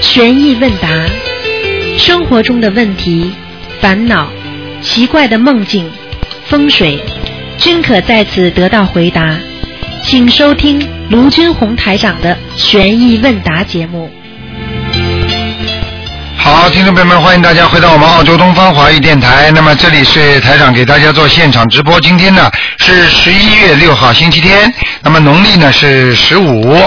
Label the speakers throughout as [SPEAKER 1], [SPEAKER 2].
[SPEAKER 1] 悬疑问答，生活中的问题、烦恼、奇怪的梦境、风水，均可在此得到回答。请收听卢军红台长的悬疑问答节目。
[SPEAKER 2] 好，听众朋友们，欢迎大家回到我们澳洲东方华语电台。那么这里是台长给大家做现场直播。今天呢是十一月六号星期天，那么农历呢是十五。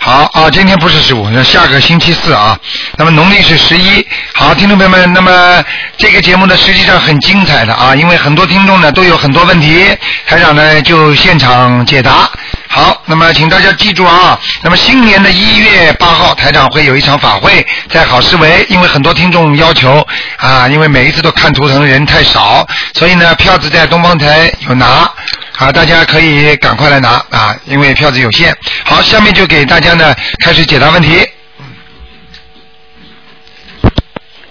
[SPEAKER 2] 好啊，今天不是十五，那下个星期四啊。那么农历是十一。好，听众朋友们，那么这个节目呢实际上很精彩的啊，因为很多听众呢都有很多问题，台长呢就现场解答。好，那么请大家记住啊，那么新年的一月八号，台长会有一场法会在好思维，因为很多听众要求啊，因为每一次都看图腾的人太少，所以呢票子在东方台有拿啊，大家可以赶快来拿啊，因为票子有限。好，下面就给大家呢开始解答问题。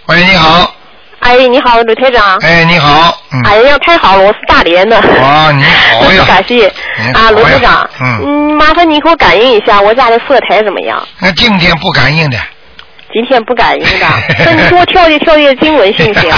[SPEAKER 2] 喂，你好，
[SPEAKER 3] 哎，你好，鲁台长。
[SPEAKER 2] 哎，你好，嗯，
[SPEAKER 3] 哎呀，太好了，我是大连的。
[SPEAKER 2] 哇，你 好
[SPEAKER 3] 真
[SPEAKER 2] 呀
[SPEAKER 3] 是，感谢
[SPEAKER 2] 你好
[SPEAKER 3] 啊，
[SPEAKER 2] 呀
[SPEAKER 3] 卢台长。
[SPEAKER 2] 嗯
[SPEAKER 3] 嗯，麻烦你给我感应一下，我家的佛台怎么样？
[SPEAKER 2] 那今天不感应的。
[SPEAKER 3] 今天不感应 的，那你给我调节调节经文行不行？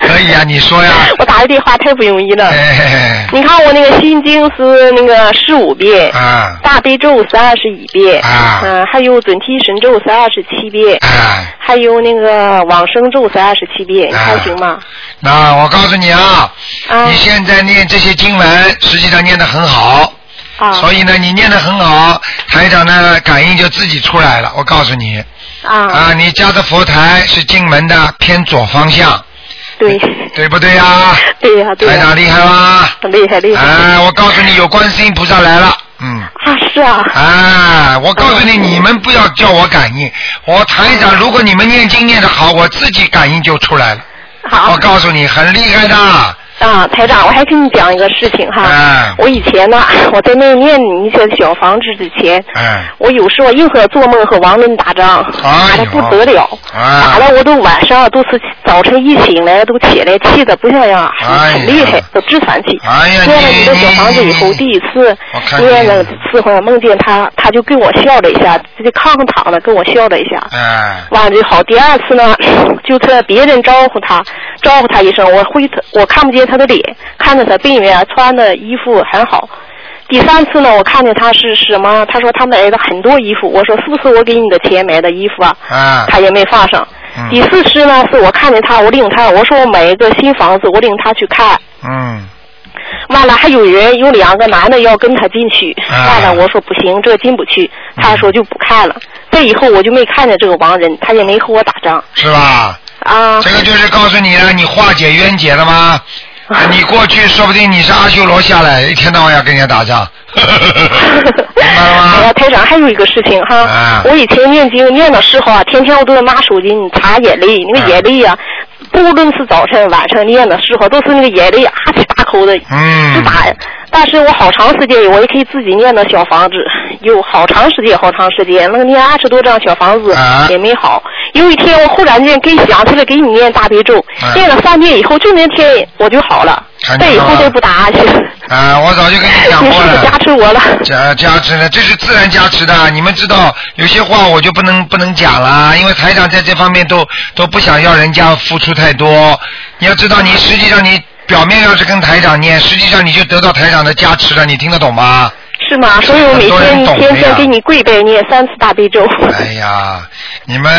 [SPEAKER 2] 可以啊，你说呀。
[SPEAKER 3] 我打个电话太不容易了。
[SPEAKER 2] 哎，
[SPEAKER 3] 你看我那个心经是那个十五遍，
[SPEAKER 2] 啊
[SPEAKER 3] 大悲咒是二十一遍，
[SPEAKER 2] 啊
[SPEAKER 3] 嗯，还有准提神咒是二十七遍，
[SPEAKER 2] 哎，
[SPEAKER 3] 还有那个往生咒是二十七遍，你看
[SPEAKER 2] 啊
[SPEAKER 3] 行吗？
[SPEAKER 2] 那我告诉你啊，
[SPEAKER 3] 啊
[SPEAKER 2] 你现在念这些经文，实际上念得很好，
[SPEAKER 3] 啊
[SPEAKER 2] 所以呢，你念得很好，台长呢感应就自己出来了。我告诉你
[SPEAKER 3] 啊！
[SPEAKER 2] 啊，你家的佛台是进门的偏左方向，
[SPEAKER 3] 对
[SPEAKER 2] 对不对呀、
[SPEAKER 3] 对呀对
[SPEAKER 2] 台长
[SPEAKER 3] 呀，
[SPEAKER 2] 厉害吧？
[SPEAKER 3] 厉害厉害！
[SPEAKER 2] 哎，我告诉你，有观世音菩萨来了，嗯。
[SPEAKER 3] 啊，是啊，
[SPEAKER 2] 啊，我告诉你，你们不要叫我感应，我台长，如果你们念经念得好，我自己感应就出来了。
[SPEAKER 3] 好
[SPEAKER 2] 我告诉你，很厉害的。
[SPEAKER 3] 啊，台长，我还跟你讲一个事情哈。
[SPEAKER 2] 嗯
[SPEAKER 3] 我以前呢，我在没念你这小房子之前，
[SPEAKER 2] 嗯
[SPEAKER 3] 我有时候硬和做梦和王伦打仗，
[SPEAKER 2] 哎呦
[SPEAKER 3] 打的不得了，
[SPEAKER 2] 哎
[SPEAKER 3] 打的我都晚上都是早晨一醒来都起来气的不像样，很
[SPEAKER 2] 哎呀
[SPEAKER 3] 很厉害，都直喘气。
[SPEAKER 2] 哎呀
[SPEAKER 3] 念了
[SPEAKER 2] 你
[SPEAKER 3] 你的小房子以
[SPEAKER 2] 你
[SPEAKER 3] 后，第一次
[SPEAKER 2] 我看
[SPEAKER 3] 念
[SPEAKER 2] 你
[SPEAKER 3] 了次后梦见他，他就跟我笑了一下，就炕上躺着跟我笑了一下。
[SPEAKER 2] 哎，
[SPEAKER 3] 完了就好。第二次呢， 就是别人招呼他，招呼他一声，我会他，我看不见他的脸，看着他背面穿的衣服很好。第三次呢，我看见他是什么？他说他买了很多衣服，我说是不是我给你的钱买的衣服啊？
[SPEAKER 2] 啊，
[SPEAKER 3] 他也没放上。
[SPEAKER 2] 嗯
[SPEAKER 3] 第四次呢，是我看见他，我领他，我说我买一个新房子，我领他去看。
[SPEAKER 2] 嗯，
[SPEAKER 3] 完了，还有人有两个男的要跟他进去，
[SPEAKER 2] 啊嗯
[SPEAKER 3] 完了我说不行，这进不去，他说就不看了。再以后我就没看见这个亡人，他也没和我打仗
[SPEAKER 2] 是吧？
[SPEAKER 3] 啊。
[SPEAKER 2] 这个就是告诉你了，你化解冤结了吗？啊你过去说不定你是阿修罗下来，一天到晚要跟人家打仗， 明白
[SPEAKER 3] 哎
[SPEAKER 2] 了
[SPEAKER 3] 呀，
[SPEAKER 2] 吗？
[SPEAKER 3] 台长，还有一个事情哈，
[SPEAKER 2] 啊
[SPEAKER 3] 我以前念经念的时候啊，天天我都得拿手机你擦眼泪，那
[SPEAKER 2] 啊
[SPEAKER 3] 个眼泪呀、不论是早晨晚上念的时候，都是那个眼泪啊起大口的，直
[SPEAKER 2] 嗯，
[SPEAKER 3] 打。但是我好长时间，我也可以自己念的小房子，有好长时间，好长时间，那个念二十多张小房子
[SPEAKER 2] 啊
[SPEAKER 3] 也没好。有一天，我忽然间给想起来给你念大悲咒，
[SPEAKER 2] 啊
[SPEAKER 3] 念了三遍以后，就那天我就好了
[SPEAKER 2] 看，
[SPEAKER 3] 再
[SPEAKER 2] 见
[SPEAKER 3] 以
[SPEAKER 2] 了
[SPEAKER 3] 后
[SPEAKER 2] 吧
[SPEAKER 3] 就不打下去了。
[SPEAKER 2] 啊，我早就跟你
[SPEAKER 3] 你
[SPEAKER 2] 讲
[SPEAKER 3] 是
[SPEAKER 2] 过
[SPEAKER 3] 不是
[SPEAKER 2] 了
[SPEAKER 3] 加。持我了？
[SPEAKER 2] 加加持呢，这是自然加持的。啊你们知道，有些话我就不能不能讲啦，因为台长在这方面都都不想要人家付出太多。你要知道，你实际上你表面要是跟台长念，实际上你就得到台长的加持了。你听得懂吗？
[SPEAKER 3] 是吗？所以我每
[SPEAKER 2] 很多人
[SPEAKER 3] 天
[SPEAKER 2] 懂
[SPEAKER 3] 天
[SPEAKER 2] 的呀
[SPEAKER 3] 天给你跪拜念三次大悲咒。
[SPEAKER 2] 哎呀，你们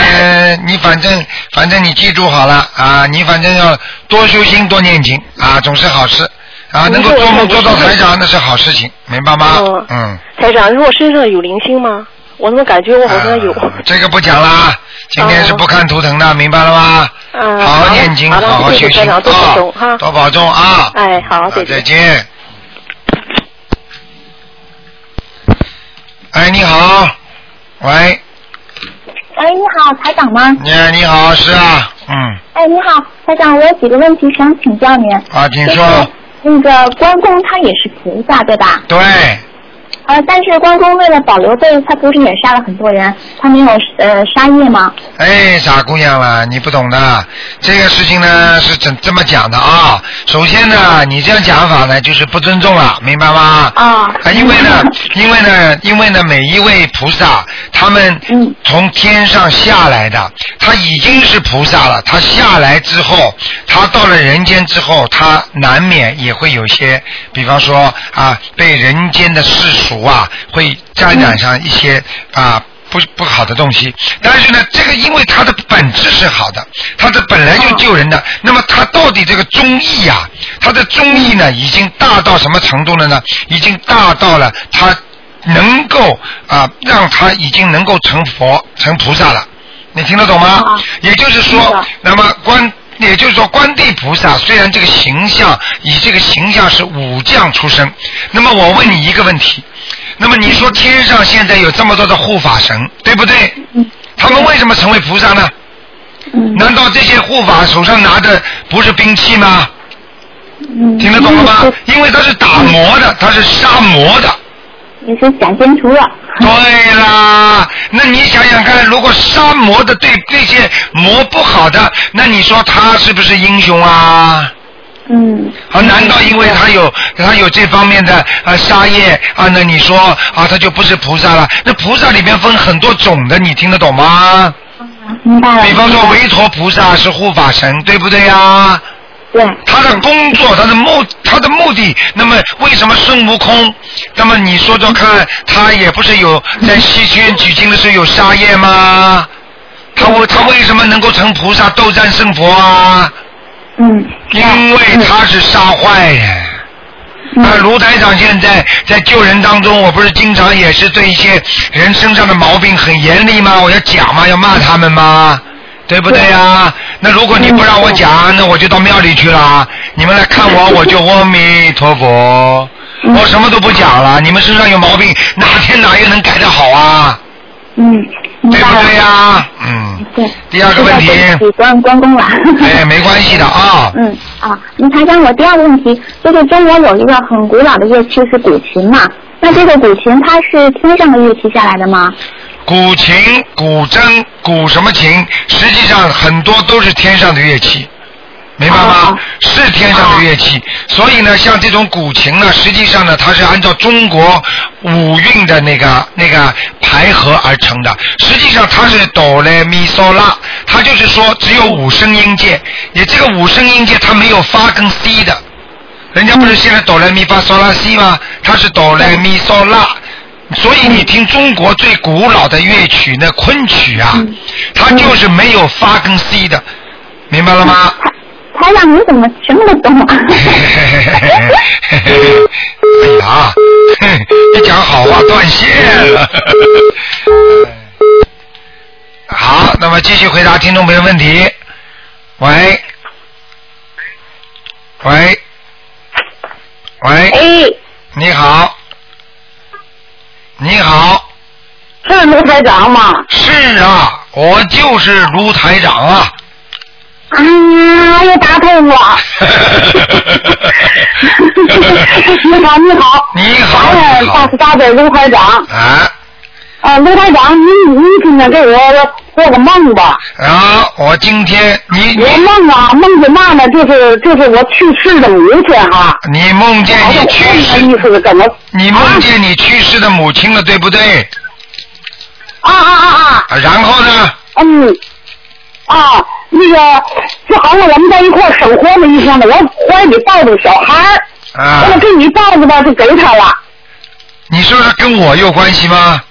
[SPEAKER 2] 你反正反正你记住好了啊，你反正要多修心多念经啊，总是好事啊，能够做梦做到台长那是好事情，明白吗
[SPEAKER 3] 哦？
[SPEAKER 2] 嗯。
[SPEAKER 3] 台长，如果身上有灵性吗？我怎么感觉我好像有？
[SPEAKER 2] 啊这个不讲啦，今天是不看图腾的，明白了吗？
[SPEAKER 3] 嗯
[SPEAKER 2] 好好念经，
[SPEAKER 3] 哦好的
[SPEAKER 2] 好好修
[SPEAKER 3] 谢谢台
[SPEAKER 2] 心啊
[SPEAKER 3] 长多保重哈，
[SPEAKER 2] 多保重啊！
[SPEAKER 3] 哎好
[SPEAKER 2] 啊
[SPEAKER 3] 再见
[SPEAKER 2] 再见。哎，你好，喂，
[SPEAKER 4] 哎，你好，台长吗？
[SPEAKER 2] 你你好，是啊，嗯，
[SPEAKER 4] 哎，你好，台长，我有几个问题想请教您。
[SPEAKER 2] 啊，请
[SPEAKER 4] 就是
[SPEAKER 2] 说，
[SPEAKER 4] 那个关公他也是菩萨对吧？
[SPEAKER 2] 对，
[SPEAKER 4] 呃，但是关公为了保刘备，他不是也杀了很多人，他没有呃杀业吗？
[SPEAKER 2] 哎，傻姑娘了，你不懂的。这个事情呢是怎这么讲的啊？首先呢，你这样讲法呢，就是不尊重了，明白吗？
[SPEAKER 4] 啊
[SPEAKER 2] 啊，因为呢，因为呢，因为呢，每一位菩萨他们
[SPEAKER 5] 嗯
[SPEAKER 2] 从天上下来的，他已经是菩萨了。他下来之后，他到了人间之后，他难免也会有些，比方说啊，被人间的世俗啊，会沾染上一些啊。不不好的东西，但是呢，这个因为他的本质是好的，他的本来就救人的，那么他到底这个忠义呀、他的忠义呢，已经大到什么程度了呢？已经大到了他能够啊、让他已经能够成佛、成菩萨了。你听得懂吗？
[SPEAKER 5] 啊
[SPEAKER 2] 也就是
[SPEAKER 5] 是
[SPEAKER 2] 说
[SPEAKER 5] 的，
[SPEAKER 2] 那么观，也就是说，观地菩萨虽然这个形象以这个形象是武将出身，那么我问你一个问题，那么你说天上现在有这么多的护法神，对不对？
[SPEAKER 5] 嗯
[SPEAKER 2] 他们为什么成为菩萨呢？
[SPEAKER 5] 嗯
[SPEAKER 2] 难道这些护法手上拿的不是兵器吗？
[SPEAKER 5] 嗯，
[SPEAKER 2] 听得懂了吗
[SPEAKER 5] 嗯？
[SPEAKER 2] 因为他是打磨的，他是杀魔的。
[SPEAKER 5] 也是想清楚了。
[SPEAKER 2] 对啦，那你想想看，如果杀魔的对那些魔不好的，那你说他是不是英雄啊？
[SPEAKER 5] 嗯，
[SPEAKER 2] 啊，难道因为他有他有这方面的啊杀业啊？那你说啊，他就不是菩萨了？那菩萨里面分很多种的，你听得懂吗？
[SPEAKER 5] 嗯明白了。
[SPEAKER 2] 比方说韦陀菩萨是护法神，对不对呀、
[SPEAKER 5] 对，
[SPEAKER 2] 他的工作，他的目，他的目的，那么为什么孙悟空？那么你说说看，他也不是有在西天取经的时候有杀业吗？他为他为什么能够成菩萨，斗战胜佛啊？
[SPEAKER 5] 嗯，
[SPEAKER 2] 因为他是杀坏人。
[SPEAKER 5] 嗯
[SPEAKER 2] 那卢台长现在在救人当中，我不是经常也是对一些人身上的毛病很严厉吗？我要讲吗？要骂他们吗？对不对呀、
[SPEAKER 5] 嗯
[SPEAKER 2] 那如果你不让我讲，那我就到庙里去了。你们来看我，我就阿弥陀佛，
[SPEAKER 5] 嗯
[SPEAKER 2] 我什么都不讲了。你们身上有毛病，哪天哪月能改得好啊？
[SPEAKER 5] 嗯，明
[SPEAKER 2] 对
[SPEAKER 5] 白
[SPEAKER 2] 不
[SPEAKER 5] 了。
[SPEAKER 2] 对呀、嗯，
[SPEAKER 5] 对。
[SPEAKER 2] 第二个问题
[SPEAKER 5] 现在给关关公了。
[SPEAKER 2] 哎，没关系的啊。
[SPEAKER 5] 嗯啊，您台长，我第二个问题就是中国有一个很古老的乐器是古琴嘛？那这个古琴它是天上的乐器下来的吗？
[SPEAKER 2] 古琴、古筝、古什么琴，实际上很多都是天上的乐器，明白吗
[SPEAKER 5] 哦？
[SPEAKER 2] 是天上的乐器。所以呢，像这种古琴呢，实际上呢，它是按照中国五韵的那个那个排合而成的。实际上它是哆来咪嗦啦，它就是说只有五声音阶，也这个五声音阶它没有发跟 C 的。人家不是现在哆来咪发嗦拉西吗？它是哆来咪嗦拉。所以你听中国最古老的乐曲那昆曲啊，
[SPEAKER 5] 嗯
[SPEAKER 2] 它就是没有发跟 C 的，明白了吗？
[SPEAKER 5] 台台长，你怎么什么都懂啊？
[SPEAKER 2] 哎呀， 哼一讲好话断线了。 好，那么继续回答听众朋友问题。喂，喂，喂，
[SPEAKER 4] 哎，
[SPEAKER 2] 你好，你好，
[SPEAKER 4] 是卢台长吗？
[SPEAKER 2] 是啊，我就是卢台长啊。。
[SPEAKER 4] 哎
[SPEAKER 5] 啊
[SPEAKER 4] 呀，又打通我你好，你好。
[SPEAKER 2] 你好
[SPEAKER 4] 哎
[SPEAKER 2] 你好
[SPEAKER 4] 大慈大悲卢台长。
[SPEAKER 2] 啊，
[SPEAKER 4] 啊，
[SPEAKER 5] 呃
[SPEAKER 4] 卢台长，您您今天给我做个梦吧。
[SPEAKER 2] 然后啊我今天你
[SPEAKER 4] 我
[SPEAKER 2] 你
[SPEAKER 4] 梦啊，梦见嘛呢？就是就是我去世的母亲哈。
[SPEAKER 2] 你梦见
[SPEAKER 4] 好像
[SPEAKER 2] 你去世
[SPEAKER 4] 意思是怎么？
[SPEAKER 2] 你梦见你去世的母亲了，对不对？
[SPEAKER 4] 啊啊啊啊！
[SPEAKER 2] 啊然后呢？
[SPEAKER 4] 嗯，啊，那个就好像我们在一块儿生活了一天的，我怀里抱着小孩儿，
[SPEAKER 2] 啊
[SPEAKER 4] 我，给你抱着吧，就给他了。
[SPEAKER 2] 你说说跟我有关系吗？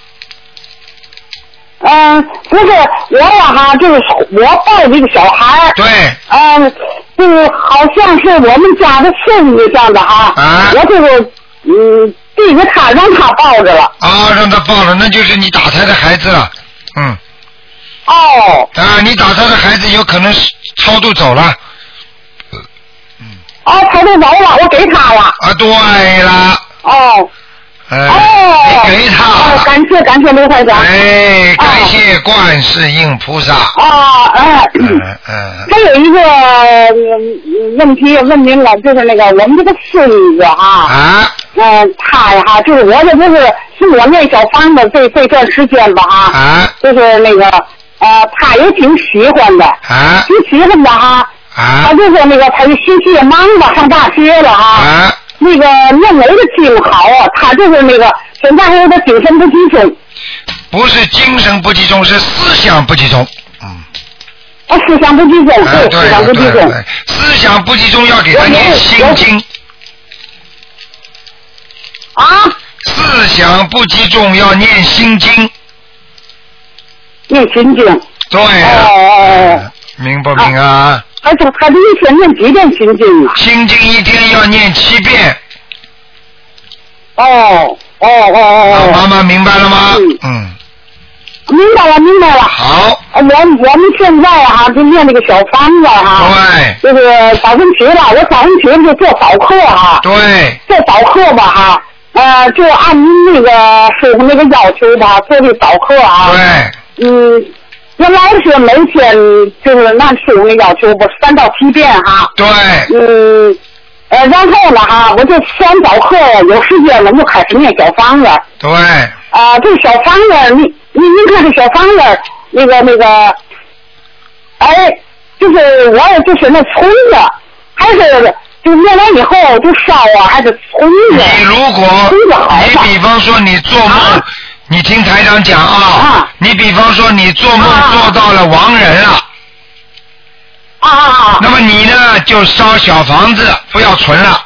[SPEAKER 4] 嗯，不是我呀哈，就是我抱着一个小孩儿，
[SPEAKER 2] 对，
[SPEAKER 4] 嗯，就是好像是我们家的亲戚这样的哈，
[SPEAKER 2] 啊
[SPEAKER 4] 我就是嗯，这个他让他抱着了。
[SPEAKER 2] 啊，让他抱了，那就是你打胎的孩子了。嗯，
[SPEAKER 4] 哦
[SPEAKER 2] 啊，你打胎的孩子有可能是超度走了。
[SPEAKER 4] 哦，他就走了，我给他了。
[SPEAKER 2] 啊，对啦，
[SPEAKER 4] 哦
[SPEAKER 2] 哎，
[SPEAKER 4] 哦，
[SPEAKER 2] 你给他
[SPEAKER 4] 哦，
[SPEAKER 2] 了。
[SPEAKER 4] 感谢感谢刘台长。哦
[SPEAKER 2] 哎，感谢观世音菩萨。
[SPEAKER 4] 啊哎。
[SPEAKER 2] 嗯嗯，
[SPEAKER 4] 还有一个嗯问题问您了，就是那个我们这个孙子啊，
[SPEAKER 2] 啊，
[SPEAKER 4] 嗯、他呀哈，就是我这不是是我那小房子这这段时间吧啊，
[SPEAKER 2] 啊，
[SPEAKER 4] 就是那个呃，他也挺喜欢的，
[SPEAKER 2] 啊，
[SPEAKER 4] 挺喜欢的哈，他
[SPEAKER 2] 啊，
[SPEAKER 4] 就是那个他学习也忙吧，上大学了哈，
[SPEAKER 2] 啊，
[SPEAKER 4] 那个念没的记不好啊，他就是那个现在还有点精神不集中。
[SPEAKER 2] 不是精神不集中，是思想不集中。
[SPEAKER 4] 哦啊，思想不集中，
[SPEAKER 2] 哎，
[SPEAKER 4] 对，思
[SPEAKER 2] 对
[SPEAKER 4] 想不
[SPEAKER 2] 了
[SPEAKER 4] 集
[SPEAKER 2] 对了
[SPEAKER 4] 中。
[SPEAKER 2] 对，思想不集中要给他
[SPEAKER 4] 我
[SPEAKER 2] 念
[SPEAKER 4] 有
[SPEAKER 2] 心
[SPEAKER 4] 我
[SPEAKER 2] 经，
[SPEAKER 4] 啊，
[SPEAKER 2] 思想不集中要念心经。
[SPEAKER 4] 念心经。
[SPEAKER 2] 对了，
[SPEAKER 4] 哦，
[SPEAKER 2] 明不明啊？
[SPEAKER 4] 还是还是一天念几遍心经啊？
[SPEAKER 2] 心经一天要念七遍，
[SPEAKER 4] 哦哦哦
[SPEAKER 2] 老
[SPEAKER 4] 哦
[SPEAKER 2] 妈
[SPEAKER 4] 哦，
[SPEAKER 2] 妈明白了吗
[SPEAKER 4] 嗯？
[SPEAKER 2] 嗯，
[SPEAKER 4] 明白了明白了。啊
[SPEAKER 2] 好，
[SPEAKER 4] 我我们现在哈、就念那个小方子哈、
[SPEAKER 2] 对
[SPEAKER 4] 就是早晨起了，我早晨起来就做早课哈、
[SPEAKER 2] 对，
[SPEAKER 4] 做早课吧哈、呃，就按您那个师傅那个要求吧，做的早课啊。
[SPEAKER 2] 对，
[SPEAKER 4] 嗯，原来是每天就是按师傅那要求吧，三到七遍哈、
[SPEAKER 2] 对，
[SPEAKER 4] 嗯，呃，然后呢哈、我就吃完早课有时间了，我就开始念小方子。
[SPEAKER 2] 对，
[SPEAKER 4] 啊、这小方子，你你您看这小方子，那个那个，哎，就是我也就是那存着，还是就念完以后就烧啊，还是存着？
[SPEAKER 2] 你如果
[SPEAKER 4] 真的好
[SPEAKER 2] 你
[SPEAKER 4] 吧
[SPEAKER 2] 比方说你做梦
[SPEAKER 4] 啊，
[SPEAKER 2] 你听台长讲啊
[SPEAKER 4] 啊，
[SPEAKER 2] 你比方说你做梦
[SPEAKER 4] 啊
[SPEAKER 2] 做到了亡人了，
[SPEAKER 4] 啊啊
[SPEAKER 2] 那么你呢就烧小房子，不要存了。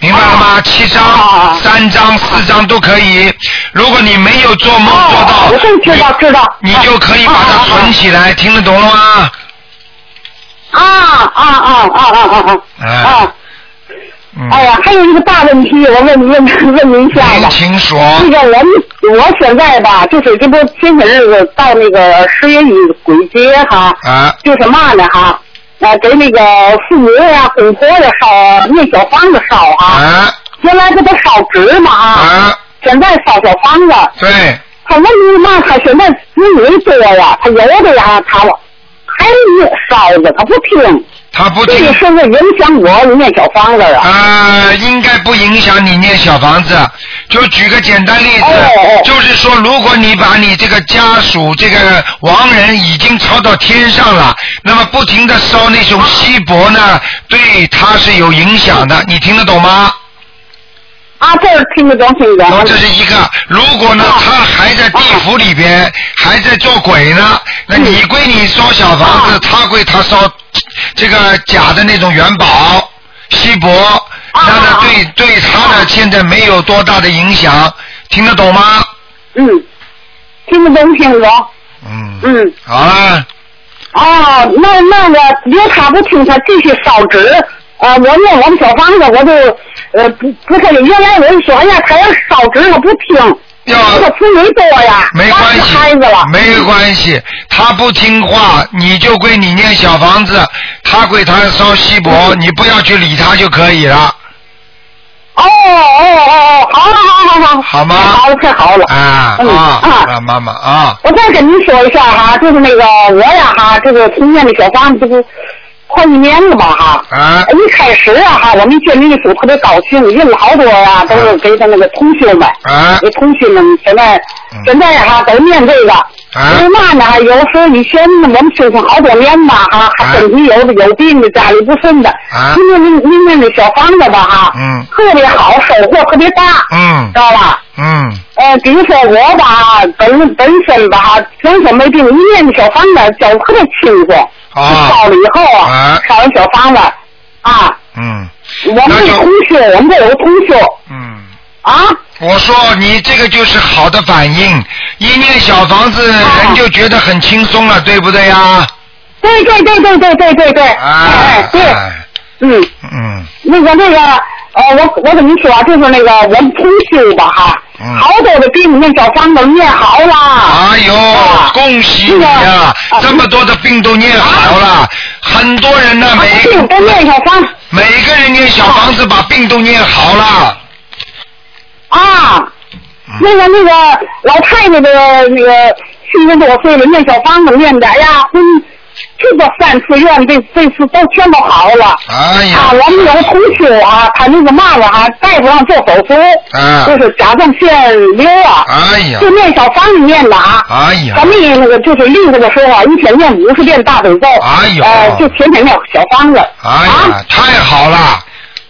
[SPEAKER 2] 明白了吗？七张
[SPEAKER 4] 啊、
[SPEAKER 2] 三张、四张都可以。如果你没有做梦做
[SPEAKER 4] 啊！
[SPEAKER 2] 到，
[SPEAKER 4] 我真知道
[SPEAKER 2] 你
[SPEAKER 4] 知道。
[SPEAKER 2] 你就可以把
[SPEAKER 4] 啊
[SPEAKER 2] 它存起来，听得懂了吗？
[SPEAKER 4] 啊啊啊啊啊啊啊啊！啊！
[SPEAKER 2] 嗯，
[SPEAKER 4] 哎呀，还有一个大问题，我问问问您一下吧
[SPEAKER 2] 您。请说。
[SPEAKER 4] 那个我们我现在吧，就是这不前些日子到那个十月一鬼节哈，
[SPEAKER 2] 啊，
[SPEAKER 4] 就是嘛呢哈，呃，给那个父母呀、公婆呀烧念小房子烧啊，
[SPEAKER 2] 啊
[SPEAKER 4] 原来不都烧纸嘛啊，
[SPEAKER 2] 啊，
[SPEAKER 4] 现在烧小房子，
[SPEAKER 2] 对，
[SPEAKER 4] 他问题嘛，他现在子女多呀，他有的呀，他还是烧着，他不听，
[SPEAKER 2] 他不
[SPEAKER 4] 这
[SPEAKER 2] 听
[SPEAKER 4] 个。是不是影响我念小房子啊？
[SPEAKER 2] 啊，应该不影响你念小房子。就举个简单例子
[SPEAKER 4] 哦哦，
[SPEAKER 2] 就是说，如果你把你这个家属这个亡人已经抄到天上了，那么不停的烧那种锡箔呢，对他是有影响的。你听得懂吗？
[SPEAKER 4] 啊，这儿听不懂，听不懂啊
[SPEAKER 2] 然后。这是一个，如果呢他还在地府里边，还在做鬼呢，那你归你烧小房子，
[SPEAKER 4] 嗯啊
[SPEAKER 2] 他归他烧这个假的那种元宝、锡
[SPEAKER 4] 哦
[SPEAKER 2] 箔，那呢对对他呢现在没有多大的影响，听得懂吗？
[SPEAKER 4] 嗯，听不懂，听不懂。
[SPEAKER 2] 嗯，
[SPEAKER 4] 嗯，
[SPEAKER 2] 好了，
[SPEAKER 4] 哦，那那个，如果他不听，他继续烧纸。呃，我念我们小房子，我就呃不不是，原来我就说，哎呀，他要烧纸，他不听，
[SPEAKER 2] 要
[SPEAKER 4] 这个村民多呀，
[SPEAKER 2] 没关
[SPEAKER 4] 当
[SPEAKER 2] 系
[SPEAKER 4] 时孩子了，，
[SPEAKER 2] 没关系，他不听话，你就归你念小房子，他归他烧锡
[SPEAKER 4] 嗯
[SPEAKER 2] 箔，你不要去理他就可以了。
[SPEAKER 4] 哦哦哦哦，好了好好好，
[SPEAKER 2] 好吗
[SPEAKER 4] 太好了太好了，
[SPEAKER 2] 啊
[SPEAKER 4] 嗯
[SPEAKER 2] 啊，让妈妈啊，
[SPEAKER 4] 我再跟您说一下哈，就是那个我呀哈，这个新建的小房子，这不快一年了吧哈。
[SPEAKER 2] 啊
[SPEAKER 4] 一开始啊哈，我们建立一组特别高兴，印了好多呀、都是给他那个同学们，
[SPEAKER 2] 啊
[SPEAKER 4] 给同学们现在
[SPEAKER 2] 嗯啊
[SPEAKER 4] 现在哈都念这个。因为嘛呢？有时候以前我们修行好多年吧，哈，
[SPEAKER 2] 啊
[SPEAKER 4] 还身体有的有病的，家里不顺的，
[SPEAKER 2] 啊
[SPEAKER 4] 因为您您那个小房子吧，哈，
[SPEAKER 2] 嗯
[SPEAKER 4] 特别好，收获特别大，
[SPEAKER 2] 嗯
[SPEAKER 4] 知道吧？
[SPEAKER 2] 嗯
[SPEAKER 4] 呃，比如说我吧，本本身吧，平时没病，一念的小房子脚特别轻松，
[SPEAKER 2] 啊
[SPEAKER 4] 烧了以后
[SPEAKER 2] 啊
[SPEAKER 4] 烧完小房子啊，
[SPEAKER 2] 嗯
[SPEAKER 4] 我们
[SPEAKER 2] 那
[SPEAKER 4] 这
[SPEAKER 2] 就
[SPEAKER 4] 同修，我们这有个同修
[SPEAKER 2] 嗯，
[SPEAKER 4] 啊，
[SPEAKER 2] 我说你这个就是好的反应，一念小房子
[SPEAKER 4] 啊
[SPEAKER 2] 人就觉得很轻松了，对不对呀？
[SPEAKER 4] 对对对对对对对对，哎、
[SPEAKER 2] 啊
[SPEAKER 4] 哎，对，
[SPEAKER 2] 哎
[SPEAKER 4] 嗯，
[SPEAKER 2] 嗯
[SPEAKER 4] 那个那个呃，我我跟你说啊，就是那个我们同修吧哈，
[SPEAKER 2] 嗯
[SPEAKER 4] 好多的病那小房子念好了，
[SPEAKER 2] 哎呦
[SPEAKER 4] 啊，
[SPEAKER 2] 恭喜你
[SPEAKER 4] 是
[SPEAKER 2] 呀
[SPEAKER 4] 的！啊
[SPEAKER 2] 这么多的病都念好了，很多人呢，
[SPEAKER 4] 啊，
[SPEAKER 2] 每
[SPEAKER 4] 病都念小房子
[SPEAKER 2] 每个人念小房子把病都念好了，
[SPEAKER 4] 啊。
[SPEAKER 2] 嗯
[SPEAKER 4] 那个那个老太太的那个七十多岁了，念小房子念的，哎呀，嗯，去过三次院，这这次都全都好了。
[SPEAKER 2] 哎呀
[SPEAKER 4] 啊，，我们有个同学啊，他那个嘛了啊，大夫让做手术，
[SPEAKER 2] 啊
[SPEAKER 4] 就是甲状腺瘤啊，
[SPEAKER 2] 哎呀
[SPEAKER 4] 就，念小房子念的啊。
[SPEAKER 2] 哎呀
[SPEAKER 4] 咱，们那个就是例子的时候啊，一天念五十遍大悲咒，
[SPEAKER 2] 哎呦
[SPEAKER 4] 呃，就天天念小方子，
[SPEAKER 2] 哎呀
[SPEAKER 4] 啊，，
[SPEAKER 2] 太好了！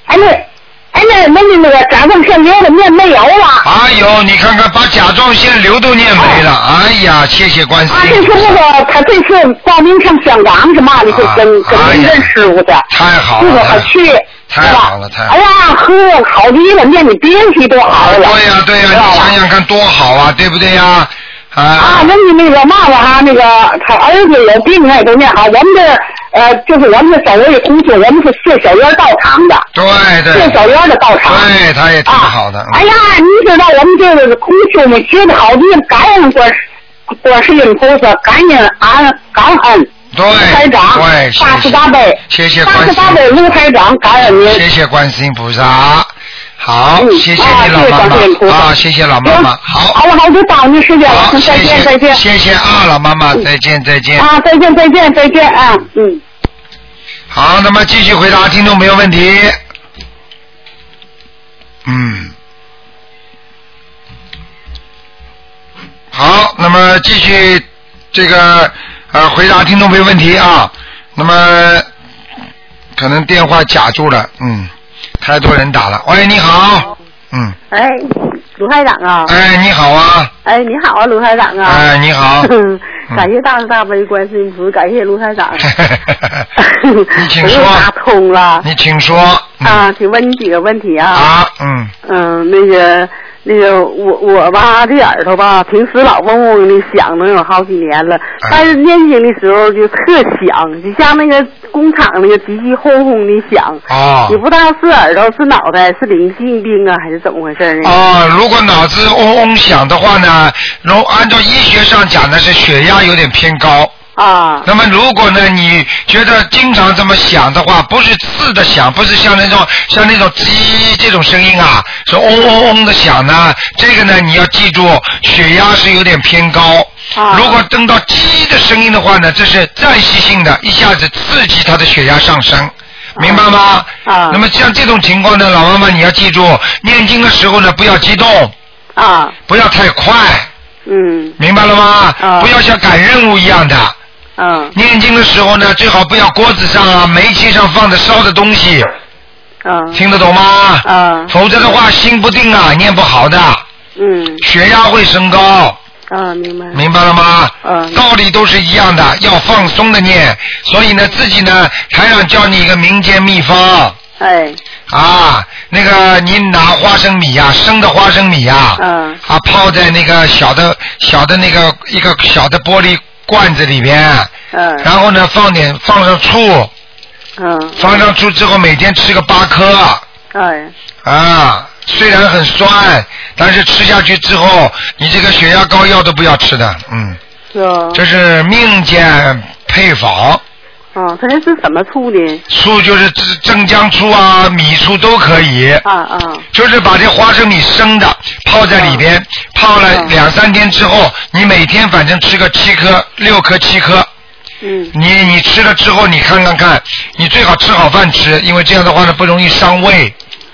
[SPEAKER 4] 哎那哎，那那那那个甲状腺瘤的念没有啊了。
[SPEAKER 2] 哎呦，你看看，把甲状腺瘤都念没了，哎呀，谢谢关心
[SPEAKER 4] 啊，。这是那个他这次报名上香港什么的，就跟
[SPEAKER 2] 啊哎
[SPEAKER 4] 跟
[SPEAKER 2] 呀
[SPEAKER 4] 您认识我的，
[SPEAKER 2] 太好
[SPEAKER 4] 这
[SPEAKER 2] 了，
[SPEAKER 4] 个
[SPEAKER 2] 太
[SPEAKER 4] 我去，
[SPEAKER 2] 太
[SPEAKER 4] 是吧
[SPEAKER 2] 好了太好了
[SPEAKER 4] 哎呀，呵，好极了，念你别提多好了。
[SPEAKER 2] 对呀、对呀、
[SPEAKER 4] 知道
[SPEAKER 2] 你
[SPEAKER 4] 吧
[SPEAKER 2] 想想看多好啊，对不对呀、啊
[SPEAKER 4] 啊，那你那个嘛了哈，那个他儿子有病他也都念好，我们这呃就是我们这小院的工作，我们是谢小院道场的，
[SPEAKER 2] 对对
[SPEAKER 4] 谢小院的道场。
[SPEAKER 2] 对，他也挺好的。
[SPEAKER 4] 啊。哎呀，你知道我们这个空修们学的好地，感恩观世观世音菩萨，感恩安感恩。
[SPEAKER 2] 对
[SPEAKER 4] 嗯卢台长
[SPEAKER 2] 对，谢谢
[SPEAKER 4] 大慈大悲
[SPEAKER 2] 谢谢
[SPEAKER 4] 大
[SPEAKER 2] 关
[SPEAKER 4] 慈
[SPEAKER 2] 心，
[SPEAKER 4] 大悲卢台长，感恩您。
[SPEAKER 2] 谢谢观世音菩萨。好，
[SPEAKER 4] 嗯
[SPEAKER 2] 谢谢
[SPEAKER 4] 啊
[SPEAKER 2] 你老
[SPEAKER 4] 谢谢
[SPEAKER 2] 妈
[SPEAKER 4] 观世音菩
[SPEAKER 2] 妈
[SPEAKER 4] 萨
[SPEAKER 2] 啊，谢谢老妈妈
[SPEAKER 4] 行，
[SPEAKER 2] 好，
[SPEAKER 4] 好了好，就耽误时间了
[SPEAKER 2] 好，，
[SPEAKER 4] 再
[SPEAKER 2] 谢
[SPEAKER 4] 见再
[SPEAKER 2] 谢，
[SPEAKER 4] 见。
[SPEAKER 2] 谢谢啊，老妈
[SPEAKER 6] 嗯
[SPEAKER 2] 妈，再见再见。
[SPEAKER 4] 啊，再见再见再见啊，嗯。
[SPEAKER 2] 好，那么继续回答听众朋友问题。嗯，好，那么继续这个呃回答听众朋友问题啊。那么可能电话夹住了，嗯，太多人打了。喂，你好，嗯，
[SPEAKER 7] 哎，卢台长啊，
[SPEAKER 2] 哎，你好啊，
[SPEAKER 7] 哎，你好啊，卢台长啊，
[SPEAKER 2] 哎，你 好，
[SPEAKER 7] 感谢大慈大悲观世音菩萨，感谢卢台长，
[SPEAKER 2] 你 请
[SPEAKER 7] 我又打
[SPEAKER 2] 说，
[SPEAKER 7] 通了
[SPEAKER 2] 你请说，嗯、
[SPEAKER 7] 啊，请问你几个问题啊？
[SPEAKER 2] 啊，嗯，
[SPEAKER 7] 嗯，那个那个，我我吧这耳朵吧，平时老嗡嗡的响，能有好几年了，
[SPEAKER 2] 哎
[SPEAKER 7] 但是念经的时候就特响，就像那个工厂那个机器轰轰的响。
[SPEAKER 2] 哦，
[SPEAKER 7] 也不知道是耳朵是脑袋是灵性病啊，还是怎么回事呢？
[SPEAKER 2] 哦，如果脑子嗡嗡响的话呢，如按照医学上讲呢，是血压有点偏高。
[SPEAKER 7] 啊
[SPEAKER 2] 那么如果呢，你觉得经常这么响的话，不是刺的响，不是像那种像那种叽这种声音啊，是嗡嗡嗡的响呢，这个呢你要记住，血压是有点偏高。
[SPEAKER 7] 啊
[SPEAKER 2] 如果等到叽的声音的话呢，这是暂时性的，一下子刺激他的血压上升。明白吗？
[SPEAKER 7] 啊
[SPEAKER 2] 那么像这种情况呢，老妈妈你要记住，念经的时候呢，不要激动，
[SPEAKER 7] 啊，
[SPEAKER 2] 不要太快，
[SPEAKER 7] 嗯
[SPEAKER 2] 明白了吗？
[SPEAKER 7] 啊
[SPEAKER 2] 不要像赶任务一样的。
[SPEAKER 7] 嗯
[SPEAKER 2] 念经的时候呢，最好不要锅子上啊、煤气上放的烧的东西，
[SPEAKER 7] 嗯
[SPEAKER 2] 听得懂吗？
[SPEAKER 7] 啊
[SPEAKER 2] 否则的话，心不定啊，念不好的，
[SPEAKER 7] 嗯
[SPEAKER 2] 血压会升高，
[SPEAKER 7] 啊，明白。
[SPEAKER 2] 明白了吗？
[SPEAKER 7] 嗯
[SPEAKER 2] 道理都是一样的，要放松的念。所以呢，自己呢，台长教你一个民间秘方
[SPEAKER 7] 哎，
[SPEAKER 2] 啊，那个你拿花生米呀、生的花生米呀、
[SPEAKER 7] 嗯
[SPEAKER 2] 啊，泡在那个小的小的那个一个小的玻璃罐子里边，
[SPEAKER 7] 嗯
[SPEAKER 2] 然后呢，放点放上醋，
[SPEAKER 7] 嗯，
[SPEAKER 2] 放上醋之后，每天吃个八颗
[SPEAKER 7] 哎，
[SPEAKER 2] 啊，虽然很酸，但是吃下去之后，你这个血压高药都不要吃的，嗯，
[SPEAKER 7] 是哦，
[SPEAKER 2] 这是命间配方，
[SPEAKER 7] 嗯，它这是怎么出的？
[SPEAKER 2] 醋就是生姜醋啊、米醋都可以，
[SPEAKER 7] 啊啊
[SPEAKER 2] 就是把这花生米生的泡在里边，泡了
[SPEAKER 7] 嗯
[SPEAKER 2] 两三天之后，你每天反正吃个七颗、六颗、七颗，
[SPEAKER 7] 嗯
[SPEAKER 2] 你你吃了之后，你看看看，你最好吃好饭吃，因为这样的话呢不容易伤胃。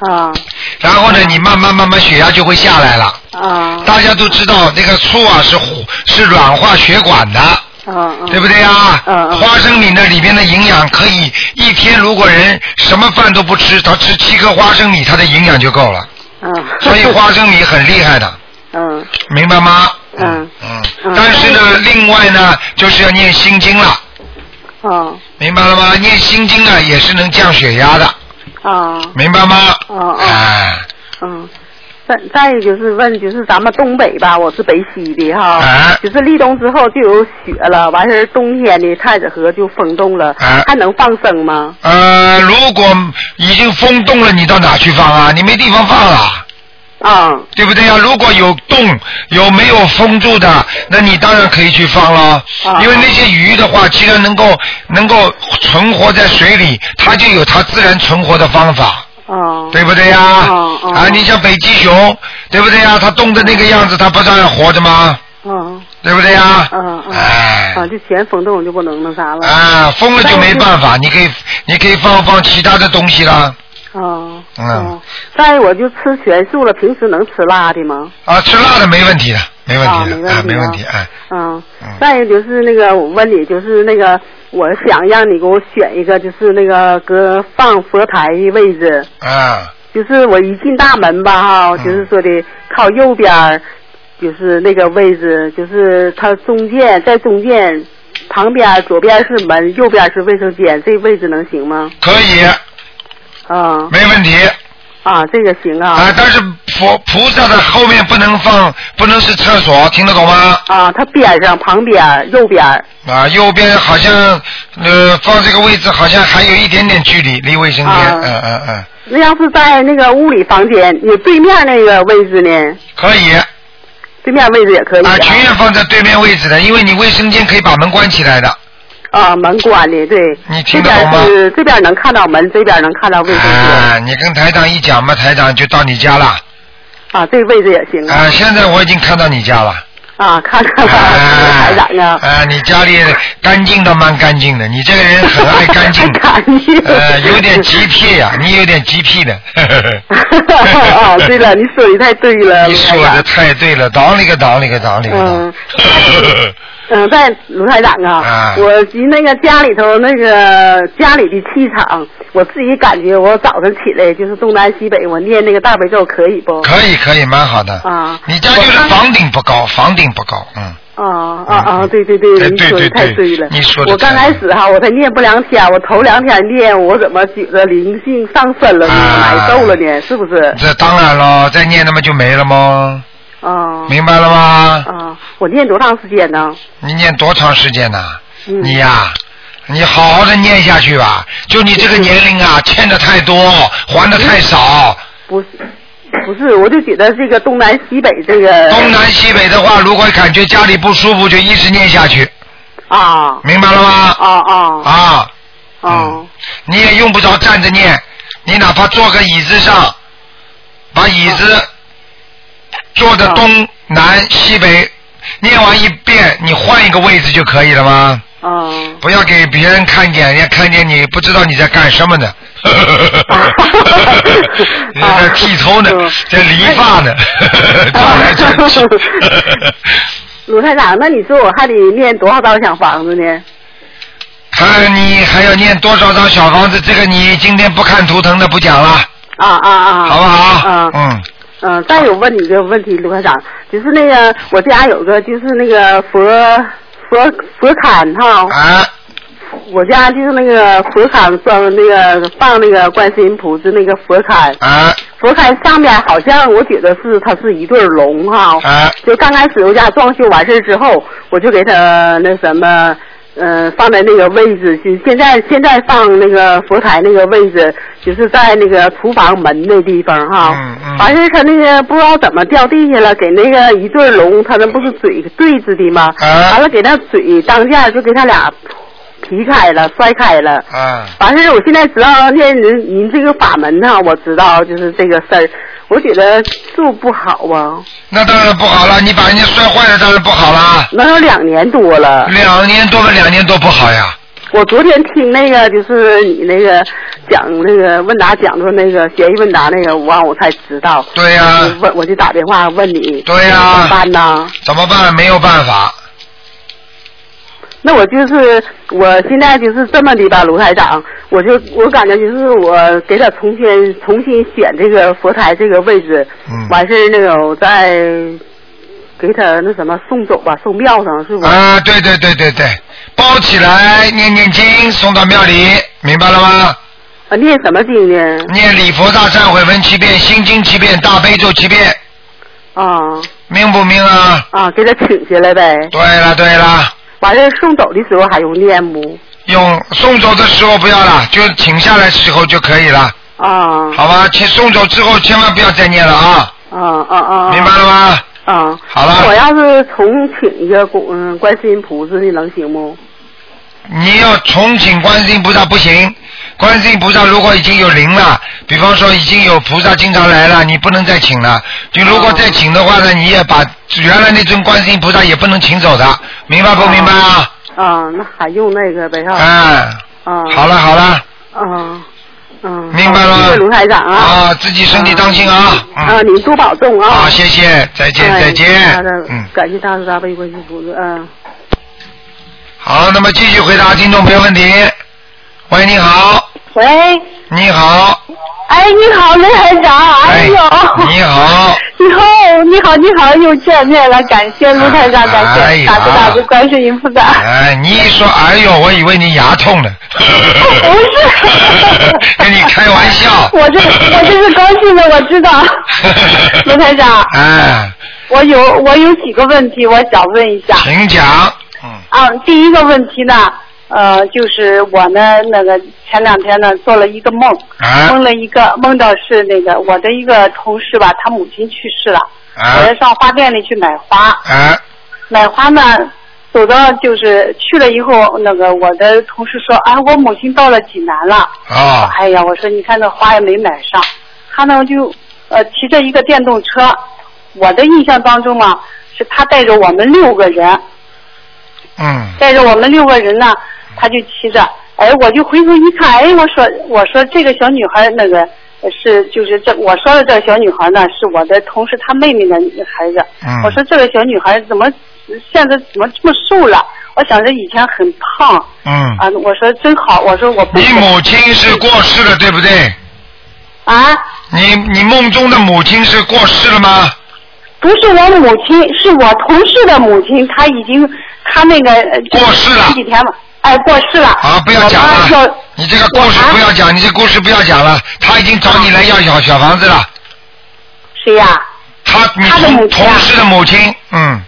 [SPEAKER 7] 啊
[SPEAKER 2] 然后呢，你慢慢慢慢血压就会下来了。
[SPEAKER 7] 啊
[SPEAKER 2] 大家都知道那个醋啊是火是软化血管的，
[SPEAKER 7] 啊，
[SPEAKER 2] 对不对啊？
[SPEAKER 7] 嗯嗯
[SPEAKER 2] 花生米呢里边的营养可以一天如果人什么饭都不吃，他吃七颗花生米，他的营养就够了。
[SPEAKER 7] 嗯，
[SPEAKER 2] 所以花生米很厉害的，
[SPEAKER 7] 嗯
[SPEAKER 2] 明白吗？
[SPEAKER 7] 嗯
[SPEAKER 2] 嗯
[SPEAKER 7] 嗯。
[SPEAKER 2] 但是呢，另外呢，就是要念心经了，
[SPEAKER 7] 啊
[SPEAKER 2] 明白了吗？念心经啊也是能降血压的，
[SPEAKER 7] 啊
[SPEAKER 2] 明白吗？
[SPEAKER 7] 哦哦
[SPEAKER 2] 哎
[SPEAKER 7] 嗯。再再一个就是问，就是咱们东北吧，我是北西的哈，
[SPEAKER 2] 哎
[SPEAKER 7] 就是立冬之后就有雪了，完事儿冬天的太子河就封冻了，
[SPEAKER 2] 哎
[SPEAKER 7] 还能放生吗？
[SPEAKER 2] 呃，如果已经封冻了，你到哪去放啊？你没地方放了，
[SPEAKER 7] 啊、
[SPEAKER 2] 对不对呀、如果有洞，有没有封住的，那你当然可以去放了。
[SPEAKER 7] 啊
[SPEAKER 2] 因为那些鱼的话，既然能够能够存活在水里，它就有它自然存活的方法，
[SPEAKER 7] 啊，
[SPEAKER 2] 对不对呀、啊
[SPEAKER 7] 哦哦
[SPEAKER 2] 你像北极熊，对不对呀、它冻的那个样子，它不照样活着吗？
[SPEAKER 7] 嗯
[SPEAKER 2] 对不对呀、啊
[SPEAKER 7] 嗯嗯
[SPEAKER 2] 哎。
[SPEAKER 7] 啊，就全封冻就不能那啥了，
[SPEAKER 2] 啊，封了就没办法，你可以你可以放放其他的东西啦。
[SPEAKER 7] 哦，
[SPEAKER 2] 嗯
[SPEAKER 7] 哦，再我就吃全素了，平时能吃辣的吗？
[SPEAKER 2] 啊，吃辣的没问题的，没问
[SPEAKER 7] 啊，
[SPEAKER 2] 题的，
[SPEAKER 7] 没问
[SPEAKER 2] 啊，
[SPEAKER 7] 题，
[SPEAKER 2] 没问题，哎，。
[SPEAKER 7] 嗯
[SPEAKER 2] 嗯，
[SPEAKER 7] 再一个就是那个，我问你，就是那个，我想让你给我选一个，就是那个搁放佛台的位置，
[SPEAKER 2] 啊，
[SPEAKER 7] 就是我一进大门吧哈，
[SPEAKER 2] 嗯
[SPEAKER 7] 就是说的靠右边儿，就是那个位置，就是它中间在中间，旁边儿左边儿是门，右边儿是卫生间，这位置能行吗？
[SPEAKER 2] 可以，
[SPEAKER 7] 啊
[SPEAKER 2] 没问题
[SPEAKER 7] 啊，这个行
[SPEAKER 2] 啊
[SPEAKER 7] 啊。。
[SPEAKER 2] 但是佛菩萨的后面不能放，不能是厕所，听得懂吗？
[SPEAKER 7] 啊，它边上、旁边儿、右边儿
[SPEAKER 2] 啊，右边好像呃放这个位置好像还有一点点距离，离卫生间，
[SPEAKER 7] 啊
[SPEAKER 2] 嗯嗯嗯，
[SPEAKER 7] 那要是在那个屋里房间，你对面那个位置呢？
[SPEAKER 2] 可以啊，
[SPEAKER 7] 对面位置也可以啊
[SPEAKER 2] 情愿啊放在对面位置的，因为你卫生间可以把门关起来的，
[SPEAKER 7] 啊，门关的，对。
[SPEAKER 2] 你听
[SPEAKER 7] 这
[SPEAKER 2] 得懂
[SPEAKER 7] 边
[SPEAKER 2] 吗？
[SPEAKER 7] 是这边能看到门，这边能看到卫生间。
[SPEAKER 2] 啊，你跟台长一讲嘛，台长就到你家了。
[SPEAKER 7] 啊，这位置也行啊。
[SPEAKER 2] 啊，现在我已经看到你家了。
[SPEAKER 7] 啊，看 看吧，台
[SPEAKER 2] 啊
[SPEAKER 7] 长啊。。
[SPEAKER 2] 啊，你家里干净倒蛮干净的，你这个人很爱干净
[SPEAKER 7] 干净
[SPEAKER 2] 呃，有点洁癖呀、你有点洁癖的。
[SPEAKER 7] 啊， 对 了，你说的太对了，
[SPEAKER 2] 你说
[SPEAKER 7] 卢台
[SPEAKER 2] 的
[SPEAKER 7] 长。
[SPEAKER 2] 太对了，当里个当里个当里个
[SPEAKER 7] 嗯
[SPEAKER 2] 当。
[SPEAKER 7] 嗯，在卢台长啊，
[SPEAKER 2] 啊
[SPEAKER 7] 我及那个家里头那个家里的气场，我自己感觉我早晨起来就是东南西北，我念那个大悲咒可以不？
[SPEAKER 2] 可以可以，蛮好的。
[SPEAKER 7] 啊
[SPEAKER 2] 你家就是房顶不高，房顶不高，嗯。
[SPEAKER 7] 啊啊
[SPEAKER 2] 嗯
[SPEAKER 7] 啊！
[SPEAKER 2] 嗯
[SPEAKER 7] 对对对，
[SPEAKER 2] 哎
[SPEAKER 7] 你
[SPEAKER 2] 对
[SPEAKER 7] 说
[SPEAKER 2] 对
[SPEAKER 7] 的太
[SPEAKER 2] 对
[SPEAKER 7] 了。
[SPEAKER 2] 你说得
[SPEAKER 7] 我刚
[SPEAKER 2] 太
[SPEAKER 7] 开
[SPEAKER 2] 对
[SPEAKER 7] 始哈，我才念不两天，我头两天念，我怎么觉得灵性上身了呢？
[SPEAKER 2] 啊
[SPEAKER 7] 挨揍了呢？是不是？
[SPEAKER 2] 这当然了，再念那么就没了吗？
[SPEAKER 7] 啊
[SPEAKER 2] 明白了吗？
[SPEAKER 7] 啊！我念多长时间呢？
[SPEAKER 2] 你念多长时间呢、
[SPEAKER 7] 嗯
[SPEAKER 2] 你呀、你好好的念下去吧。就你这个年龄啊，欠的太多，还的太少。
[SPEAKER 7] 不是，不是，我就觉得这个东南西北这个
[SPEAKER 2] 东南西北的话，如果感觉家里不舒服，就一直念下去，
[SPEAKER 7] 啊
[SPEAKER 2] 明白了吗？
[SPEAKER 7] 啊啊
[SPEAKER 2] 啊，
[SPEAKER 7] 啊
[SPEAKER 2] 你也用不着站着念，你哪怕坐个椅子上，把椅子坐的东南西北，念完一遍，你换一个位置就可以了吗？
[SPEAKER 7] 啊！
[SPEAKER 2] 不要给别人看见，人家看见你不知道你在干什么呢。 你在剃头呢
[SPEAKER 7] 嗯，
[SPEAKER 2] 在理 发呢，转来转去。
[SPEAKER 7] 鲁台长，那你说我还得念多少张小房子呢？
[SPEAKER 2] 看你还要念多少张小房子，这个你今天不看图腾的不讲了，
[SPEAKER 7] 啊啊啊！
[SPEAKER 2] 好不好
[SPEAKER 7] 啊？
[SPEAKER 2] 嗯，
[SPEAKER 7] 嗯，再有问你一个问题，卢科长，就是那个我家有个就是那个佛佛佛龛哈，
[SPEAKER 2] 啊，
[SPEAKER 7] 我家就是那个佛龛装那个放那个观世音菩萨那个佛龛，
[SPEAKER 2] 啊，
[SPEAKER 7] 佛龛上面好像我觉得是它是一对龙哈，
[SPEAKER 2] 啊，
[SPEAKER 7] 就刚开始我家装修完事儿之后，我就给它那什么。嗯，放在那个位置，就现在现在放那个佛台那个位置，就是在那个厨房门那地方哈。
[SPEAKER 2] 嗯嗯
[SPEAKER 7] 完事儿他那个不知道怎么掉地下了，给那个一对龙，他那不是嘴对着的吗？
[SPEAKER 2] 啊
[SPEAKER 7] 完了给他嘴当间儿就给他俩劈开了，摔开了。
[SPEAKER 2] 啊，
[SPEAKER 7] 完事儿，我现在知道念您您这个法门呢，我知道就是这个事儿，我觉得是不是不好啊？
[SPEAKER 2] 那当然不好了，你把人家摔坏了，当然不好啦。
[SPEAKER 7] 能有两年多了。
[SPEAKER 2] 两年多嘛，两年多不好呀。
[SPEAKER 7] 我昨天听那个就是你那个讲那个问答讲座那个学习问答那个，我完我才知道。
[SPEAKER 2] 对呀、
[SPEAKER 7] 我问我就打电话问你。
[SPEAKER 2] 对呀
[SPEAKER 7] 怎么办呢？
[SPEAKER 2] 怎么办？没有办法。
[SPEAKER 7] 那我就是我现在就是这么的吧，卢台长，我就我感觉就是我给他重新重新选这个佛台这个位置，
[SPEAKER 2] 嗯
[SPEAKER 7] 完事儿那个我再给他那什么送走吧，送庙上是不？
[SPEAKER 2] 啊，对对对对对，包起来念念经，送到庙里，明白了吗？
[SPEAKER 7] 啊，念什么经呢？
[SPEAKER 2] 念礼佛大忏悔文七遍，心经七遍，大悲咒七遍，
[SPEAKER 7] 啊
[SPEAKER 2] 明不明啊？
[SPEAKER 7] 啊，给他请下来呗。
[SPEAKER 2] 对了对了，
[SPEAKER 7] 完事儿送走的时候还用念不？
[SPEAKER 2] 用送走的时候不要了，就请下来时候就可以了，
[SPEAKER 7] 啊
[SPEAKER 2] 好吧？请送走之后千万不要再念了啊，
[SPEAKER 7] 啊啊啊！
[SPEAKER 2] 明白了吗？
[SPEAKER 7] 啊。
[SPEAKER 2] 好了
[SPEAKER 7] 那我要是重请一个观嗯观世音菩萨的能行不？
[SPEAKER 2] 你要重请观世音菩萨不行，观世音菩萨如果已经有灵了，比方说已经有菩萨经常来了，你不能再请了。你如果再请的话呢，你也把原来那尊观世音菩萨也不能请走的，明白不明白啊？
[SPEAKER 7] 啊，那还用那个呗哈。
[SPEAKER 2] 哎、
[SPEAKER 7] 啊。
[SPEAKER 2] 好了好了，
[SPEAKER 7] 嗯，嗯，
[SPEAKER 2] 明白了吗
[SPEAKER 7] 好谢谢卢台长啊。
[SPEAKER 2] 啊，自己身体当心啊，
[SPEAKER 7] 啊，
[SPEAKER 2] 嗯，
[SPEAKER 7] 您多保重啊。
[SPEAKER 2] 好，谢谢，再见
[SPEAKER 7] 哎
[SPEAKER 2] 再见
[SPEAKER 7] 好的，
[SPEAKER 2] 嗯，
[SPEAKER 7] 感谢大慈大悲观世音菩萨，嗯。
[SPEAKER 2] 好，那么继续回答听众朋友问题。喂，你好，
[SPEAKER 6] 喂，
[SPEAKER 2] 你好，
[SPEAKER 6] 哎，你好，雷台长，哎呦，
[SPEAKER 2] 你好，
[SPEAKER 6] 你好，你好，你好，又见面了，感谢卢台长，感
[SPEAKER 2] 哎
[SPEAKER 6] 谢
[SPEAKER 2] 呀
[SPEAKER 6] 打不打不观世音菩萨，
[SPEAKER 2] 哎，你一说，哎呦，我以为你牙痛呢。
[SPEAKER 6] 不是
[SPEAKER 2] 跟你开玩笑。
[SPEAKER 6] 我这我这是高兴的，我 知道，卢台长，
[SPEAKER 2] 哎，
[SPEAKER 6] 我有我有几个问题，我想问一下，
[SPEAKER 2] 请讲。嗯
[SPEAKER 6] 啊，第一个问题呢，呃，就是我呢，那个前两天呢做了一个梦，
[SPEAKER 2] 啊
[SPEAKER 6] 梦了一个梦到是那个我的一个同事吧，他母亲去世了，
[SPEAKER 2] 啊
[SPEAKER 6] 我要上花店里去买花，
[SPEAKER 2] 哎
[SPEAKER 6] 买花呢，走到就是去了以后，那个我的同事说，啊，我母亲到了济南了，
[SPEAKER 4] 啊
[SPEAKER 2] 哦
[SPEAKER 6] 哎呀，我说你看那花也没买上，他呢就呃骑着一个电动车，我的印象当中啊，是他带着我们六个人。
[SPEAKER 2] 嗯
[SPEAKER 6] 带着我们六个人呢，他就骑着，哎，我就回头一看，哎，我说我说这个小女孩那个呃是就是这我说的这个小女孩呢，是我的同事她妹妹的孩子，
[SPEAKER 2] 嗯
[SPEAKER 6] 我说这个小女孩怎么现在怎么这么瘦了？我想着以前很胖
[SPEAKER 2] 嗯，
[SPEAKER 6] 啊，我说真好，我说我不
[SPEAKER 2] 你母亲是过世了，对不对？
[SPEAKER 6] 啊，
[SPEAKER 2] 你你梦中的母亲是过世了吗？
[SPEAKER 6] 不是我母亲，是我同事的母亲，她已经她那个呃
[SPEAKER 2] 过世了
[SPEAKER 6] 前几天吧，哎，过世了
[SPEAKER 2] 啊，不要讲
[SPEAKER 6] 我妈
[SPEAKER 2] 了
[SPEAKER 6] 要，
[SPEAKER 2] 你这个故事
[SPEAKER 6] 我妈
[SPEAKER 2] 不要讲，你这故事不要讲了。他已经找你来要小小房子了，
[SPEAKER 6] 谁呀、
[SPEAKER 2] 他你
[SPEAKER 6] 他的
[SPEAKER 2] 同
[SPEAKER 6] 母亲啊
[SPEAKER 2] 同事的母亲，嗯，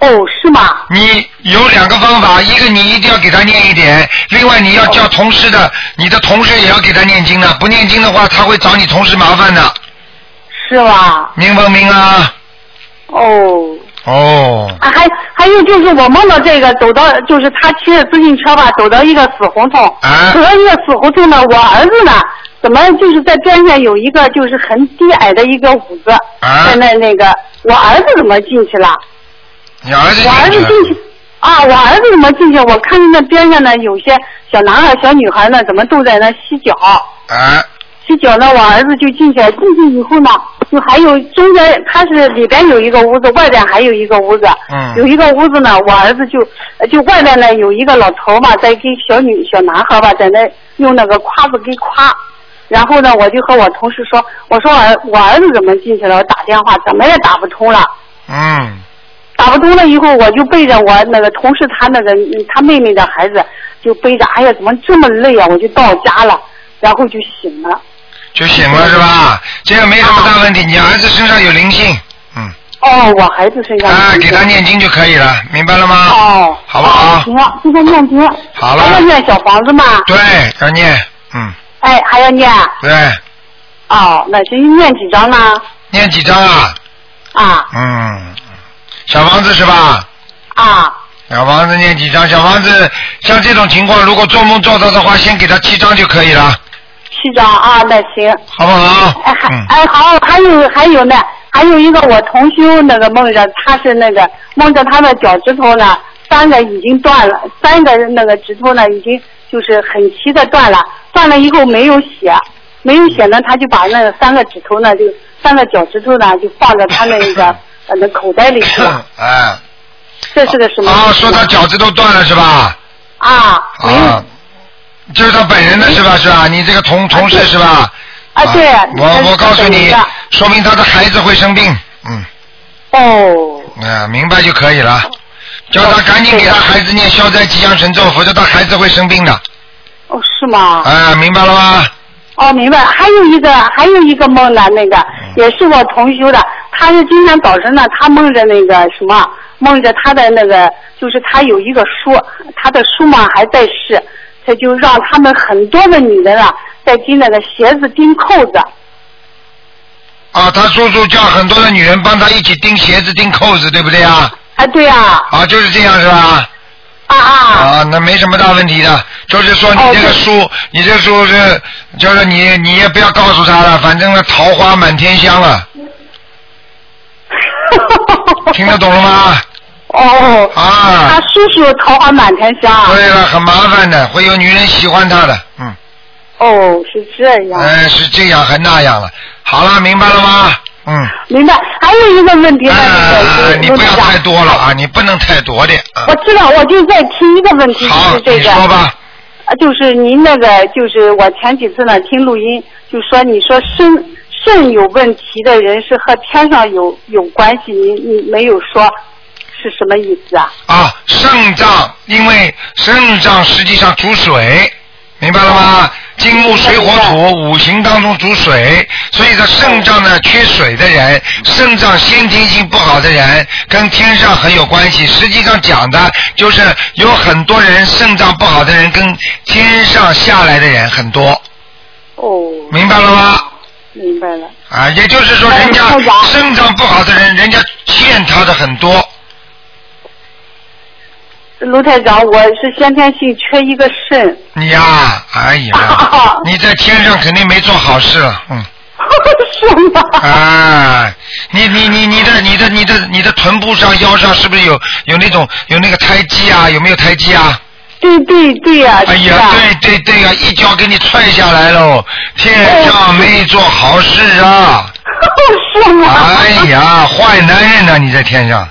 [SPEAKER 6] 哦，是吗？
[SPEAKER 2] 你有两个方法，一个你一定要给他念一点，另外你要叫同事的，你的同事也要给他念经的，不念经的话，他会找你同事麻烦的，
[SPEAKER 6] 是吧？
[SPEAKER 2] 明不明啊？
[SPEAKER 6] 哦，
[SPEAKER 2] 哦，
[SPEAKER 6] 啊还还有就是我梦到这个走到就是他骑着自行车吧，走到一个死胡同，
[SPEAKER 2] 啊
[SPEAKER 6] 走到一个死胡同呢，我儿子呢怎么就是在边上有一个就是很低矮的一个屋子，
[SPEAKER 2] 啊
[SPEAKER 6] 在那那个我儿子怎么进去了？
[SPEAKER 2] 你儿子
[SPEAKER 6] 我儿子
[SPEAKER 2] 进
[SPEAKER 6] 进
[SPEAKER 2] 去了
[SPEAKER 6] 去。啊，我儿子怎么进去？我看见那边上呢，有些小男孩、小女孩呢，怎么都在那洗脚？
[SPEAKER 2] 啊，
[SPEAKER 6] 洗脚呢，我儿子就进去了。进去以后呢，就还有中间，它是里边有一个屋子，外边还有一个屋子。
[SPEAKER 2] 嗯
[SPEAKER 6] 有一个屋子呢，我儿子就呃就外边呢有一个老头嘛，在给小女小男孩吧，在那用那个夸子给夸。然后呢，我就和我同事说，我说我儿我儿子怎么进去了？我打电话怎么也打不通了。
[SPEAKER 2] 嗯，
[SPEAKER 6] 打不通了以后，我就背着我那个同事他那个嗯他妹妹的孩子，就背着，哎呀，怎么这么累啊？我就到家了，然后就醒了。
[SPEAKER 2] 就醒了是吧？这个没什么大问题，你儿子身上有灵性，嗯，
[SPEAKER 6] 哦，我孩子身上有
[SPEAKER 2] 啊，
[SPEAKER 6] 灵
[SPEAKER 2] 给
[SPEAKER 6] 性
[SPEAKER 2] 他念经就可以了，明白了吗？
[SPEAKER 6] 哦，
[SPEAKER 2] 好不好
[SPEAKER 6] 哦行了，就在念经。
[SPEAKER 2] 好了
[SPEAKER 6] 还要念小房子嘛？
[SPEAKER 2] 对，要念，嗯，
[SPEAKER 6] 哎，还要念。
[SPEAKER 2] 对，
[SPEAKER 6] 哦，那行，念几张呢？
[SPEAKER 2] 念几张啊？
[SPEAKER 6] 啊
[SPEAKER 2] 嗯，小房子是吧？
[SPEAKER 6] 啊，
[SPEAKER 2] 小房子念几张？小房子像这种情况，如果做梦做到的话，先给他七张就可以了，
[SPEAKER 6] 七张啊，那行。
[SPEAKER 2] 好不好
[SPEAKER 6] 哎，？还
[SPEAKER 2] 嗯，
[SPEAKER 6] 哎好，还有还有呢，还有一个我同修那个梦着，他是那个梦着他的脚趾头呢，三个已经断了，三个那个指头呢已经就是很齐的断了，断了以后没有血，没有血呢，他就把那三个指头呢，就三个脚趾头呢就放在他那个呃那口袋里去了，
[SPEAKER 2] 哎，
[SPEAKER 6] 这是个什么？
[SPEAKER 2] 啊，说他脚趾头断了是吧？
[SPEAKER 6] 啊，没有
[SPEAKER 2] 啊，就是他本人的是吧？是吧？你这个同同事是吧？
[SPEAKER 6] 啊对
[SPEAKER 2] 我我告诉
[SPEAKER 6] 这
[SPEAKER 2] 你
[SPEAKER 6] 是他本人的，
[SPEAKER 2] 说明他的孩子会生病，嗯，
[SPEAKER 6] 哦，
[SPEAKER 2] 啊，明白就可以了。叫他赶紧给他孩子念消灾吉祥神咒，否则他孩子会生病的。
[SPEAKER 6] 哦是吗？
[SPEAKER 2] 啊，明白了吗？
[SPEAKER 6] 哦，明白。还有一个，还有一个梦呢，那个也是我同修的，他是今天早晨呢，他梦着那个什么，梦着他的那个，就是他有一个书，他的书嘛还在世，他就让他们很多的女人啊，在盯那个鞋子钉扣子，
[SPEAKER 2] 啊，他叔叔叫很多的女人帮他一起钉鞋子、钉扣子，对不对啊？
[SPEAKER 6] 啊，对啊，
[SPEAKER 2] 啊，就是这样是吧？
[SPEAKER 6] 啊啊，哦
[SPEAKER 2] 啊，那没什么大问题的，就是说你这个书，你这书是，就是你你也不要告诉他了，反正呢桃花满天香 了，听得懂了吗？
[SPEAKER 6] 哦，他
[SPEAKER 2] 啊，
[SPEAKER 6] 叔叔桃花满天香，
[SPEAKER 2] 对了，很麻烦的，会有女人喜欢他的，嗯，
[SPEAKER 6] 哦，是这样。
[SPEAKER 2] 哎，是这样还那样了，好了，明白了吗？嗯，
[SPEAKER 6] 明白，还有一个问题呢，那
[SPEAKER 2] 啊
[SPEAKER 6] 个，
[SPEAKER 2] 你
[SPEAKER 6] 陆
[SPEAKER 2] 不要
[SPEAKER 6] 队长
[SPEAKER 2] 太多了啊，你不能太多的啊
[SPEAKER 6] 我。知道，我就在提一个啊问题，就
[SPEAKER 2] 好，
[SPEAKER 6] 是这
[SPEAKER 2] 你
[SPEAKER 6] 个，
[SPEAKER 2] 说吧，
[SPEAKER 6] 呃就是您那个，就是我前几次呢听录音，就说你说肾肾有问题的人是和天上有有关系，你你没有说是什么意思啊？
[SPEAKER 2] 啊，肾脏，因为肾脏实际上主水，明白了吗？金木水火土五行当中主水，所以说肾脏呢缺水的人，肾脏先天性不好的人，跟天上很有关系。实际上讲的就是有很多人肾脏不好的人跟天上下来的人很多，
[SPEAKER 6] 哦，
[SPEAKER 2] 明白了吗？
[SPEAKER 6] 明白了。
[SPEAKER 2] 啊，也就是说，人家肾脏不好的人，人家欠他的很多。
[SPEAKER 6] 卢台长，我是先天性缺一个肾，
[SPEAKER 2] 你呀、哎 呀，你在天上肯定没做好事了，嗯。
[SPEAKER 6] 是吗？
[SPEAKER 2] 啊，你你你你的你的你的你的臀部上腰上是不是有有那种有那个胎记啊？有没有胎记啊？
[SPEAKER 6] 对对对呀、
[SPEAKER 2] 哎
[SPEAKER 6] 是啊
[SPEAKER 2] 呀
[SPEAKER 6] 吧，？
[SPEAKER 2] 对对对呀、一脚给你踹下来喽！
[SPEAKER 6] 哎
[SPEAKER 2] 天上没做好事啊！
[SPEAKER 6] 是吗？
[SPEAKER 2] 哎呀，坏男人呢、你在天上，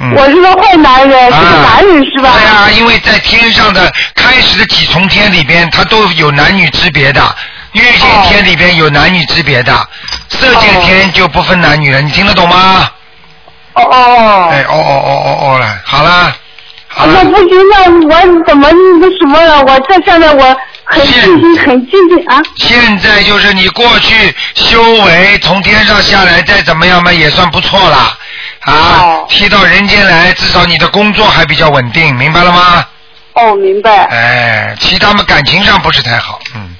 [SPEAKER 2] 嗯。啊
[SPEAKER 6] 我是个坏男人，是个男人是吧？
[SPEAKER 2] 对呀、因为在天上的开始的几重天里边，它都有男女之别的。欲界天里边有男女之别的，色界天就不分男女了，你听得懂吗？
[SPEAKER 6] 哦哦。
[SPEAKER 2] 哎，哦哦哦哦哦了，好了，好
[SPEAKER 6] 那
[SPEAKER 2] 了，
[SPEAKER 6] 不行，那我怎么那什么了？我这现在我很
[SPEAKER 2] 是
[SPEAKER 6] 尽心，很尽心啊！
[SPEAKER 2] 现在就是你过去修为从天上下来，再怎么样嘛也算不错了啊
[SPEAKER 6] 哦，
[SPEAKER 2] 踢到人间来，至少你的工作还比较稳定，明白了吗？
[SPEAKER 6] 哦，明白，
[SPEAKER 2] 哎，其他嘛感情上不是太好，嗯，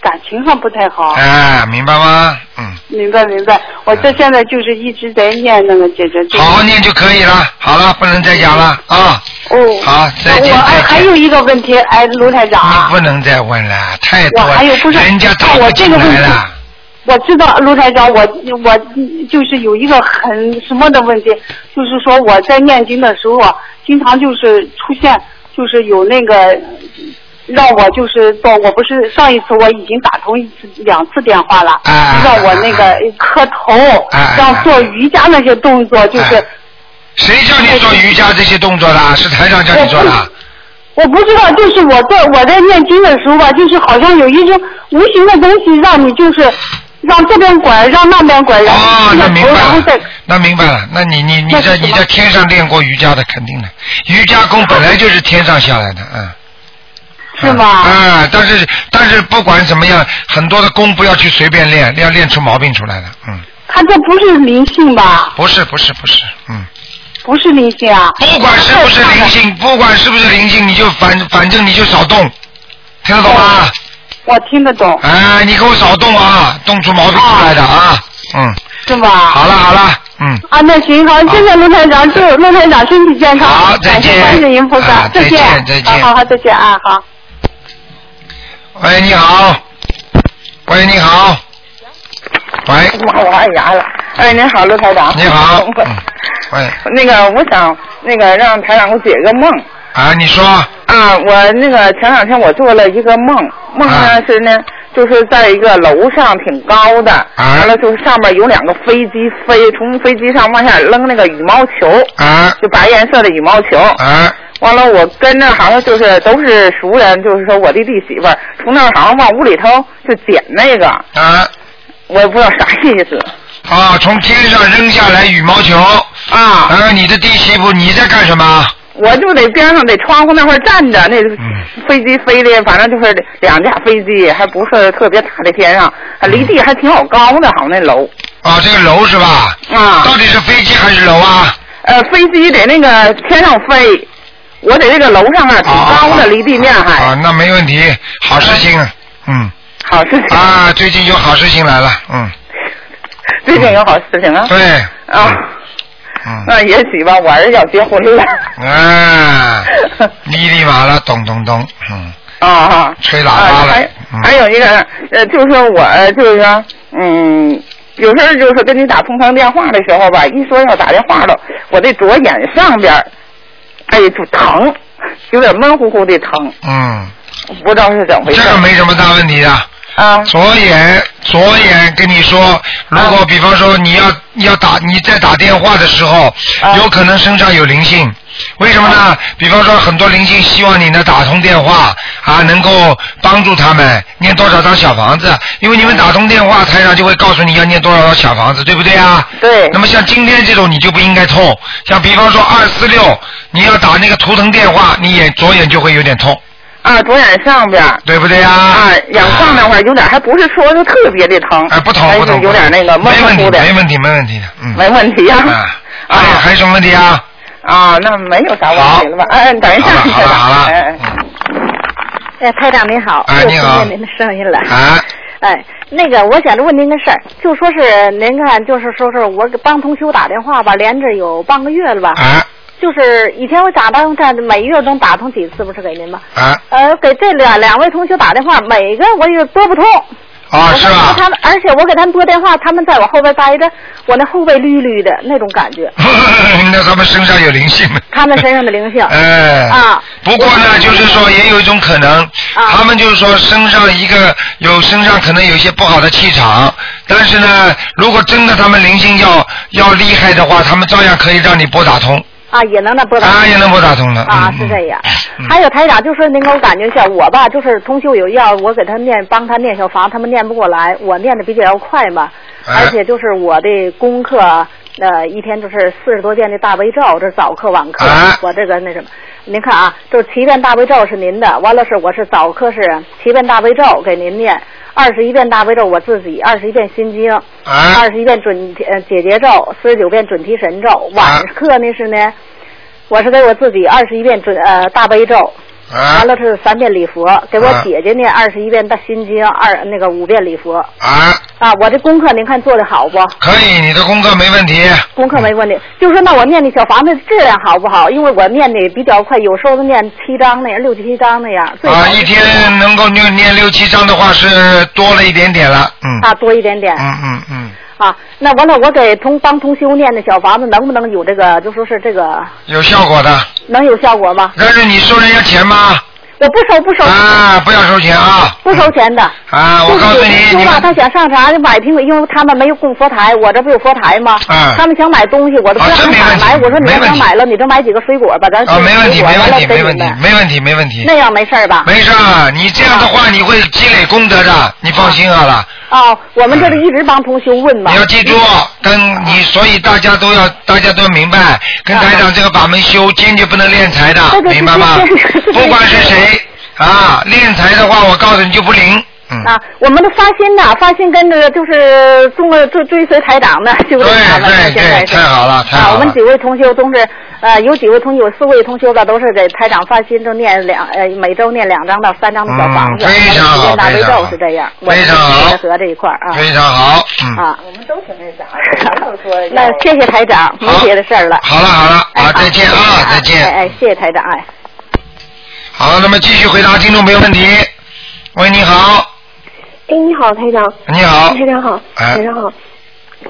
[SPEAKER 6] 感情上不太好。
[SPEAKER 2] 哎，明白吗？嗯。
[SPEAKER 6] 明白明白，我这现在就是一直在念那个姐姐咒。
[SPEAKER 2] 好好念就可以了。好了，不能再讲了啊！
[SPEAKER 6] 哦。
[SPEAKER 2] 好再见
[SPEAKER 6] 我哎，
[SPEAKER 2] 再见
[SPEAKER 6] 还有一个问题，哎，卢台长啊
[SPEAKER 2] 你，不能再问了，太多
[SPEAKER 6] 我
[SPEAKER 2] 了，
[SPEAKER 6] 还有不是
[SPEAKER 2] 人家打
[SPEAKER 6] 哎
[SPEAKER 2] 不
[SPEAKER 6] 我
[SPEAKER 2] 进
[SPEAKER 6] 这个
[SPEAKER 2] 来
[SPEAKER 6] 问题
[SPEAKER 2] 了。
[SPEAKER 6] 我知道卢台长，我我就是有一个很什么的问题，就是说我在念经的时候啊，经常就是出现，就是有那个让我就是做，我不是上一次我已经打通一次两次电话了，
[SPEAKER 2] 啊
[SPEAKER 6] 让我那个磕头，
[SPEAKER 2] 啊
[SPEAKER 6] 让做瑜伽那些动作，就是、
[SPEAKER 2] 啊谁叫你做瑜伽这些动作的？是台长叫你做的？
[SPEAKER 6] 我不知道，就是我在我在念经的时候吧，就是好像有一种无形的东西让你就是让这边拐，让那边拐，然后
[SPEAKER 2] 哦，
[SPEAKER 6] 磕
[SPEAKER 2] 那
[SPEAKER 6] 头，
[SPEAKER 2] 明
[SPEAKER 6] 然
[SPEAKER 2] 白
[SPEAKER 6] 后再
[SPEAKER 2] 了。，那明白了。那你你你
[SPEAKER 6] 那是
[SPEAKER 2] 在
[SPEAKER 6] 什么
[SPEAKER 2] 你在天上练过瑜伽的，肯定的。瑜伽功本来就是天上下来的，嗯。
[SPEAKER 6] 是吗
[SPEAKER 2] 啊、嗯但是但是不管怎么样，很多的功不要去随便练，要练出毛病出来的。嗯，
[SPEAKER 6] 他这不是灵性吧？
[SPEAKER 2] 不是不是不是，嗯。
[SPEAKER 6] 不是灵性啊！
[SPEAKER 2] 不管是不是灵性，不管是不是灵性，你就反反正你就少动，听得懂吗？
[SPEAKER 6] 哦我听得懂，
[SPEAKER 2] 哎，你给我少动啊，动出毛病出来的啊。嗯，
[SPEAKER 6] 是吧？
[SPEAKER 2] 好了好了，嗯，
[SPEAKER 6] 啊，那行好，谢谢陆台长，祝陆台长身体健康，
[SPEAKER 2] 好再见
[SPEAKER 6] 感谢观世音菩萨，
[SPEAKER 2] 啊再见再
[SPEAKER 6] 再
[SPEAKER 2] 见
[SPEAKER 6] 好好好，再见啊，好。
[SPEAKER 2] 喂，你好，喂，你好，
[SPEAKER 6] 哎
[SPEAKER 2] 喂，
[SPEAKER 4] 妈，我按牙了。哎，您好，刘台长。
[SPEAKER 2] 你 好，
[SPEAKER 4] 我
[SPEAKER 2] 嗯，喂，
[SPEAKER 4] 那个，我想那个让台长给我解个梦
[SPEAKER 2] 啊，你说，
[SPEAKER 4] 啊。我那个前两天我做了一个梦，梦呢、
[SPEAKER 2] 啊
[SPEAKER 4] 是呢，就是在一个楼上挺高的，
[SPEAKER 2] 啊
[SPEAKER 4] 完了就是上面有两个飞机飞，从飞机上往下扔那个羽毛球，
[SPEAKER 2] 啊
[SPEAKER 4] 就白颜色的羽毛球。
[SPEAKER 2] 啊
[SPEAKER 4] 完了，我跟那好像就是都是熟人，就是说我弟弟媳妇儿从那儿好像往屋里头就捡那个，
[SPEAKER 2] 啊，
[SPEAKER 4] 我也不知道啥意思
[SPEAKER 2] 啊，从天上扔下来羽毛球，
[SPEAKER 4] 啊。
[SPEAKER 2] 啊，你的弟媳妇你在干什么？
[SPEAKER 4] 我就得边上得窗户那块儿站着，那
[SPEAKER 2] 嗯
[SPEAKER 4] 飞机飞的，反正就是两架飞机，还不是特别大的天上，还离地还挺老高的，好像那楼
[SPEAKER 2] 啊，这个楼是吧？
[SPEAKER 4] 啊，
[SPEAKER 2] 到底是飞机还是楼啊？
[SPEAKER 4] 呃，飞机得那个天上飞，我得这个楼上啊，挺高的，
[SPEAKER 2] 啊
[SPEAKER 4] 离地面
[SPEAKER 2] 啊，
[SPEAKER 4] 还啊
[SPEAKER 2] 那没问题，好事情，嗯，
[SPEAKER 4] 好事情，
[SPEAKER 2] 啊，最近有好事情来了，嗯，
[SPEAKER 4] 最近有好事情啊
[SPEAKER 2] 对，
[SPEAKER 4] 啊，
[SPEAKER 2] 嗯，
[SPEAKER 4] 那也许吧，我儿子要结婚了
[SPEAKER 2] 啊，你立马了，咚咚咚，嗯，
[SPEAKER 4] 啊啊，
[SPEAKER 2] 吹喇叭了
[SPEAKER 4] 还，
[SPEAKER 2] 嗯
[SPEAKER 4] 还有一个呃，就是说我呃就是说嗯，有时候就是说跟你打通常电话的时候吧，一说要打电话了，我这左眼上边儿，哎就疼，有点闷乎乎的疼，
[SPEAKER 2] 嗯，
[SPEAKER 4] 不知道是怎么回
[SPEAKER 2] 这
[SPEAKER 4] 事。
[SPEAKER 2] 个没什么大问题的，
[SPEAKER 8] 啊，
[SPEAKER 2] 左眼左眼跟你说，如果比方说你要要打你在打电话的时候，
[SPEAKER 8] 啊
[SPEAKER 2] 有可能身上有灵性。为什么呢？比方说，很多灵性希望你呢打通电话啊，能够帮助他们念多少张小房子，因为你们打通电话，台上就会告诉你要念多少张小房子，对不对啊？
[SPEAKER 8] 对。
[SPEAKER 2] 那么像今天这种你就不应该痛，像比方说二四六，你要打那个图腾电话，你眼左眼就会有点痛，
[SPEAKER 8] 啊，左眼上边儿
[SPEAKER 2] 对不对啊？
[SPEAKER 8] 啊，仰上那块儿有点儿，还不是说是特别的疼，
[SPEAKER 2] 哎，不痛
[SPEAKER 8] 哎
[SPEAKER 2] 不
[SPEAKER 8] 就
[SPEAKER 2] 痛，
[SPEAKER 8] 有点儿那个蒙
[SPEAKER 2] 没问题，
[SPEAKER 8] 糊的，
[SPEAKER 2] 没问题，没问题的，嗯。
[SPEAKER 8] 没问题呀、
[SPEAKER 2] 啊，哎，还有什么问题啊？
[SPEAKER 8] 啊，那没有啥问题了
[SPEAKER 4] 嗯
[SPEAKER 8] 吧？哎，哎等一下，
[SPEAKER 2] 好了好了好了
[SPEAKER 8] 哎哎哎
[SPEAKER 9] 哎，台长您好，
[SPEAKER 2] 哎
[SPEAKER 9] 又
[SPEAKER 2] 你
[SPEAKER 9] 听
[SPEAKER 2] 好
[SPEAKER 9] 见您的声音了。
[SPEAKER 2] 啊，
[SPEAKER 9] 哎，那个我想问您个事儿，就说是您看，就是说是我给帮同修打电话吧，连着有半个月了吧。
[SPEAKER 2] 啊
[SPEAKER 9] 就是以前我打通站，每月能打通几次，不是给您吗？
[SPEAKER 2] 啊
[SPEAKER 9] 呃，给这两两位同学打电话，每个我也拨不通。
[SPEAKER 2] 啊，
[SPEAKER 9] 我
[SPEAKER 2] 是
[SPEAKER 9] 说
[SPEAKER 2] 吧？
[SPEAKER 9] 他们，而且我给他们拨电话，他们在我后边待着，我那后背绿绿的那种 感觉，
[SPEAKER 2] 那他们身上有灵性。
[SPEAKER 9] 他们身上的灵性。
[SPEAKER 2] 哎，
[SPEAKER 9] 啊
[SPEAKER 2] 不过呢，就是说也有一种可能，
[SPEAKER 8] 啊
[SPEAKER 2] 他们就是说身上一个有身上可能有一些不好的气场，但是呢，如果真的他们灵性要要厉害的话，他们照样可以让你拨打通，
[SPEAKER 9] 啊，也能那拨打。
[SPEAKER 2] 啊也能拨打通的
[SPEAKER 9] 啊，
[SPEAKER 2] 嗯
[SPEAKER 9] 是
[SPEAKER 2] 嗯
[SPEAKER 9] 这样。还有台长，就说您给我感觉一下，我吧，就是同修有要我给他念，帮他念小房，他们念不过来，我念的比较快嘛，
[SPEAKER 2] 哎
[SPEAKER 9] 而且就是我的功课，呃，一天就是四十多件的大悲咒，这是早课晚课，
[SPEAKER 2] 哎
[SPEAKER 9] 我这个那什么。您看啊，就是七遍大悲咒是您的，完了是我是早课是七遍大悲咒给您念，二十一遍大悲咒我自己，二十一遍心经，
[SPEAKER 2] 啊
[SPEAKER 9] 二十一遍准呃解结咒，四十九遍准提神咒。
[SPEAKER 2] 哎
[SPEAKER 9] 晚课呢是呢，我是给我自己二十一遍准呃大悲咒，
[SPEAKER 2] 啊
[SPEAKER 9] 完了是三遍礼佛，给我
[SPEAKER 2] 啊
[SPEAKER 9] 姐姐念二十一遍大心经，二那个五遍礼佛。
[SPEAKER 2] 啊，
[SPEAKER 9] 啊，我这功课您看做的好不？
[SPEAKER 2] 可以，你的功课没问题。
[SPEAKER 9] 功课没问题，就说那我念的小房子质量好不好？因为我念的比较快，有时候都念七章那样，六七章那样。最
[SPEAKER 2] 啊，
[SPEAKER 9] 好
[SPEAKER 2] 一天能够念念六七章的话是多了一点点了，嗯，
[SPEAKER 9] 啊多一点点。
[SPEAKER 2] 嗯嗯嗯，
[SPEAKER 9] 啊，那完了，我给同帮同修念的小房子能不能有这个，就说是这个
[SPEAKER 2] 有效果的。
[SPEAKER 9] 能有效果吗？
[SPEAKER 2] 但是你收人家钱吗？
[SPEAKER 9] 我不收不收、
[SPEAKER 2] 啊，不要收钱啊！
[SPEAKER 9] 不收钱的。
[SPEAKER 2] 啊，我告诉你，
[SPEAKER 9] 说
[SPEAKER 2] 你
[SPEAKER 9] 吧，
[SPEAKER 2] 们
[SPEAKER 9] 他想上啥买苹果，因为他们没有供佛台，我这不有佛台吗？
[SPEAKER 2] 嗯
[SPEAKER 9] 他们想买东西，我都不
[SPEAKER 2] 啊
[SPEAKER 9] 让
[SPEAKER 2] 这
[SPEAKER 9] 他
[SPEAKER 2] 没问
[SPEAKER 9] 买。
[SPEAKER 2] 题
[SPEAKER 9] 买我说你
[SPEAKER 2] 没
[SPEAKER 9] 要
[SPEAKER 2] 问
[SPEAKER 9] 想
[SPEAKER 2] 题
[SPEAKER 9] 买了，你就买几个水果吧，咱
[SPEAKER 2] 啊，没问题，
[SPEAKER 9] 水果
[SPEAKER 2] 没问题，
[SPEAKER 9] 完了
[SPEAKER 2] 没问题
[SPEAKER 9] 给你，们
[SPEAKER 2] 没问题，没问题，
[SPEAKER 9] 那样没事儿吧？
[SPEAKER 2] 没事儿。啊你这样的话，你会积累功德的，你放心好了。
[SPEAKER 9] 哦，我们这里一直帮同学问嘛
[SPEAKER 2] 你。要记住，跟
[SPEAKER 3] 啊
[SPEAKER 2] 你，所以大家都要，大家都要明白，跟台长这个把门修，坚决不能练财的，
[SPEAKER 9] 对对对
[SPEAKER 2] 明白吗
[SPEAKER 9] 对对对？对
[SPEAKER 2] 不管是谁啊，练财的话，我告诉你就不灵。嗯，
[SPEAKER 9] 啊，我们的发心呐、发心跟着就是中国追追随台长的，就是他们
[SPEAKER 2] 对对
[SPEAKER 9] 现在
[SPEAKER 2] 对，
[SPEAKER 9] 是
[SPEAKER 2] 太好了，太
[SPEAKER 9] 啊，
[SPEAKER 2] 好
[SPEAKER 9] 我
[SPEAKER 2] 了
[SPEAKER 9] 们。几位同修都是，呃，有几位同修，有四位同修吧，都是给台长发心，都念两，呃，每周念两张到三张的小房子，
[SPEAKER 2] 嗯非常好
[SPEAKER 9] 然后念大悲
[SPEAKER 2] 非常
[SPEAKER 9] 咒
[SPEAKER 2] 好
[SPEAKER 9] 是这样，我
[SPEAKER 2] 非常好
[SPEAKER 9] 配合这一块儿啊，
[SPEAKER 2] 非常好，嗯，
[SPEAKER 9] 啊，
[SPEAKER 8] 我们都挺那啥的，没有说
[SPEAKER 9] 那谢谢台长，没别的事儿了，
[SPEAKER 2] 好了好了，
[SPEAKER 9] 哎
[SPEAKER 2] 啊，再见啊，再见。
[SPEAKER 9] 哎哎，谢谢台长，哎。
[SPEAKER 2] 好，那么继续回答听众朋友问题。喂，你好，
[SPEAKER 3] 哎，你好，台长。
[SPEAKER 2] 你好，
[SPEAKER 3] 台长好，
[SPEAKER 2] 哎
[SPEAKER 3] 台长好。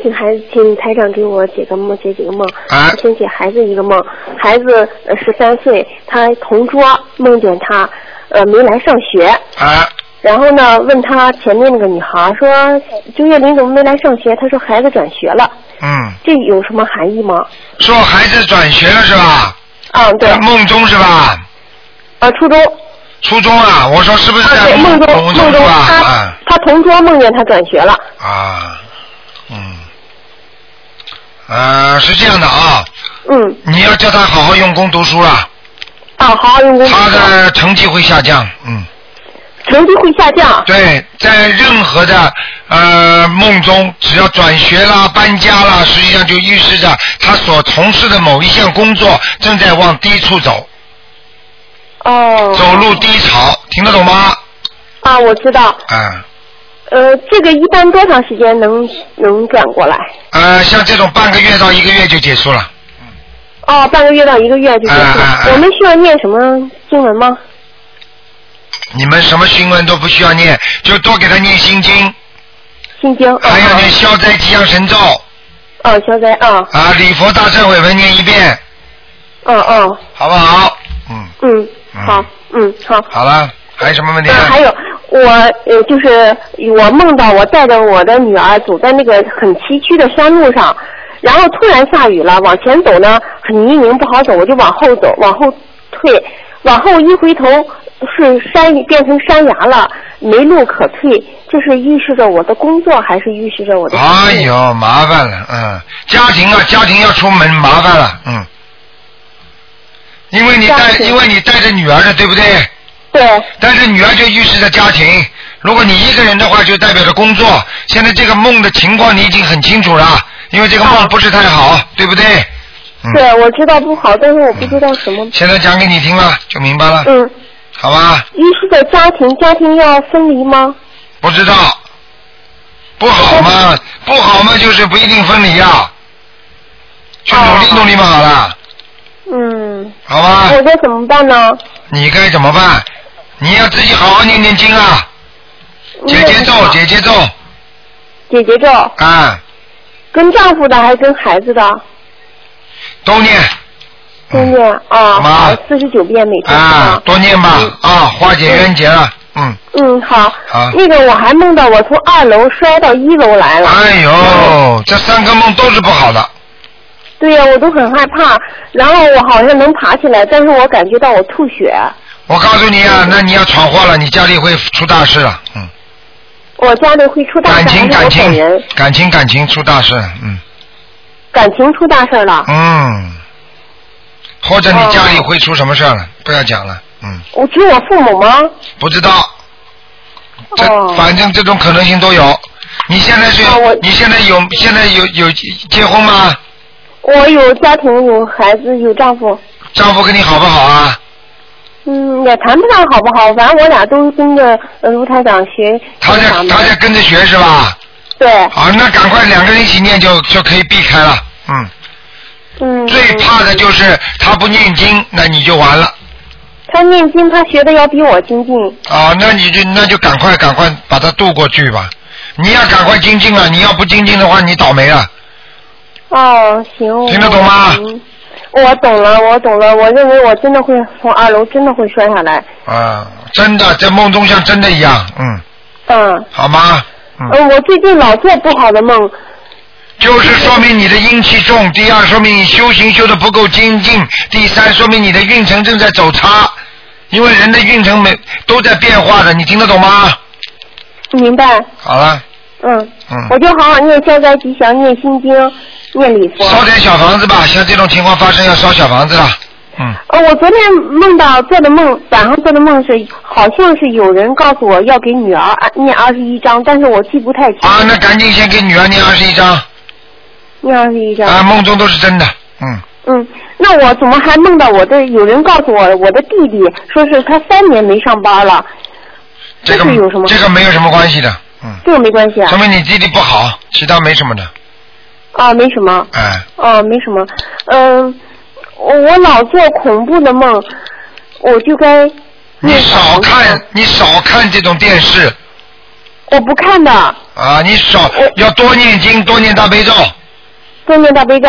[SPEAKER 3] 请孩子，请台长给我解个梦，解几个梦。
[SPEAKER 2] 哎
[SPEAKER 3] 我先解孩子一个梦，孩子呃十三岁，他同桌梦见他，呃，没来上学。
[SPEAKER 2] 啊
[SPEAKER 3] 然后呢，问他前面那个女孩说：“周月林怎么没来上学？”他说：“孩子转学了。
[SPEAKER 2] 嗯，”
[SPEAKER 3] 这有什么含义吗？
[SPEAKER 2] 说孩子转学了是吧？
[SPEAKER 3] 啊，对，
[SPEAKER 2] 哎梦中是吧？
[SPEAKER 3] 啊，初中，啊，
[SPEAKER 2] 初中啊，我说是不是在
[SPEAKER 3] 对，梦中
[SPEAKER 2] 梦
[SPEAKER 3] 梦
[SPEAKER 2] 是
[SPEAKER 3] 中他
[SPEAKER 2] 吧？
[SPEAKER 3] 他同桌梦见他转学了。
[SPEAKER 2] 啊啊，嗯，呃，是这样的啊，
[SPEAKER 3] 嗯，
[SPEAKER 2] 你要叫他好好用功读书了，
[SPEAKER 3] 啊，好好用功。
[SPEAKER 2] 他的成绩会下降，嗯。
[SPEAKER 3] 成绩会下降。
[SPEAKER 2] 对，在任何的呃梦中，只要转学啦、搬家啦，实际上就预示着他所从事的某一项工作正在往低处走，
[SPEAKER 3] 哦。
[SPEAKER 2] 走入低潮，听得懂吗？
[SPEAKER 3] 啊，我知道。
[SPEAKER 2] 啊、
[SPEAKER 3] 呃，这个一般多长时间能能转过来？
[SPEAKER 2] 呃，像这种半个月到一个月就结束了。
[SPEAKER 3] 哦，半个月到一个月就结束了。
[SPEAKER 2] 哎哎哎
[SPEAKER 3] 我们需要念什么经文吗？
[SPEAKER 2] 你们什么新闻都不需要念，就多给他念心经，
[SPEAKER 3] 心经。
[SPEAKER 2] 还要念
[SPEAKER 3] 哦
[SPEAKER 2] 消灾吉祥神咒
[SPEAKER 3] 哦，消灾啊，
[SPEAKER 2] 啊，礼佛大忏悔文念一遍，
[SPEAKER 3] 嗯嗯
[SPEAKER 2] 好不好？嗯，
[SPEAKER 3] 嗯，好，嗯好。
[SPEAKER 2] 好了，还有什么问题？
[SPEAKER 3] 啊，还有，我呃就是我梦到我带着我的女儿走在那个很崎岖的山路上，然后突然下雨了，往前走呢很泥泞不好走，我就往后走，往后退，往后一回头是山变成山崖了，没路可退，这是预示着我的工作还是预示着我的？
[SPEAKER 2] 哎呦，麻烦了，嗯，家庭啊，家庭要出门麻烦了，嗯，因为你带，因为你带着女儿的，对不对？
[SPEAKER 3] 对。
[SPEAKER 2] 但是女儿就预示着家庭，如果你一个人的话，就代表着工作。现在这个梦的情况你已经很清楚了，因为这个梦不是太好，对不对？嗯
[SPEAKER 3] 对，我知道不好，但是我不知道什么。
[SPEAKER 2] 现在讲给你听了，就嗯明白了，
[SPEAKER 3] 嗯，
[SPEAKER 2] 好吧？
[SPEAKER 3] 预示着家庭，家庭要分离吗？
[SPEAKER 2] 不知道，不好嘛，不好嘛，就是不一定分离啊。去努力努力嘛，好了，
[SPEAKER 3] 嗯。
[SPEAKER 2] 好吧？
[SPEAKER 3] 我该怎么办呢？
[SPEAKER 2] 你该怎么办？你要自己好好念念经啊，姐姐
[SPEAKER 3] 嗯
[SPEAKER 2] 咒，姐姐咒
[SPEAKER 3] 姐姐咒，
[SPEAKER 2] 啊，
[SPEAKER 3] 跟丈夫的还是跟孩子的？
[SPEAKER 2] 都念嗯
[SPEAKER 3] 都念啊，好，四十九遍每天
[SPEAKER 2] 啊，多念吧啊，化解冤结了，嗯，
[SPEAKER 3] 嗯，好。
[SPEAKER 2] 好
[SPEAKER 3] 那个我还梦到我从二楼摔到一楼来了。
[SPEAKER 2] 哎呦，这三个梦都是不好的，
[SPEAKER 3] 对呀、我都很害怕。然后我好像能爬起来，但是我感觉到我吐血。
[SPEAKER 2] 我告诉你
[SPEAKER 3] 嗯
[SPEAKER 2] 啊，那你要闯祸了，你家里会出大事了，嗯，
[SPEAKER 3] 我家里会出大事，
[SPEAKER 2] 感情
[SPEAKER 3] 还
[SPEAKER 2] 感
[SPEAKER 3] 是我本人
[SPEAKER 2] 情感情感情出大事，嗯
[SPEAKER 3] 感情出大事了？
[SPEAKER 2] 嗯，或者你家里会出什么事儿了，不要讲了，嗯，
[SPEAKER 3] 我只有我父母吗？哦
[SPEAKER 2] 不知道，这反正这种可能性都有。你现在是？你现在有现在有有结婚吗？
[SPEAKER 3] 我有家庭，有孩子，有丈夫。
[SPEAKER 2] 丈夫跟你好不好啊？
[SPEAKER 3] 嗯，也谈不上好不好，反正我俩都跟着呃卢台长学。
[SPEAKER 2] 他在他在跟着学是吧？
[SPEAKER 3] 对。
[SPEAKER 2] 好，那赶快两个人一起念就就可以避开了。嗯。
[SPEAKER 3] 嗯。
[SPEAKER 2] 最怕的就是他不念经，那你就完了
[SPEAKER 3] 他念经，他学的要比我精进。
[SPEAKER 2] 啊！那你就那就赶快赶快把他渡过去吧。你要赶快精进了，你要不精进的话，你倒霉了。
[SPEAKER 3] 哦，行。
[SPEAKER 2] 听得懂吗
[SPEAKER 3] 嗯？我懂了，我懂了。我认为我真的会从二楼真的会摔下来。
[SPEAKER 2] 啊，真的在梦中像真的一样，嗯，
[SPEAKER 3] 嗯。
[SPEAKER 2] 好吗？
[SPEAKER 3] 呃，我最近老做不好的梦。
[SPEAKER 2] 就是说明你的阴气重，第二说明你修行修的不够精进，第三说明你的运程正在走差，因为人的运程每都在变化的，你听得懂吗？
[SPEAKER 3] 明白。
[SPEAKER 2] 好了，
[SPEAKER 3] 嗯。
[SPEAKER 2] 嗯
[SPEAKER 3] 我就好好念消灾吉祥，念心经，念礼佛。
[SPEAKER 2] 烧点小房子吧，像这种情况发生要烧小房子了。
[SPEAKER 3] 呃，我昨天梦到做的梦，晚上做的梦是，好像是有人告诉我要给女儿按念二十一章，但是我记不太清。
[SPEAKER 2] 啊，那赶紧先给女儿念二十一章
[SPEAKER 3] 念二十一章。
[SPEAKER 2] 啊，梦中都是真的，嗯，
[SPEAKER 3] 嗯，那我怎么还梦到我的？有人告诉我，我的弟弟说是他三年没上班了，
[SPEAKER 2] 这个
[SPEAKER 3] 这是有什么
[SPEAKER 2] 这个没有什么关系的，嗯，
[SPEAKER 3] 这个没关系啊
[SPEAKER 2] 说。明你弟弟不好，其他没什么的，
[SPEAKER 3] 啊，没什么。
[SPEAKER 2] 哎，
[SPEAKER 3] 哦，没什么。嗯，我我老做恐怖的梦，我就该
[SPEAKER 2] 你少看你少看这种电视
[SPEAKER 3] 我不看的，
[SPEAKER 2] 啊，你少要多念经，多念大悲咒，
[SPEAKER 3] 多念大悲咒。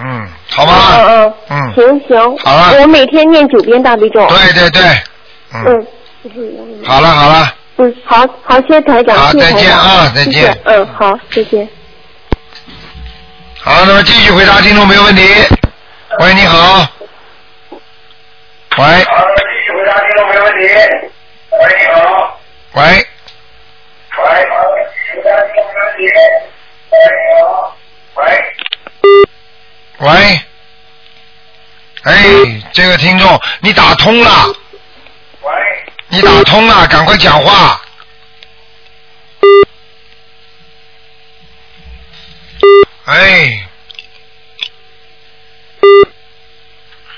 [SPEAKER 2] 嗯，好吗？
[SPEAKER 3] 嗯嗯。
[SPEAKER 2] 嗯
[SPEAKER 3] 行行。
[SPEAKER 2] 好了
[SPEAKER 3] 我每天念九遍大悲咒。
[SPEAKER 2] 对对对，
[SPEAKER 3] 嗯。
[SPEAKER 2] 好了好了，
[SPEAKER 3] 嗯，好好，谢谢台长，
[SPEAKER 2] 好
[SPEAKER 3] 谢谢
[SPEAKER 2] 再
[SPEAKER 3] 台
[SPEAKER 2] 见
[SPEAKER 3] 长
[SPEAKER 2] 啊再
[SPEAKER 3] 谢谢
[SPEAKER 2] 见
[SPEAKER 3] 嗯，好，再见。
[SPEAKER 2] 好，那么继续回答听众朋友问题。喂，你好。喂。喂。喂。哎，这个听众，你打通了。喂。你打通了，赶快讲话。哎。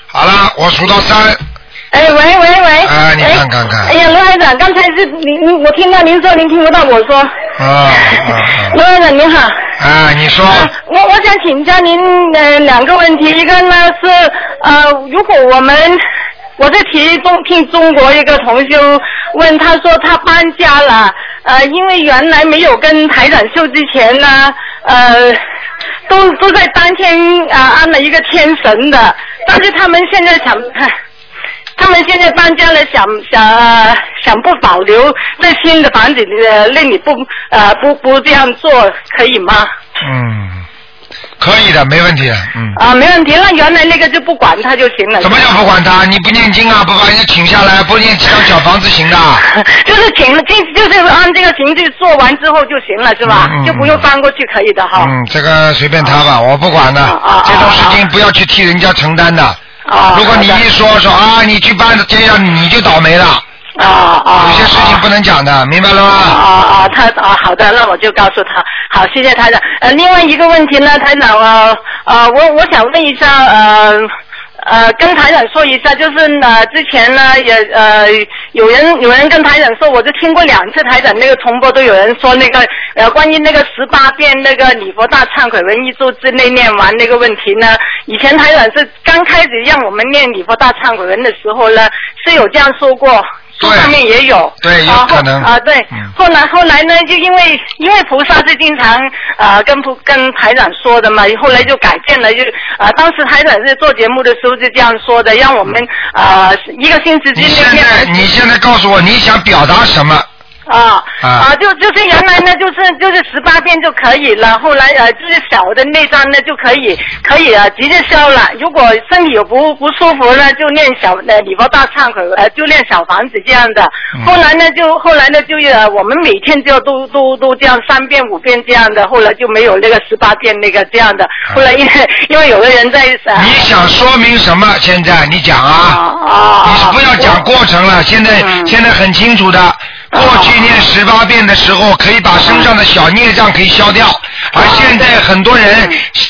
[SPEAKER 2] 好了，我数到三，
[SPEAKER 10] 哎，喂喂喂！
[SPEAKER 2] 啊，你看看看
[SPEAKER 10] 哎，呀，罗台长，刚才是您，您我听到您说您听不到我说。
[SPEAKER 2] 啊
[SPEAKER 10] 罗台长您好，
[SPEAKER 2] 啊，你说，
[SPEAKER 10] 我我想请教您呃两个问题，一个呢是呃，如果我们我在提中听中国一个同修问，他说他搬家了，呃，因为原来没有跟台长秀之前呢，呃，都都在当天啊、呃安了一个天神的，但是他们现在想。他们现在搬家了，想想呃想不保留在新的房子里，呃那你不呃不不这样做可以吗？
[SPEAKER 2] 嗯，可以的，没问题。嗯，
[SPEAKER 10] 啊，没问题，那原来那个就不管它就行了。
[SPEAKER 2] 怎么叫不管他？你不念经啊，不把人家请下来，不念几张小房子行的。
[SPEAKER 10] 就是停了，进就是按这个程序做完之后就行了，是吧？
[SPEAKER 2] 嗯嗯
[SPEAKER 10] 就不用搬过去可以的哈。
[SPEAKER 2] 嗯，这个随便他吧，我不管的。这种事情不要去替人家承担啊的。
[SPEAKER 10] 啊
[SPEAKER 2] 如果你一说说啊，你去办这样，你就倒霉了。
[SPEAKER 10] 啊啊！
[SPEAKER 2] 有些事情不能讲的，明白了吗？
[SPEAKER 10] 啊啊，他啊，好的，那我就告诉他。好，谢谢台长。呃，另外一个问题呢，台长啊，呃，我我想问一下，呃呃，跟台长说一下，就是呃，之前呢也呃有人有人跟台长说，我就听过两次台长那个重播，都有人说那个呃关于那个十八遍那个礼佛大忏悔文一周之内念完那个问题呢，以前台长是刚开始让我们念礼佛大忏悔文的时候呢，是有这样说过。书上面也有，
[SPEAKER 2] 对，有可能。嗯
[SPEAKER 10] 啊，对。后来后来呢，就因为因为菩萨是经常呃跟菩跟台长说的嘛，后来就改变了，就呃当时台长是做节目的时候就这样说的，让我们呃一个星期之
[SPEAKER 2] 你现
[SPEAKER 10] 内
[SPEAKER 2] 在你现在告诉我你想表达什么？
[SPEAKER 10] 啊
[SPEAKER 2] 啊
[SPEAKER 10] 啊，就就是原来呢，就是就是十八遍就可以了，后来呃就是小的那张呢就可以可以啊，直接消了。如果身体有不不舒服呢，就练小呃礼佛大忏悔，呃就练小房子这样的。后来呢就后来呢就呃我们每天就要都都都这样三遍五遍这样的，后来就没有那个十八遍那个这样的。后来因为因为有的哦人在呃
[SPEAKER 2] 你想说明什么？现在你讲啊，你不要讲过程了，现在
[SPEAKER 10] 嗯
[SPEAKER 2] 现在很清楚的。过去念十八遍的时候，可以把身上的小孽障可以消掉，而
[SPEAKER 10] 嗯
[SPEAKER 2] 现在很多人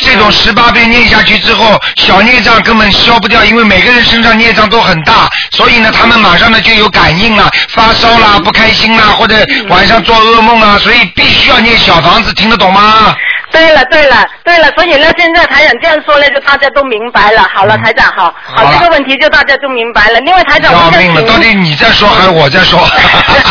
[SPEAKER 2] 这种十八遍念下去之后，小孽障根本消不掉，因为每个人身上孽障都很大，所以呢，他们马上呢就有感应了，发烧
[SPEAKER 10] 嗯
[SPEAKER 2] 啦、不开心啦，或者晚上做噩梦啊，所以必须要念小房子，听得懂吗？
[SPEAKER 10] 对了，对了，对了，所以呢，现在台长这样说呢，就大家都明白了。好了，台长，好，好，
[SPEAKER 2] 嗯好了
[SPEAKER 10] 这个问题就大家都明白了。另外，台长，
[SPEAKER 2] 要
[SPEAKER 10] 我想
[SPEAKER 2] 命了，到底你在说还是我在说？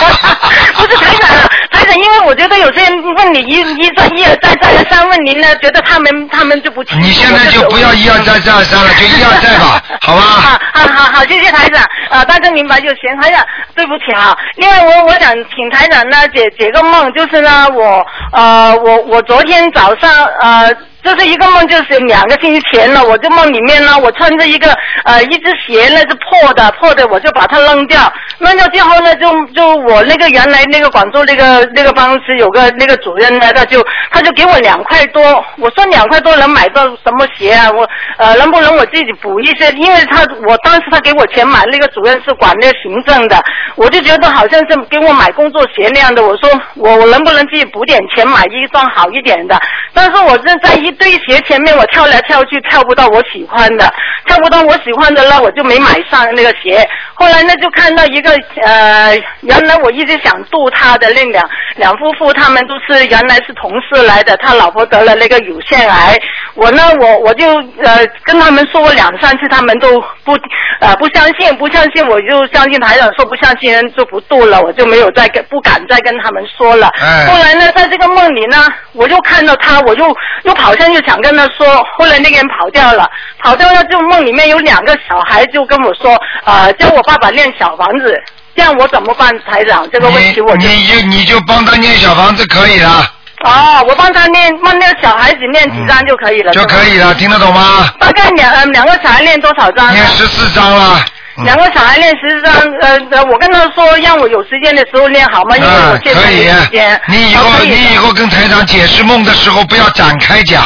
[SPEAKER 10] 不是台长，台长，因为我觉得有些人问你一一再一而再再而三问您呢，觉得他们他们就不清楚。
[SPEAKER 2] 你现在就不要一而再再而三了，就一而再 吧，好吧？
[SPEAKER 10] 啊好好好，谢谢台长，啊，大家明白就行。台长，对不起啊，另外我我想请台长呢解解个梦，就是呢我呃我我昨天早上呃。这是一个梦，就是两个星期前了。我这梦里面呢，我穿着一个呃一只鞋呢是破的，破的我就把它扔掉，扔掉之后呢，就就我那个原来那个广州那个那个办公室有个那个主任呢，他就他就给我两块多，我说两块多能买到什么鞋啊？我呃能不能我自己补一些？因为他我当时他给我钱买那个主任是管那个行政的，我就觉得好像是给我买工作鞋那样的。我说我我能不能自己补点钱买一双好一点的？但是我正在一堆鞋前面我跳来跳去，跳不到我喜欢的，跳不到我喜欢的那我就没买上那个鞋。后来呢就看到一个呃，原来我一直想度他的那两两夫妇，他们都是原来是同事来的，他老婆得了那个乳腺癌，我呢我我就呃跟他们说过两三次，他们都不呃不相信，不相信我就相信台长说不相信就不度了，我就没有再跟不敢再跟他们说了。
[SPEAKER 11] 哎
[SPEAKER 10] 后来呢，在这个梦里呢，我就看到他，我就又跑上去想跟他说，后来那个人跑掉了，跑掉了就梦里面有两个小孩就跟我说，呃，叫我爸爸练小房子，这样我怎么办，台长？这个问题我
[SPEAKER 2] 你你就你就帮他念小房子可以了，
[SPEAKER 10] 哦，我帮他念，帮那个小孩子念几张就可以了，
[SPEAKER 2] 嗯就可以
[SPEAKER 10] 是吧。
[SPEAKER 2] 了，听得懂吗？
[SPEAKER 10] 大概两呃两个小孩念多少张？啊嗯
[SPEAKER 2] 念十四章了。
[SPEAKER 10] 两个小孩练十张，呃，呃我跟他说让我有时间的时候练好吗？因为我
[SPEAKER 2] 嗯，
[SPEAKER 10] 现在
[SPEAKER 2] 可以
[SPEAKER 10] 没时间。。
[SPEAKER 2] 你以
[SPEAKER 10] 哦
[SPEAKER 2] 后
[SPEAKER 10] 可以的
[SPEAKER 2] 你以后跟台长解释梦的时候，不要展开讲，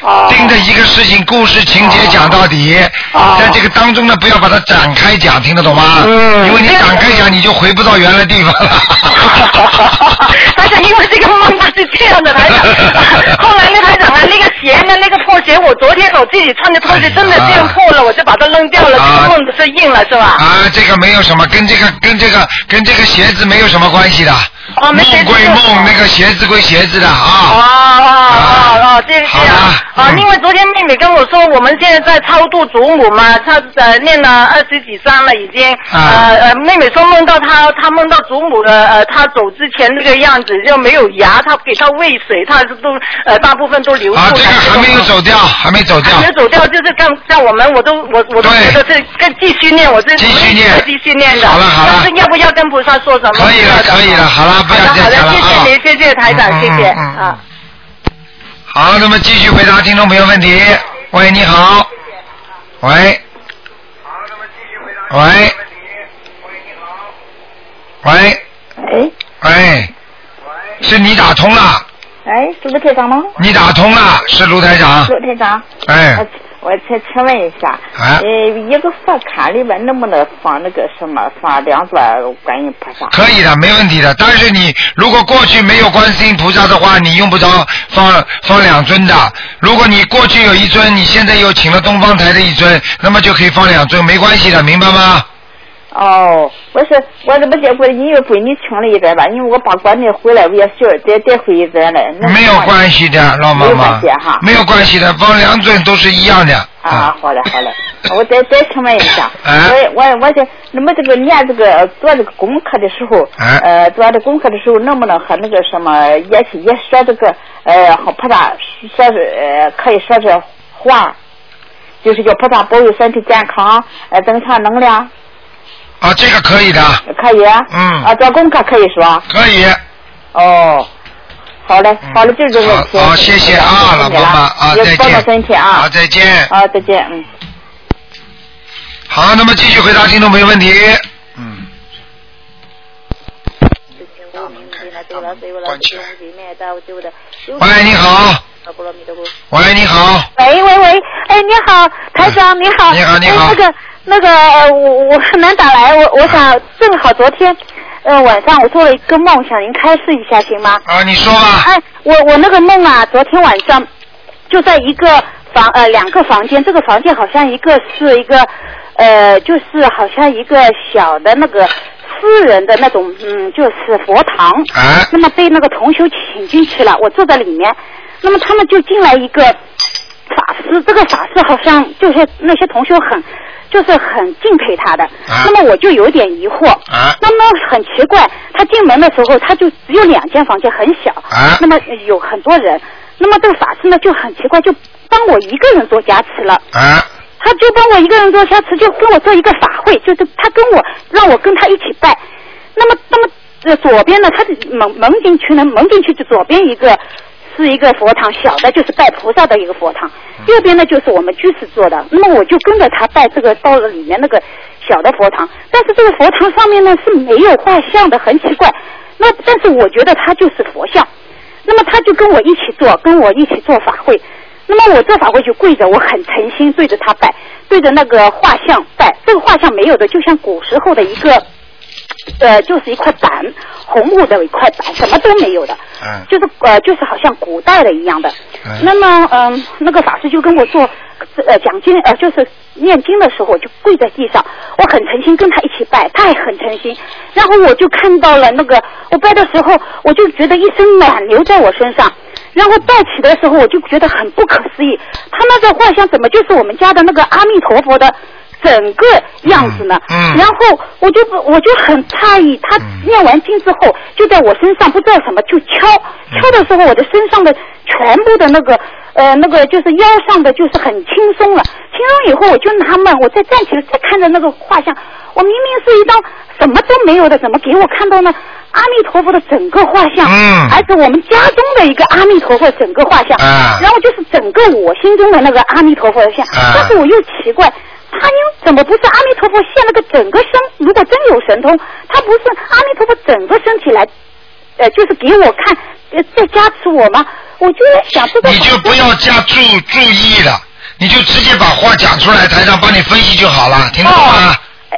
[SPEAKER 10] 哦
[SPEAKER 2] 盯着一个事情故事情节讲到底。
[SPEAKER 10] 哦
[SPEAKER 2] 在这个当中呢，不要把它展开讲，听得懂吗？嗯。因为你展开讲，你就回不到原来地方了。
[SPEAKER 10] 台长，因为这个梦它是这样的，台长。 后来呢，台长啊，那个鞋呢，那个破鞋，我昨天我自己穿的拖
[SPEAKER 2] 哎
[SPEAKER 10] 鞋真的这样破了，我就把它扔掉了，这个梦不是应了是吧？
[SPEAKER 2] 啊，这个没有什么，跟这个跟这个跟这个鞋子没有什么关系的。
[SPEAKER 10] 哦没
[SPEAKER 2] 梦归梦，那个鞋子归鞋子的啊。
[SPEAKER 10] 哦哦，这个这样
[SPEAKER 2] 嗯
[SPEAKER 10] 啊，因为昨天妹妹跟我说，我们现在在超度祖母嘛，她呃念了二十几章了已经，
[SPEAKER 2] 啊
[SPEAKER 10] 呃呃，妹妹说梦到她，她梦到祖母的呃，她走之前那个样子，就没有牙，她给她喂水，她都呃大部分都流出来。
[SPEAKER 2] 啊，这个还没有走掉，还没走掉
[SPEAKER 10] 还没，有走掉，就是让让我们，我都我我都觉得这更继续念，我这继续念，继续念的。好了好了，但是要不要跟菩萨说什么？可以了可以了，
[SPEAKER 2] 好了不要
[SPEAKER 10] 好
[SPEAKER 2] 再
[SPEAKER 10] 的
[SPEAKER 2] 讲了啊
[SPEAKER 10] 谢谢您，谢谢台长，谢谢啊。
[SPEAKER 2] 好，那么继续回答听众朋友问题。喂，你好。喂。喂。喂。
[SPEAKER 11] 喂。
[SPEAKER 2] 喂。是你打通了，
[SPEAKER 11] 哎，是卢台长吗？
[SPEAKER 2] 你打通了，是卢台长。
[SPEAKER 11] 卢台长，
[SPEAKER 2] 哎，
[SPEAKER 11] 我请请问一下，
[SPEAKER 2] 啊
[SPEAKER 11] 呃，一个佛龛里边能不能放那个什么放两座观音菩萨？
[SPEAKER 2] 可以的，没问题的。但是你如果过去没有观世音菩萨的话，你用不着放放两尊的。如果你过去有一尊，你现在又请了东方台的一尊，那么就可以放两尊，没关系的，明白吗？
[SPEAKER 11] 哦，我是我这不结果你又闺女请了一尊吧，因为我把国内回来，我也需要再带回一尊来。那
[SPEAKER 2] 没有关系的，老妈
[SPEAKER 11] 没有
[SPEAKER 2] 妈
[SPEAKER 11] 关系哈，
[SPEAKER 2] 没有关系的，放两尊都是一样的。
[SPEAKER 11] 啊，好嘞好嘞，我再再请问一下，
[SPEAKER 2] 哎
[SPEAKER 11] 我我我这那么这个念这个做这个功课的时候，
[SPEAKER 2] 哎
[SPEAKER 11] 呃，做这功课的时候能不能和那个什么也也说这个呃和菩萨说是呃可以说是话，就是叫菩萨保佑身体健康，呃增强能量，
[SPEAKER 2] 啊，这个可以的，
[SPEAKER 11] 可以啊？
[SPEAKER 2] 嗯
[SPEAKER 11] 啊，做功课可以说？
[SPEAKER 2] 可以。嗯
[SPEAKER 11] 哦，好嘞，好嘞，就是这个问题。
[SPEAKER 2] 好谢谢啊老妈妈啊
[SPEAKER 11] 也
[SPEAKER 2] 再见
[SPEAKER 11] 保重身体啊。
[SPEAKER 2] 好再见
[SPEAKER 11] 啊，再见，嗯。
[SPEAKER 2] 好，那么继续回答听众朋友问题。
[SPEAKER 12] 喂，你好。
[SPEAKER 2] 喂，你好。嗯
[SPEAKER 12] 喂喂喂，哎，你好，台长，你好。
[SPEAKER 2] 你好你好
[SPEAKER 12] 哎，那个那个，呃我我很难打来，我我想正好昨天，呃，晚上我做了一个梦，想您开示一下行吗？
[SPEAKER 2] 啊，你说吧。
[SPEAKER 12] 哎，我我那个梦啊，昨天晚上就在一个房呃两个房间，这个房间好像一个是一个呃就是好像一个小的那个私人的那种嗯就是佛堂，
[SPEAKER 2] 哎
[SPEAKER 12] 那么被那个同修请进去了，我坐在里面，那么他们就进来一个法师，这个法师好像就是那些同修很。就是很敬佩他的，那么我就有点疑惑。
[SPEAKER 2] 啊
[SPEAKER 12] 那么很奇怪，他进门的时候他就只有两间房间，很小。
[SPEAKER 2] 啊
[SPEAKER 12] 那么有很多人，那么这个法师呢就很奇怪，就帮我一个人做加持了。
[SPEAKER 2] 啊
[SPEAKER 12] 他就帮我一个人做加持，就跟我做一个法会，就是他跟我让我跟他一起拜。那么，那么呃左边呢，他是蒙蒙进去呢，蒙进去就左边一个是一个佛堂，小的就是拜菩萨的一个佛堂，右边呢就是我们居士做的。那么我就跟着他拜这个到了里面那个小的佛堂，但是这个佛堂上面呢是没有画像的，很奇怪。那但是我觉得他就是佛像，那么他就跟我一起做，跟我一起做法会。那么我做法会就跪着，我很诚心对着他拜，对着那个画像拜。这个画像没有的，就像古时候的一个，呃，就是一块板，红木的一块板，什么都没有的，
[SPEAKER 2] 嗯
[SPEAKER 12] 就是呃，就是好像古代的一样的。那么，嗯、那个法师就跟我做，呃，讲经，呃，就是念经的时候，我就跪在地上，我很诚心跟他一起拜，他也很诚心。然后我就看到了那个，我拜的时候，我就觉得一身暖流在我身上。然后拜起的时候，我就觉得很不可思议，他那个画像怎么就是我们家的那个阿弥陀佛的整个样子呢？
[SPEAKER 2] 嗯嗯
[SPEAKER 12] 然后我就不我就很诧异，他念完经之后，就在我身上不知道什么就敲，敲的时候我的身上的全部的那个呃那个就是腰上的就是很轻松了，轻松以后我就纳闷，我再站起来再看着那个画像，我明明是一张什么都没有的，怎么给我看到呢？阿弥陀佛的整个画像，
[SPEAKER 2] 嗯
[SPEAKER 12] 而且我们家中的一个阿弥陀佛整个画像，
[SPEAKER 2] 啊
[SPEAKER 12] 然后就是整个我心中的那个阿弥陀佛的像，
[SPEAKER 2] 啊
[SPEAKER 12] 但是我又奇怪，他又怎么不是阿弥陀佛现那个整个身？如果真有神通，他不是阿弥陀佛整个身体来，呃，就是给我看，呃，在加持我吗？我就在想，这个
[SPEAKER 2] 你就不要加注注意了，你就直接把话讲出来，台上帮你分析就好了，听得懂
[SPEAKER 11] 哦
[SPEAKER 2] 吗？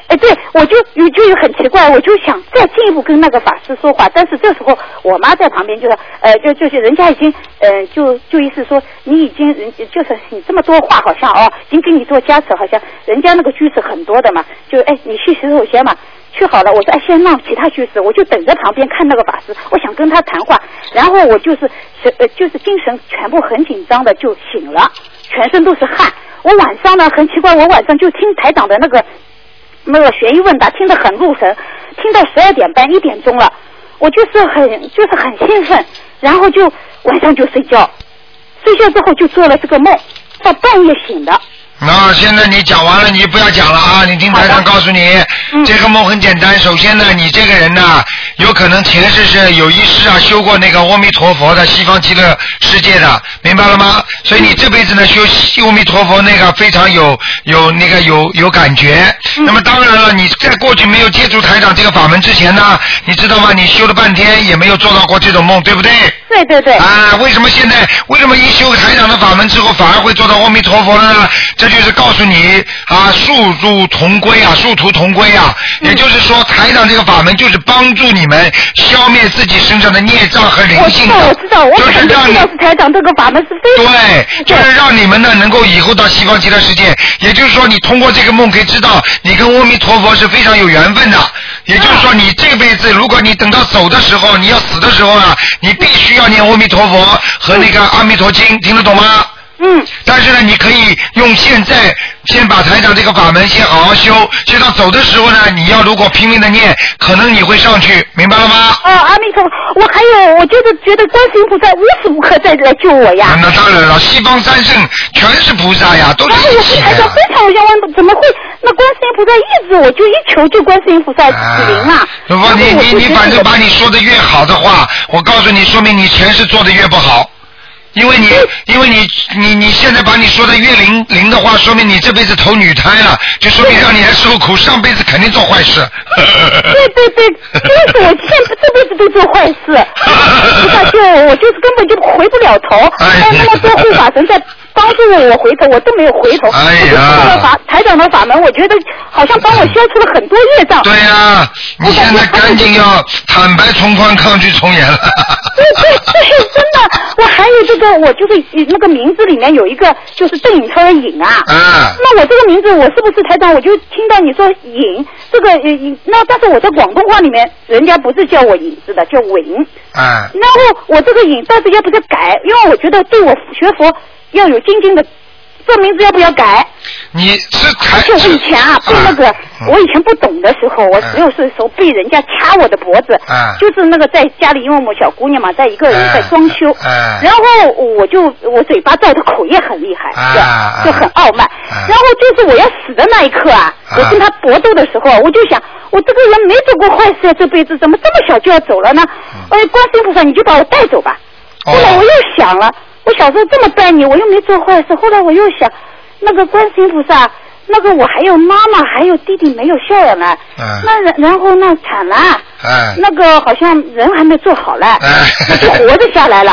[SPEAKER 12] 哎，对，我就我就有很奇怪，我就想再进一步跟那个法师说话，但是这时候我妈在旁边就说，呃，就就是人家已经，呃，就就意思说你已经人就是你这么多话好像哦，已经给你做加持，好像人家那个居士很多的嘛，就哎你去洗手间嘛。去好了，我说哎，先让其他居士，我就等着旁边看那个法师，我想跟他谈话，然后我就是神呃就是精神全部很紧张的就醒了，全身都是汗。我晚上呢很奇怪，我晚上就听台长的那个那个悬疑问答听得很入神，听到十二点半一点钟了，我就是很就是很兴奋，然后就晚上就睡觉，睡觉之后就做了这个梦，到半夜醒的。
[SPEAKER 2] 那现在你讲完了，你不要讲了啊！你听台长告诉你，这个梦很简单。首先呢，你这个人呢，有可能前世是有一世啊修过那个阿弥陀佛的西方极乐世界的，明白了吗？所以你这辈子呢修阿弥陀佛那个非常有有那个有有感觉。那么当然了，你在过去没有接触台长这个法门之前呢，你知道吗？你修了半天也没有做到过这种梦，对不对？
[SPEAKER 12] 对对对。
[SPEAKER 2] 啊，为什么现在为什么一修台长的法门之后反而会做到阿弥陀佛了呢？这就是告诉你啊，殊途同归啊，殊途同归啊。
[SPEAKER 12] 嗯
[SPEAKER 2] 也就是说，台长这个法门就是帮助你们消灭自己身上的孽障和灵
[SPEAKER 12] 我知
[SPEAKER 2] 性
[SPEAKER 12] 道，
[SPEAKER 2] 的，
[SPEAKER 12] 我知道，我本就知道是台长这个法门是非常
[SPEAKER 2] 对，就是让你们呢能够以后到西方极乐世界。 也就是说，你通过这个梦可以知道，你跟阿弥陀佛是非常有缘分的。也就是说，你这辈子如果你等到走的时候，你要死的时候啊，你必须要念阿弥陀佛和那个阿弥陀经，听得懂吗？
[SPEAKER 12] 嗯。
[SPEAKER 2] 但是呢，你可以用现在先把台长这个法门先好好修，修到走的时候呢，你要如果拼命的念，可能你会上去，明白了吗？
[SPEAKER 12] 啊，阿弥陀佛，我还有，我就是觉得观世音菩萨无时无刻在来救我呀。
[SPEAKER 2] 啊那当然了，西方三圣全是菩萨哎呀，都
[SPEAKER 12] 然后
[SPEAKER 2] 是一
[SPEAKER 12] 哎我
[SPEAKER 2] 起
[SPEAKER 12] 非常
[SPEAKER 2] 的。
[SPEAKER 12] 非常冤枉，怎么会？那观世音菩萨一直我就一求就观世音菩
[SPEAKER 2] 哎
[SPEAKER 12] 萨指灵啊。
[SPEAKER 2] 如果你
[SPEAKER 12] 然后我
[SPEAKER 2] 你
[SPEAKER 12] 就
[SPEAKER 2] 你
[SPEAKER 12] 觉得
[SPEAKER 2] 反正把你说的越好的话，我告诉你，说明你前世做的越不好。因为你，
[SPEAKER 12] 嗯
[SPEAKER 2] 因为你，你你现在把你说的越灵灵的话，说明你这辈子投女胎了，就说明让你来受苦，上辈子肯定做坏事。
[SPEAKER 12] 对对对，就是我现在这辈子都做坏 事，菩萨救我，我就是根本就回不了头。哎，那么多护法神在帮助我，我回头我都没有回头。
[SPEAKER 2] 哎呀
[SPEAKER 12] 我就知道了法台长的法门，我觉得好像帮我消除了很多业障。
[SPEAKER 2] 对呀、你现在赶紧要啊坦白从宽，抗拒从严了。
[SPEAKER 12] 对对对，真的，我还有这个，我就是那个名字里面有一个就是邓颖超的颖啊。
[SPEAKER 2] 嗯。
[SPEAKER 12] 那我这个名字，我是不是台长？我就听到你说颖这个呃颖，那但是我在广东话里面，人家不是叫我颖字的，叫颖。
[SPEAKER 2] 哎，
[SPEAKER 12] 然后我这个引到底要不要改？因为我觉得对我学佛要有精进的，这名字要不要改？
[SPEAKER 2] 你是台
[SPEAKER 12] 就我以前啊，被那个、我以前不懂的时候，我十六岁的时候被人家掐我的脖子，
[SPEAKER 2] 嗯
[SPEAKER 12] 就是那个在家里，因为我们小姑娘嘛，在一个人在装修，
[SPEAKER 2] 哎
[SPEAKER 12] 然后我就我嘴巴造的口业很厉害，
[SPEAKER 2] 啊
[SPEAKER 12] 就就很傲慢。然后就是我要死的那一刻啊，
[SPEAKER 2] 啊
[SPEAKER 12] 我跟他搏斗的时候，我就想，我这个人没做过坏事啊，这辈子怎么这么小就要走了呢？
[SPEAKER 2] 嗯
[SPEAKER 12] 哎，观世音菩萨，你就把我带走吧。
[SPEAKER 2] 哦
[SPEAKER 12] 后来我又想了，我小时候这么拜你，我又没做坏事。后来我又想，那个观世音菩萨，那个我还有妈妈，还有弟弟没有孝养了，
[SPEAKER 2] 嗯
[SPEAKER 12] 那然然后那惨了，啊
[SPEAKER 2] 哎，
[SPEAKER 12] 那个好像人还没做好了，我就活着下来了。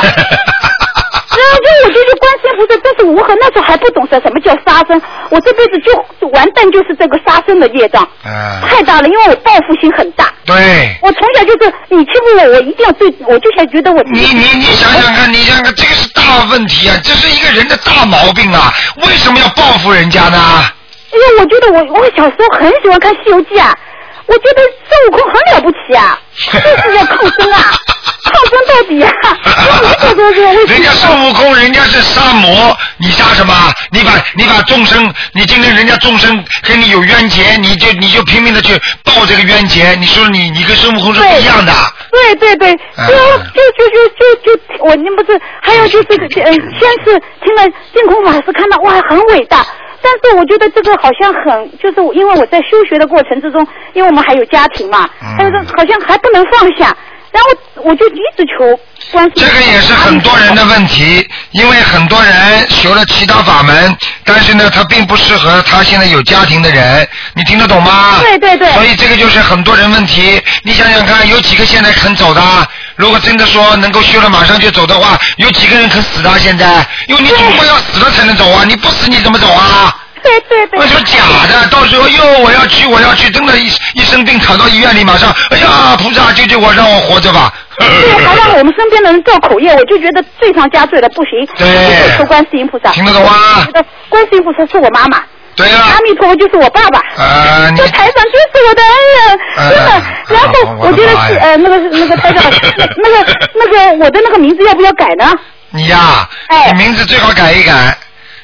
[SPEAKER 12] 然后就我觉得观世音菩萨真是无痕，那时候还不懂得什么叫杀生，我这辈子就完蛋就是这个杀生的业障，
[SPEAKER 13] 哎
[SPEAKER 2] 嗯，
[SPEAKER 12] 太大了，因为我报复心很大。
[SPEAKER 2] 对。
[SPEAKER 12] 我从小就是你欺负我，我一定要对，我就想觉得我
[SPEAKER 2] 你你你想想看，你想想看，这个是大问题啊，这是一个人的大毛病啊，为什么要报复人家呢？
[SPEAKER 12] 哎呀，我觉得我我小时候很喜欢看《西游记》啊，我觉得孙悟空很了不起 啊，就是要抗争啊，抗争到 底啊！我小时候是为什
[SPEAKER 2] 人家
[SPEAKER 12] 么？
[SPEAKER 2] 孙悟空，人家是杀魔，你杀什么？你把你把众生，你今天人家众生跟你有冤结，你就你就拼命的去报这个冤结，你说你你跟孙悟空是不一样的。
[SPEAKER 12] 对对对，
[SPEAKER 2] 嗯
[SPEAKER 12] 就就就就就就我那不是，还有就是呃，先是听了净空法师看到哇很伟大，但是我觉得这个好像很就是我因为我在修学的过程之中，因为我们还有家庭嘛，
[SPEAKER 2] 嗯
[SPEAKER 12] 但是好像还不能放下，然后我就一直求观世 音
[SPEAKER 2] 这个也是很多人的问题，因为很多人学了其他法门，但是呢，他并不适合他现在有家庭的人，你听得懂吗？
[SPEAKER 12] 对对对
[SPEAKER 2] 所以这个就是很多人问题，你想想看，有几个现在肯走的？如果真的说能够修了马上就走的话，有几个人肯死的？现在，因为你总归要死了才能走啊，你不死你怎么走啊？
[SPEAKER 12] 对对对。
[SPEAKER 2] 那是假的，到时候哟我要去我要去，真的一一生病躺到医院里，马上哎呀菩萨救救我，让我活着吧。
[SPEAKER 12] 对，还让我们身边的人造口业，我就觉得罪上加罪了，不行。
[SPEAKER 2] 对
[SPEAKER 12] 我就求观世音菩萨。
[SPEAKER 2] 听得懂吗
[SPEAKER 12] 我觉得观世音菩萨是我妈妈。
[SPEAKER 2] 对啊呀、
[SPEAKER 12] 阿弥陀佛就是我爸爸。
[SPEAKER 2] 啊、你
[SPEAKER 12] 这台长就是我的恩人，真的。然后啊我觉得是呃那个那个 台长，那那个那个我的那个名字要不要改呢？
[SPEAKER 2] 你哎呀、你名字最好改一改。
[SPEAKER 12] 哎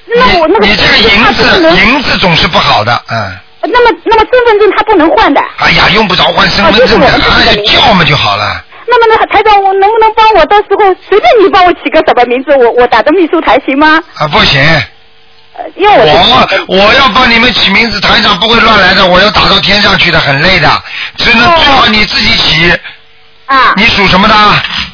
[SPEAKER 12] 那我那个
[SPEAKER 2] 你这个银字，银字总是不好的，嗯。
[SPEAKER 12] 那么那么身份证他不能换的。啊
[SPEAKER 2] 哎呀，用不着换身份证的，哎呀，叫嘛就好了。
[SPEAKER 12] 那么呢，台长，我能不能帮我到时候随便你帮我起个什么名字，我我打个秘书台行吗？
[SPEAKER 2] 啊，不行，
[SPEAKER 12] 因为我
[SPEAKER 2] 我我要帮你们起名字，台长不会乱来的，我要打到天上去的，很累的，只能最好你自己起。
[SPEAKER 12] 啊。
[SPEAKER 2] 你属什么的？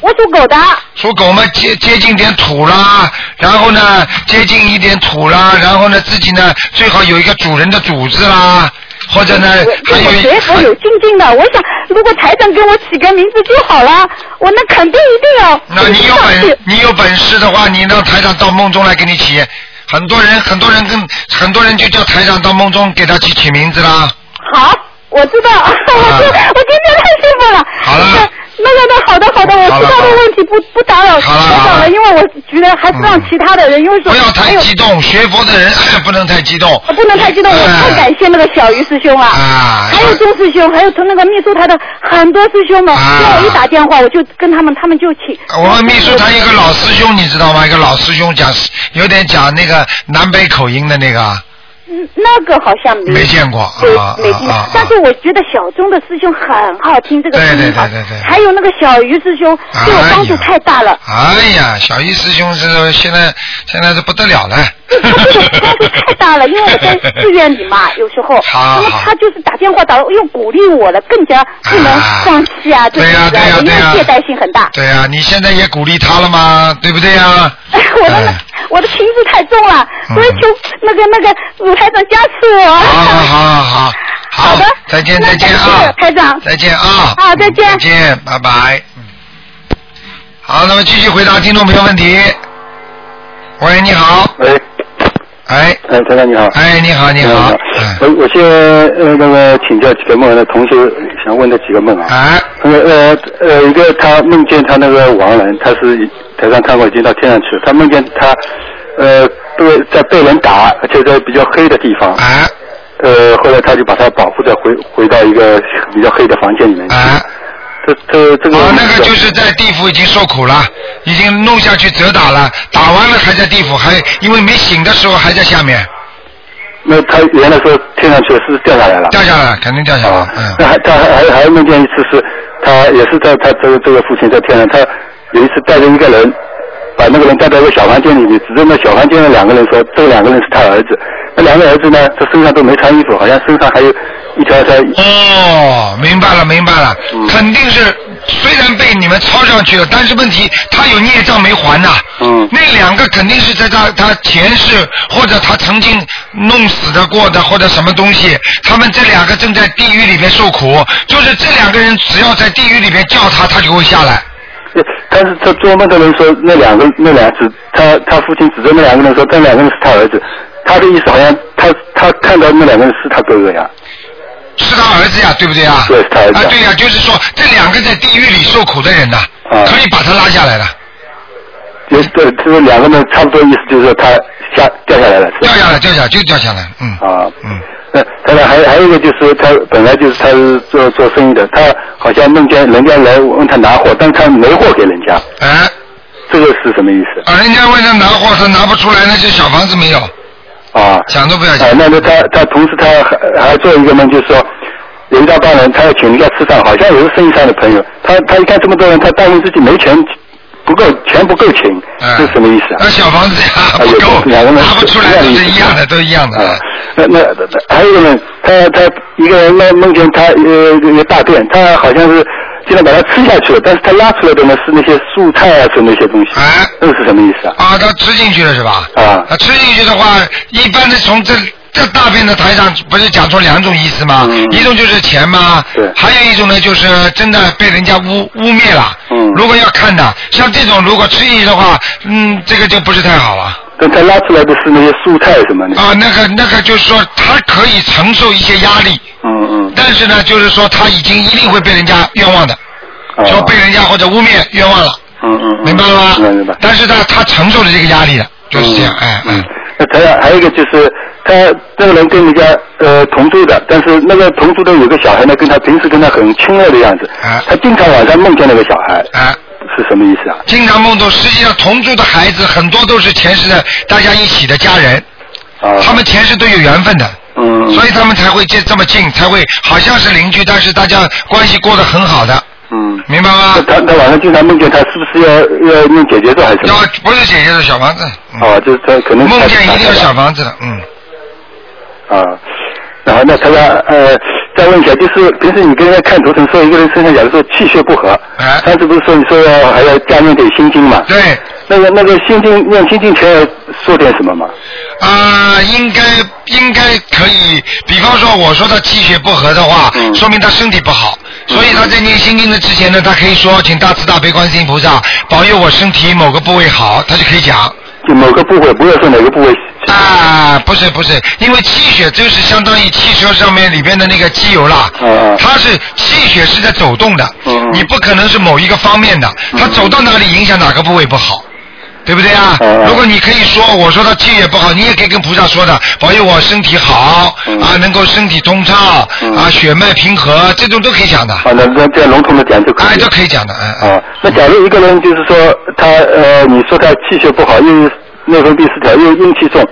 [SPEAKER 12] 我属狗的。
[SPEAKER 2] 属狗嘛，接接近点土啦，然后呢，接近一点土啦，然后呢，自己呢最好有一个主人的主字啦，或者呢还有
[SPEAKER 12] 我
[SPEAKER 2] 一
[SPEAKER 12] 学佛有精进的，我想如果台长给我起个名字就好了，我那肯定一定哦要。
[SPEAKER 2] 那你有本你有本事的话，你让台长到梦中来给你起。很多人很多人跟很多人就叫台长到梦中给他起起名字啦。
[SPEAKER 12] 好，我知道， 我就我今天太兴奋了。好了。那个，那好的，好的，我知道的问题不不打扰台长了，因为我觉得还是让其他的人，因为不要
[SPEAKER 2] 太激动，学佛的人哎不能太激动。
[SPEAKER 12] 我不能太激动，我太感谢那个小鱼师兄了，
[SPEAKER 2] 啊
[SPEAKER 12] 还有钟师兄，还有从那个秘书台的很多师兄们，跟我一打电话，我就跟他们，他们就请。
[SPEAKER 2] 我们秘书台一个老师兄，你知道吗？一个老师兄讲有点讲那个南北口音的那个，
[SPEAKER 12] 嗯， 那个好像没
[SPEAKER 2] 没见过
[SPEAKER 12] 对
[SPEAKER 2] 啊
[SPEAKER 12] 没听
[SPEAKER 2] 啊啊，
[SPEAKER 12] 但是我觉得小钟的师兄很好听这个
[SPEAKER 2] 对
[SPEAKER 12] 声
[SPEAKER 2] 对
[SPEAKER 12] 音
[SPEAKER 2] 对
[SPEAKER 12] 好，
[SPEAKER 2] 对对。啊
[SPEAKER 12] 还有那个小鱼师兄对我帮助太 大了，
[SPEAKER 2] 哎呀，小一师兄是现在现在是不得了了。
[SPEAKER 12] 太大了，因为我在寺院里 嘛，有时候，
[SPEAKER 2] 好
[SPEAKER 12] 那么他就是打电话打又鼓励我了，更加不能放弃啊，对呀对呀，因为懈怠性很大，
[SPEAKER 2] 对呀、啊你现在也鼓励他了吗？对不对啊哎呀、
[SPEAKER 12] 我的那我的情绪太重了，所以求那个那个鲁台长加持我。
[SPEAKER 2] 好好好好，的，再见再见啊，
[SPEAKER 12] 台长，
[SPEAKER 2] 再见啊，
[SPEAKER 12] 啊，再见，
[SPEAKER 2] 再见，拜拜。嗯，好，那么继续回答听众朋友问题。喂，你好。
[SPEAKER 13] 喂。
[SPEAKER 2] 哎，
[SPEAKER 13] 哎，台长你好。
[SPEAKER 2] 哎，你好，你嗯
[SPEAKER 13] 好。我我先呃那个请教几个梦，那同学想问的几个梦啊。
[SPEAKER 2] 啊。
[SPEAKER 13] 那个呃呃，一个他梦见他那个亡人，他是台上看过，已经到天上去了。他梦见他呃被在被人打，而且在比较黑的地方。
[SPEAKER 2] 啊。
[SPEAKER 13] 呃，后来他就把他保护着回回到一个比较黑的房间里面去。
[SPEAKER 2] 啊。
[SPEAKER 13] 这这这个。
[SPEAKER 2] 啊，那个就是在地府已经受苦了，已经弄下去责打了，打完了还在地府，还因为没醒的时候还在下面，
[SPEAKER 13] 那他原来说天上去了是掉下来了。
[SPEAKER 2] 掉下来肯定掉下来。嗯，
[SPEAKER 13] 那还 他还还还梦见一次是，他也是在他这个这个父亲在天上，他有一次带着一个人，把那个人带到一个小房间里面，指着那小房间的两个人说，这两个人是他儿子，那两个儿子呢，他身上都没穿衣服，好像身上还有一条条。
[SPEAKER 2] 哦，明白了，明白了，
[SPEAKER 13] 嗯
[SPEAKER 2] 肯定是虽然被你们抄上去了，但是问题他有孽障没还呐、
[SPEAKER 13] 嗯，
[SPEAKER 2] 那两个肯定是在他他前世或者他曾经弄死的过的或者什么东西，他们这两个正在地狱里边受苦，就是这两个人只要在地狱里边叫他，他就会下来。
[SPEAKER 13] 但是他做梦的人说，那两个那两只，他他父亲指着那两个人说，这两个人是他儿子，他的意思好像他他看到那两个人是他哥哥呀。
[SPEAKER 2] 是他儿子呀，对不对呀？
[SPEAKER 13] 对，是他儿子
[SPEAKER 2] 啊，对呀、就是说这两个在地狱里受苦的人呐、
[SPEAKER 13] 啊
[SPEAKER 2] 可以把他拉下来的。
[SPEAKER 13] 也对，就是两个人差不多意思，就是说他下掉下来了，是吧？
[SPEAKER 2] 掉下来，啊掉下来，就掉下来，嗯。
[SPEAKER 13] 啊，
[SPEAKER 2] 嗯，
[SPEAKER 13] 那当然还还有一个就是他呃本来就是他是做做生意的，他好像梦见人家来问他拿货，但他没货给人家，
[SPEAKER 2] 哎，
[SPEAKER 13] 这个是什么意思？
[SPEAKER 2] 啊，人家问他拿货，他拿不出来，那些小房子没有。
[SPEAKER 13] 啊，
[SPEAKER 2] 想都不要
[SPEAKER 13] 想。那那他他同时他还还做一个梦，就是说有一大帮人，他要请人家吃饭，好像也是生意上的朋友，他他一看这么多人，他担心自己没钱不够，钱不够请，这是什么意思啊？
[SPEAKER 2] 那小房子 呀，
[SPEAKER 13] 不够，两个人拿不出来都是一样
[SPEAKER 2] 的，都一样
[SPEAKER 13] 的。啊，那那那还有一个呢，他他一个人梦梦见他呃那个大便，他好像是竟然把它吃下去了，但是他拉出来的呢是那些蔬菜啊，是那些东西，这是什么意思啊？
[SPEAKER 2] 啊，他吃进去了是吧？
[SPEAKER 13] 啊，
[SPEAKER 2] 啊，吃进去的话，一般的从这这大便的台上不是讲出两种意思吗？
[SPEAKER 13] 嗯
[SPEAKER 2] 一种就是钱吗？对。还有一种呢，就是真的被人家污污蔑了。嗯。如果要看的，像这种如果吃进去的话，嗯，这个就不是太好了。
[SPEAKER 13] 但他拉出来的是那些蔬菜什么的。
[SPEAKER 2] 啊，那个那个就是说，他可以承受一些压力。
[SPEAKER 13] 嗯嗯。
[SPEAKER 2] 但是呢，就是说他已经一定会被人家冤枉的，说被人家或者污蔑冤枉了。
[SPEAKER 13] 啊嗯嗯。
[SPEAKER 2] 明白了吗？
[SPEAKER 13] 明白明白。
[SPEAKER 2] 但是呢，他承受了这个压力了，就是这样，哎嗯。
[SPEAKER 13] 那他还有一个就是他那个人跟人家呃同住的，但是那个同住的有个小孩呢，跟他平时跟他很亲热的样子，他经常晚上梦见那个小孩，
[SPEAKER 2] 啊、
[SPEAKER 13] 是什么意思啊？
[SPEAKER 2] 经常梦到，实际上同住的孩子很多都是前世的大家一起的家人，他们前世都有缘分的，
[SPEAKER 13] 啊嗯，
[SPEAKER 2] 所以他们才会这这么近，才会好像是邻居，但是大家关系过得很好的，
[SPEAKER 13] 嗯，
[SPEAKER 2] 明白吗？
[SPEAKER 13] 他他晚上经常梦见他，是不是要要念姐姐咒还是什么？
[SPEAKER 2] 不是姐姐是小房子，
[SPEAKER 13] 哦，就是他可能
[SPEAKER 2] 梦
[SPEAKER 13] 他
[SPEAKER 2] 见一定要
[SPEAKER 13] 他
[SPEAKER 2] 小房子的，嗯。
[SPEAKER 13] 啊，然后那他家呃，再问一下，就是平时你跟人家看图腾说一个人身上假如说气血不和，上次不是说你说要还要加念点心经嘛？
[SPEAKER 2] 啊对。
[SPEAKER 13] 那个那个心经念心经前要说点什么嘛？
[SPEAKER 2] 啊、应该应该可以。比方说，我说他气血不和的话，说明他身体不好。所以他在念心经的之前呢，他可以说：“请大慈大悲观世音菩萨保佑我身体某个部位好。”他就可以讲。
[SPEAKER 13] 就某个部位，不要说哪个部位。
[SPEAKER 2] 啊，不是不是，因为气血就是相当于汽车上面里边的那个机油啦，它是气血是在走动的，你不可能是某一个方面的，它走到哪里影响哪个部位不好。对不对嗯啊？如果你可以说，我说他气血不好，你也可以跟菩萨说的，保佑我身体好啊，能够身体通畅啊，血脉平和，这种都可以讲的。
[SPEAKER 13] 啊，那那这样笼统的讲就可以。哎，
[SPEAKER 2] 都可以讲的，嗯。
[SPEAKER 13] 啊，那假如一个人就是说他呃，你说他气血不好，又是内分泌失调，又阴气重，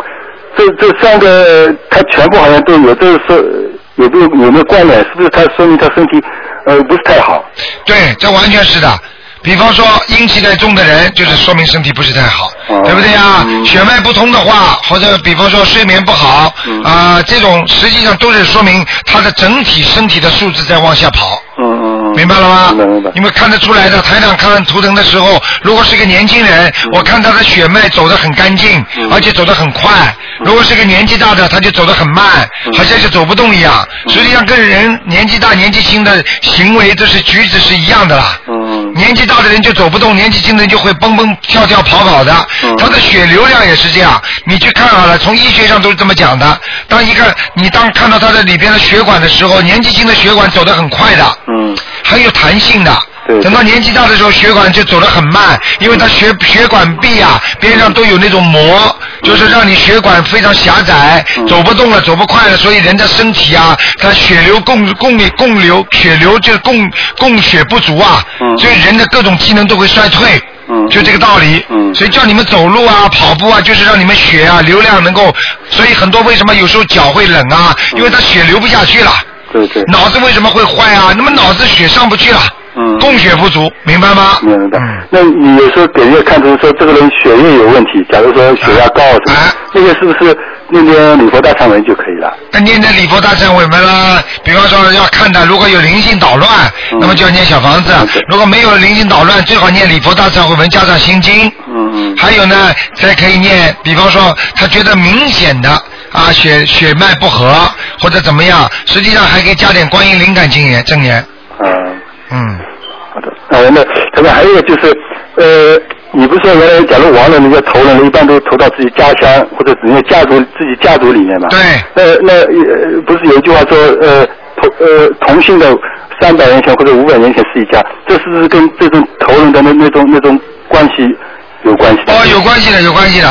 [SPEAKER 13] 这这三个他全部好像都有，这是说有没有有没有关联？是不是他说明他身体呃不是太好？
[SPEAKER 2] 对，这完全是的。比方说阴气太重的人，就是说明身体不是太好，对不对啊？血脉不通的话，或者比方说睡眠不好啊、这种实际上都是说明他的整体身体的素质在往下跑。
[SPEAKER 13] 嗯嗯。
[SPEAKER 2] 明白了吗？你们看得出来的，台长看图腾的时候，如果是个年轻人，我看他的血脉走得很干净，而且走得很快；如果是个年纪大的，他就走得很慢，好像就走不动一样。实际上跟人年纪大、年纪轻的行为，这是举止是一样的啦。年纪大的人就走不动，年纪轻的人就会蹦蹦跳跳跑跑的。他的血流量也是这样，你去看好了，从医学上都是这么讲的。当一个你当看到他的里边的血管的时候，年纪轻的血管走得很快的，
[SPEAKER 13] 嗯，
[SPEAKER 2] 很有弹性的。等到年纪大的时候，血管就走得很慢，因为它血血管壁啊边上都有那种膜，就是让你血管非常狭窄，走不动了，走不快了，所以人的身体啊，它血流供供供流血流就是供供血不足啊，
[SPEAKER 13] 嗯
[SPEAKER 2] 所以人的各种机能都会衰退。就这个道理，
[SPEAKER 13] 嗯
[SPEAKER 2] 所以叫你们走路啊、跑步啊，就是让你们血啊流量能够，所以很多为什么有时候脚会冷啊，因为它血流不下去了，
[SPEAKER 13] 嗯对对。
[SPEAKER 2] 脑子为什么会坏啊？那么脑子血上不去了，供血不足，明白吗？
[SPEAKER 13] 嗯明白。那你有时候给人家看出说这个人血液有问题，假如说血压高啊什么，那个是不是念念礼佛大忏文就可以了？
[SPEAKER 2] 那念念礼佛大忏悔文啦，比方说要看的，如果有灵性捣乱，
[SPEAKER 13] 嗯
[SPEAKER 2] 那么就要念小房子；如果没有灵性捣乱，最好念礼佛大忏悔文加上心经。
[SPEAKER 13] 嗯
[SPEAKER 2] 还有呢，再可以念，比方说他觉得明显的啊血血脉不和或者怎么样，实际上还可以加点观音灵感经言正言。
[SPEAKER 13] 嗯。
[SPEAKER 2] 嗯。
[SPEAKER 13] 啊，那他们还有一个就是，呃，你不是说原来假如亡人人家投人，一般都投到自己家乡或者人家家族自己家族里面嘛？
[SPEAKER 2] 对。
[SPEAKER 13] 那那、呃、不是有一句话说呃同呃同姓的三百年前或者五百年前是一家，这是不是跟这种投人的那那种那种关系有关系？
[SPEAKER 2] 哦，有关系的，有关系的。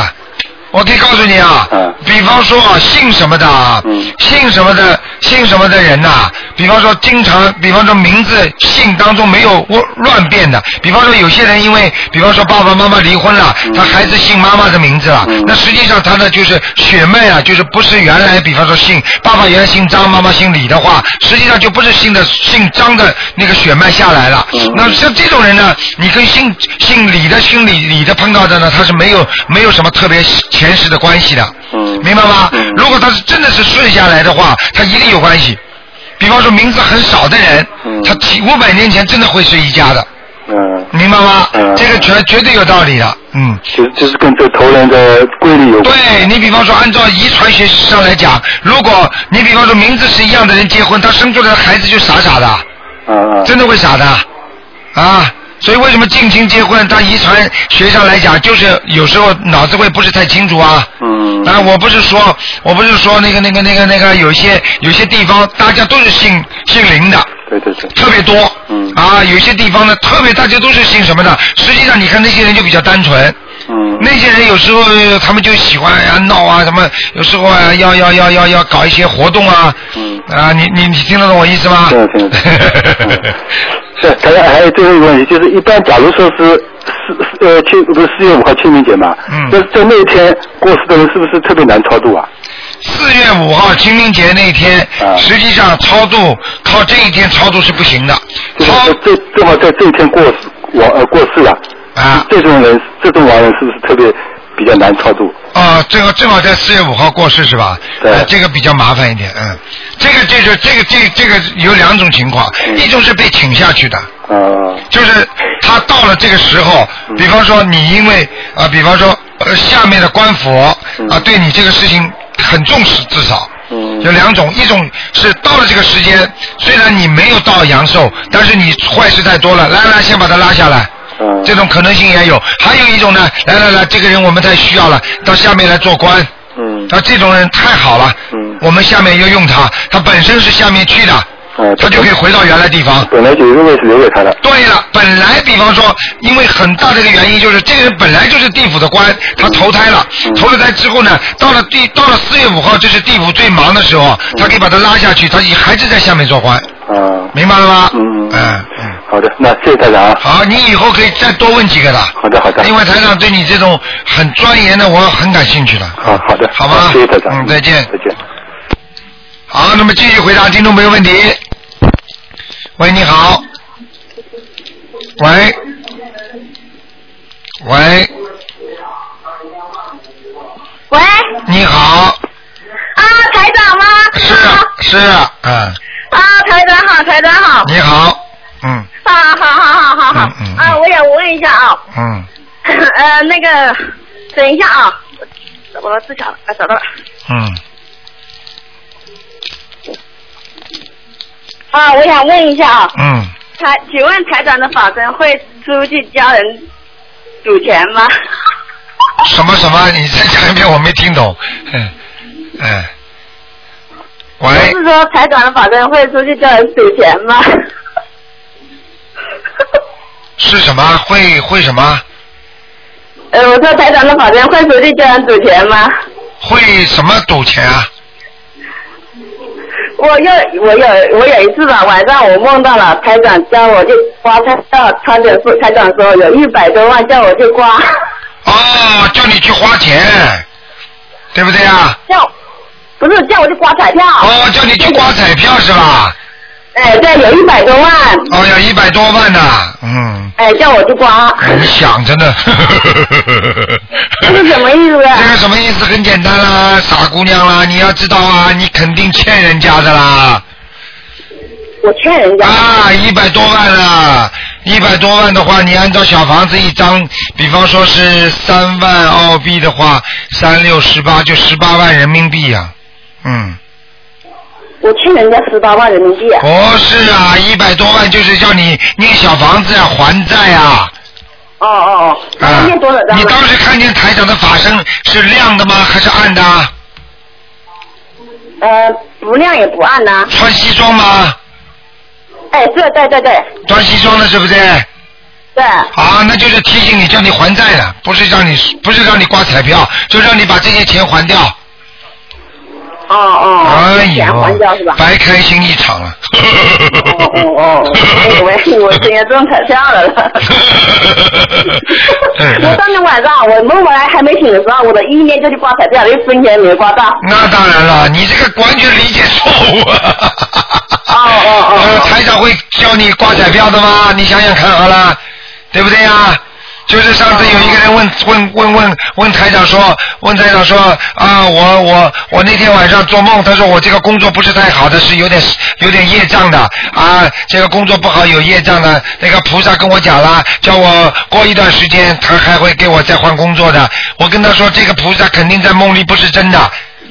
[SPEAKER 2] 我可以告诉你啊，比方说啊，姓什么的啊，姓什么的，姓什么的人呐、比方说经常，比方说名字姓当中没有乱变的，比方说有些人因为，比方说爸爸妈妈离婚了，他孩子姓妈妈的名字了，那实际上他的就是血脉啊，就是不是原来，比方说姓爸爸原来姓张，妈妈姓李的话，实际上就不是姓的姓张的那个血脉下来了。那像这种人呢，你跟姓姓李的、姓李李的碰到的呢，他是没有没有什么特别前世的关系的，明白吗？如果他是真的是顺下来的话，他一定有关系。比方说名字很少的人，他几五百年前真的会是一家的，
[SPEAKER 13] 嗯，
[SPEAKER 2] 明白吗？这个绝绝对有道理的。嗯，
[SPEAKER 13] 就就是跟这投人的规律有关。
[SPEAKER 2] 对你比方说，按照遗传学上来讲，如果你比方说名字是一样的人结婚，他生出来的孩子就傻傻的。
[SPEAKER 13] 嗯
[SPEAKER 2] 真的会傻的啊！所以为什么近亲结婚，他遗传学上来讲，就是有时候脑子会不是太清楚啊。
[SPEAKER 13] 嗯。
[SPEAKER 2] 啊，我不是说，我不是说那个那个那个那个，有些有些地方大家都是姓姓林的。
[SPEAKER 13] 对对对。
[SPEAKER 2] 特别多。嗯。啊，有些地方呢，特别大家都是姓什么的，实际上你看那些人就比较单纯。
[SPEAKER 13] 嗯。
[SPEAKER 2] 那些人有时候呃他们就喜欢啊闹啊什么，有时候啊要要要要要搞一些活动啊。嗯。啊，你你你听得懂我意思吗？
[SPEAKER 13] 对对对。是，还有还有最后一个问题，就是一般假如说是四四呃清不是四月五号清明节嘛？嗯。那在那一天过世的人是不是特别难超度啊？
[SPEAKER 2] 四月五号清明节那天，实际上超度靠这一天超度是不行的。
[SPEAKER 13] 就是这正好在这一天过世亡呃过世了。
[SPEAKER 2] 啊。
[SPEAKER 13] 这种人这种亡人是不是特别比较难超度？
[SPEAKER 2] 啊，正好正好在四月五号过世是吧？对、这个比较麻烦一点，嗯，这个这是这个这个这个有两种情况，一种是被请下去的，
[SPEAKER 13] 啊，
[SPEAKER 2] 就是他到了这个时候，比方说你因为啊、比方说呃下面的官佛啊、对你这个事情很重视，至少。有两种，一种是到了这个时间，虽然你没有到阳寿，但是你坏事太
[SPEAKER 13] 嗯
[SPEAKER 2] 多了，来来，先把他拉下来。这种可能性也有，还有一种呢，来来来，这个人我们太需要了，到下面来做官。
[SPEAKER 13] 嗯。
[SPEAKER 2] 那这种人太好了。嗯。我们下面要用他，他本身是下面去的。
[SPEAKER 13] 呃，
[SPEAKER 2] 他就可以回到原来地方。
[SPEAKER 13] 本来有一个位置留给他的。
[SPEAKER 2] 对了，本来比方说，因为很大的一个原因就是这个人本来就是地府的
[SPEAKER 13] 嗯
[SPEAKER 2] 官，他投胎了，投了胎之后呢，到了地到了四月五号，这是地府最忙的时候，他可以把他拉下去，他也还是在下面做官，
[SPEAKER 13] 啊。
[SPEAKER 2] 明白了吗？
[SPEAKER 13] 嗯嗯。好的，那谢谢台长啊。
[SPEAKER 2] 好，你以后可以再多问几个的。好
[SPEAKER 13] 的好的。
[SPEAKER 2] 另外，台长对你这种很钻研的，我很感兴趣的。
[SPEAKER 13] 好啊好的，
[SPEAKER 2] 好吗？
[SPEAKER 13] 谢谢台长。
[SPEAKER 2] 嗯，再见。
[SPEAKER 13] 再见。
[SPEAKER 2] 好，那么继续回答听众朋友问题。喂，你好。喂。哎喂，
[SPEAKER 4] 喂，
[SPEAKER 2] 你好，
[SPEAKER 4] 啊，台长吗？
[SPEAKER 2] 是啊，是啊，嗯，
[SPEAKER 4] 啊，台长好，台长好。
[SPEAKER 2] 你好，嗯
[SPEAKER 4] 啊，好好好好好。啊，我想问一下啊，
[SPEAKER 2] 嗯
[SPEAKER 4] 呃，那个，等一下啊，我自找了，啊找到了。
[SPEAKER 2] 嗯，
[SPEAKER 4] 啊，我想问一下啊，
[SPEAKER 2] 嗯，
[SPEAKER 4] 台，请问台长的法身会出去教人赌钱吗？
[SPEAKER 2] 什么什么？你再讲一遍，我没听懂。嗯嗯，
[SPEAKER 4] 我
[SPEAKER 2] 喂，
[SPEAKER 4] 是说台长的法身会出去教人赌钱吗？
[SPEAKER 2] 是什么？会会什么？
[SPEAKER 4] 呃，我说台长的法身会出去教人赌钱吗？
[SPEAKER 2] 会什么赌钱啊？
[SPEAKER 4] 我有我有我有一次吧，晚上我梦到了台长叫我去刮彩票，穿点是台长说有一百多万叫我去刮，
[SPEAKER 2] 哦，叫你去花钱，对不对啊？
[SPEAKER 4] 叫不是叫我去刮彩票。
[SPEAKER 2] 哦，叫你去刮彩票是吧？
[SPEAKER 4] 哎，对，有一百多万。
[SPEAKER 2] 哦，有一百多万呢、嗯。
[SPEAKER 4] 哎，叫我去刮。
[SPEAKER 2] 哎你想着呢。
[SPEAKER 4] 这是什么意思啊？
[SPEAKER 2] 这个什么意思？很简单啦，傻姑娘啦，你要知道啊，你肯定欠人家的啦。
[SPEAKER 4] 我欠人
[SPEAKER 2] 家。啊，一百多万啦，一百多万的话，你按照小房子一张，比方说是三万澳币的话，三六十八就十八万人民币呀、嗯。
[SPEAKER 4] 我欠人家十八万人民币啊。
[SPEAKER 2] 不是啊，一百多万就是叫你念小房子啊，还债啊。
[SPEAKER 4] 哦哦
[SPEAKER 2] 哦。啊。你当时看见台长的法身是亮的吗？还是暗的啊？
[SPEAKER 4] 呃，不亮也不暗呐、
[SPEAKER 2] 穿西装吗？
[SPEAKER 4] 哎，对对对对
[SPEAKER 2] 穿西装的是不是？
[SPEAKER 4] 对。
[SPEAKER 2] 啊，那就是提醒你，叫你还债的，不是让你不是让你刮彩票，就让你把这些钱还掉。
[SPEAKER 4] 哦哦。
[SPEAKER 2] 哎
[SPEAKER 4] 钱还掉是
[SPEAKER 2] 呦
[SPEAKER 4] 吧，
[SPEAKER 2] 白开心一场啊了。
[SPEAKER 4] 哦哦哦，哎我我今天中彩票了了。
[SPEAKER 2] 嗯
[SPEAKER 4] 我当天晚上我梦回来还没醒的时候，我的意念就去刮彩票，一分钱没刮到。
[SPEAKER 2] 那当然了，你这个完全理解错误啊！哦 哦哦！台长会教你刮彩票的吗？你想想看好了，对不对呀、就是上次有一个人问问问问问台长说，问台长说啊，我我我那天晚上做梦，他说我这个工作不是太好的，是有点有点业障的啊，这个工作不好有业障的，那个菩萨跟我讲了，叫我过一段时间他还会给我再换工作的。我跟他说这个菩萨肯定在梦里不是真的，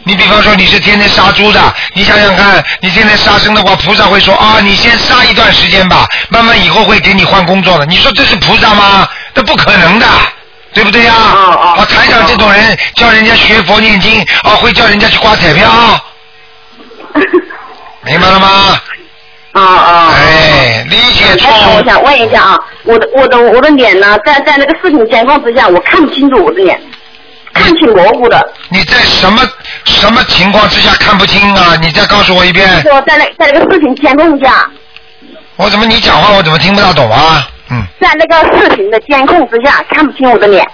[SPEAKER 2] 你比方说你是天天杀猪的，你想想看，你天天杀生的话，菩萨会说啊，你先杀一段时间吧，慢慢以后会给你换工作的。你说这是菩萨吗？那不可能的，对不对呀？啊啊！台长这种人叫人家学佛念经，啊，会叫人家去刮彩票， 明白了吗？
[SPEAKER 4] 啊啊！
[SPEAKER 2] 哎，理解错
[SPEAKER 4] 哎我想问一下啊，我的我的我的脸呢，在在那个视频监控之下，我看不清楚我的脸，看起模糊的。
[SPEAKER 2] 你在什么什么情况之下看不清啊？你再告诉我一 遍。
[SPEAKER 4] 说在那在那个视频监控下，
[SPEAKER 2] 我怎么你讲话我怎么听不大懂啊？嗯，
[SPEAKER 4] 在那个视频的监控之下看不清我的脸。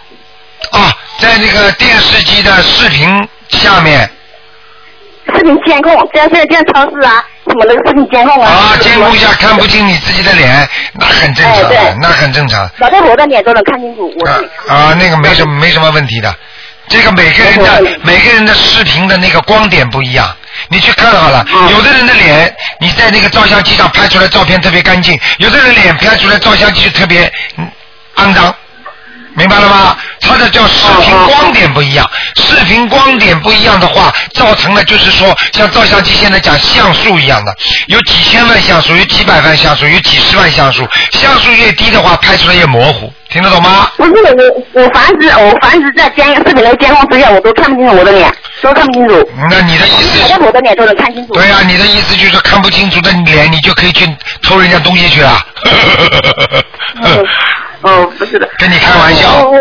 [SPEAKER 2] 啊，在那个电视机的视频下面
[SPEAKER 4] 视频监控，这样现在电超市啊什么的视频监控啊。
[SPEAKER 2] 啊，监控下看不清你自己的脸，那很正常的，那很正常。
[SPEAKER 4] 老太婆的脸都能看清楚，我
[SPEAKER 2] 啊啊，那个没什么没什么问题的。这个每个人的每个人的视频的那个光点不一样，你去看好了。有的人的脸，你在那个照相机上拍出来照片特别干净，有的人脸拍出来照相机就特别嗯肮脏，明白了吗？它的叫视频光点不一样，视频光点不一样的话，造成了就是说，像照相机现在讲像素一样的，有几千万像素，有几百万像素，有几十万像素，像素越低的话，拍出来越模糊，听得懂吗？
[SPEAKER 4] 不是我，我凡是我凡是在监视频的监控之下，我都看不清楚我的脸，都看不清楚。
[SPEAKER 2] 嗯那你的意思？
[SPEAKER 4] 老太婆的脸都能看清楚。
[SPEAKER 2] 对呀、啊你的意思就是看不清楚的脸，你就可以去偷人家东西去 啊？
[SPEAKER 4] 哦，不是的。
[SPEAKER 2] 跟你开玩笑。
[SPEAKER 4] 我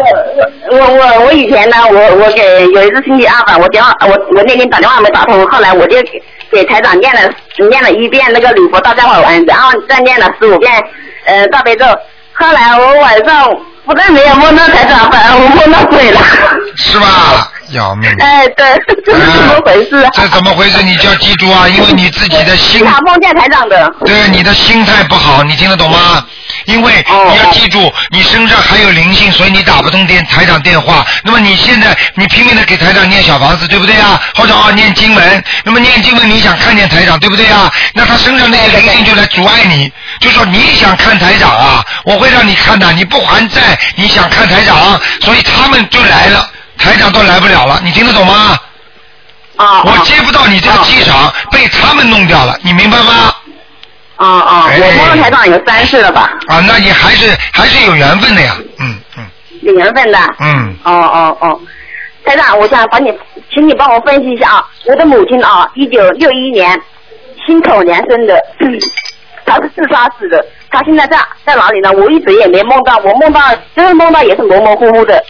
[SPEAKER 4] 我我我以前呢，我我给有一次星期二吧，我电话我我那天打电话没打通，后来我就给给台长念了念了一遍那个礼佛大忏悔文，然后再念了十五遍呃大悲咒。后来我晚上不但没有梦到台长，反而我梦到鬼了。
[SPEAKER 2] 是吧？要命！
[SPEAKER 4] 哎， 对，这是怎么回事、啊
[SPEAKER 2] 这怎么回事？你就要记住啊，因为你自己的心
[SPEAKER 4] 经，常梦见台长的。
[SPEAKER 2] 对你的心态不好，你听得懂吗？因为你要记住，你身上还有灵性，所以你打不通电台长电话。那么你现在你拼命的给台长念小房子，对不对啊？或者啊念经文，那么念经文你想看见台长，对不对啊？那他身上那些灵性就来阻碍你，就说你想看台长啊，我会让你看的，你不还债，你想看台长，所以他们就来了，台长都来不了了，你听得懂吗？
[SPEAKER 4] 啊
[SPEAKER 2] 我接不到你这个气场，被他们弄掉了，你明白吗？哎
[SPEAKER 4] 啊啊！我梦到台长有三世了吧？
[SPEAKER 2] 啊，那你还是还是有缘分的呀，嗯
[SPEAKER 4] 有缘分的。
[SPEAKER 2] 嗯，
[SPEAKER 4] 哦哦哦，台长，我想把你，请你帮我分析一下啊，我的母亲啊，一九六一年辛丑年生的， 她是自杀死的，她现在在在哪里呢？我一直也没梦到，我梦到就是梦到也是模模糊糊的。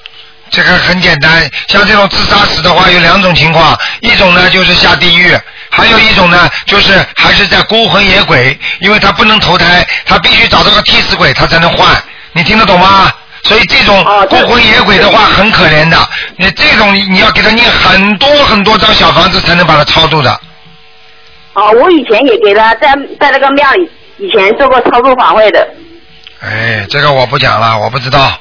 [SPEAKER 2] 这个很简单，像这种自杀死的话，有两种情况，一种呢就是下地狱，还有一种呢就是还是在孤魂野鬼，因为他不能投胎，他必须找到个替死鬼，他才能换。你听得懂吗？所以这种
[SPEAKER 4] 啊
[SPEAKER 2] 孤魂野鬼的话很可怜的，你这种你要给他念很多很多张小房子才能把他超度的。
[SPEAKER 4] 啊，我以前也给她在在那个庙里以前做过超度法会的。
[SPEAKER 2] 哎，这个我不讲了，我不知道。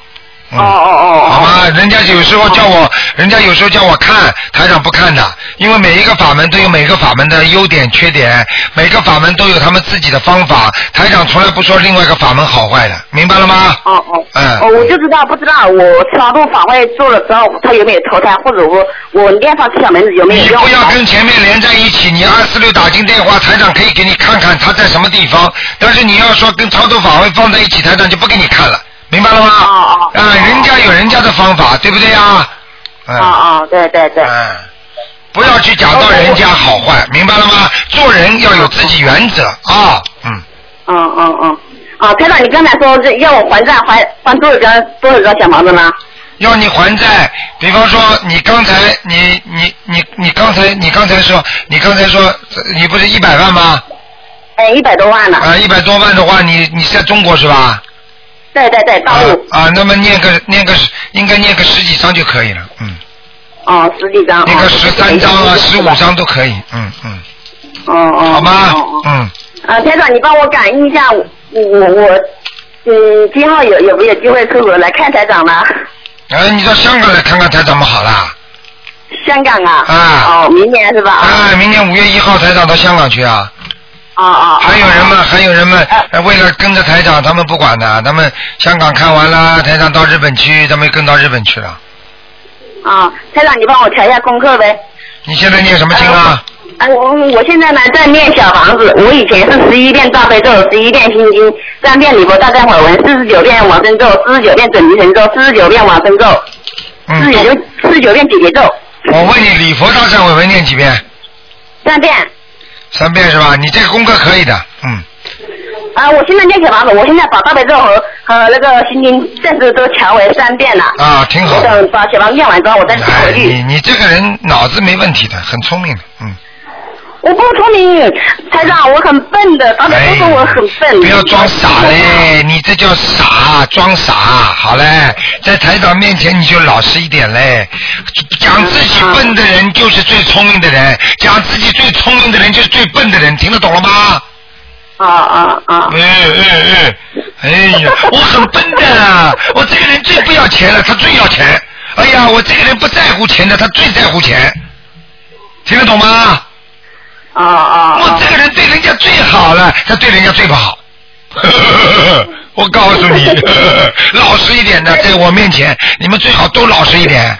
[SPEAKER 2] 嗯、哦
[SPEAKER 4] 哦哦，
[SPEAKER 2] 好吧，人家有时候叫我，人家有时候叫我看，台长不看的，因为每一个法门都有每个法门的优点缺点，每个法门都有他们自己的方法，台长从来不说另外一个法门好坏的，明白了吗？
[SPEAKER 4] 哦哦，
[SPEAKER 2] 嗯
[SPEAKER 4] 哦，我就知道不知道我超度法会做了之后，他有没有投胎，或者我我念上小门子有没有
[SPEAKER 2] 你
[SPEAKER 4] 用？
[SPEAKER 2] 不要跟前面连在一起，你二四六打进电话，台长可以给你看看他在什么地方，但是你要说跟超度法会放在一起，台长就不给你看了，明白了吗？
[SPEAKER 4] 哦
[SPEAKER 2] 啊、人家有人家的方法，对不对啊？啊
[SPEAKER 4] 啊，对对对。
[SPEAKER 2] 嗯，不要去讲到人家
[SPEAKER 4] 哦
[SPEAKER 2] 好坏，明白了吗？做人要有自己原则啊，嗯。
[SPEAKER 4] 嗯嗯嗯，啊，台长，你刚才说这要我还债还还多少张多少张小房子呢？
[SPEAKER 2] 要你还债，比方说你刚才你你你你刚才你刚才说你刚才说你不是一百万吗？
[SPEAKER 4] 哎，一百多万呢。
[SPEAKER 2] 啊，一百多万的话，你你在中国是吧？
[SPEAKER 4] 对对对，大陆。
[SPEAKER 2] 啊，那么念个念个应该念个十几张就可以了，嗯，
[SPEAKER 4] 哦，十几张。
[SPEAKER 2] 念个十三张啊，十五张
[SPEAKER 4] 都。
[SPEAKER 2] 都可以，嗯嗯，
[SPEAKER 4] 哦哦。
[SPEAKER 2] 好吗？嗯，
[SPEAKER 4] 啊，台长，你帮我感应一下，我我我，嗯，今后有有没有机会出国来看台长呢？
[SPEAKER 2] 哎，你到香港来看看台长们好啦。
[SPEAKER 4] 香港啊。
[SPEAKER 2] 啊。
[SPEAKER 4] 哦，明年是吧？
[SPEAKER 2] 啊，明年五月一号台长到香港去啊。
[SPEAKER 4] 啊啊。
[SPEAKER 2] 还有人们，还有人们，呃为了跟着台长，他们不管的，他们香港看完了，台长到日本去，他们跟到日本去了。
[SPEAKER 4] 啊，台长，你帮我调一下功课呗。
[SPEAKER 2] 你现在念什么经啊？
[SPEAKER 4] 啊，我我现在呢在念小房子，我以前是十一遍大悲咒，十一遍心经，三遍礼佛大忏悔文，四十九遍往生咒，四十九遍准提神咒，四十九遍往生咒，
[SPEAKER 2] 嗯
[SPEAKER 4] 四十九四十九遍解结咒，
[SPEAKER 2] 我问你，礼佛大忏悔文念几遍？
[SPEAKER 4] 呃三遍。
[SPEAKER 2] 三遍是吧？你这个功课可以的，嗯。
[SPEAKER 4] 啊，我现在念小房子，我现在把大悲咒和和那个心经暂时都调为三遍了。
[SPEAKER 2] 啊，挺好
[SPEAKER 4] 我等把小房子念完之后，我再调
[SPEAKER 2] 哎
[SPEAKER 4] 回去。
[SPEAKER 2] 你你这个人脑子没问题的，很聪明的，嗯。
[SPEAKER 14] 我不聪明，台长，我很笨的，大家
[SPEAKER 2] 哎
[SPEAKER 14] 都说我 很笨。
[SPEAKER 2] 不要装傻嘞，你这叫傻，装傻。好嘞，在台长面前你就老实一点嘞。讲自己笨的人就是最聪明的人，讲自己最聪明的人就是最笨的人，听得懂了吗？
[SPEAKER 14] 啊啊啊！
[SPEAKER 2] 嗯嗯嗯，哎呀，我很笨的，我这个人最不要钱了，他最要钱。哎呀，我这个人不在乎钱的，他最在乎钱，听得懂吗？
[SPEAKER 14] 啊啊！
[SPEAKER 2] 我这个人对人家最好了，他对人家最不好。 我告诉你， 老实一点的，在我面前，你们最好都老实一点。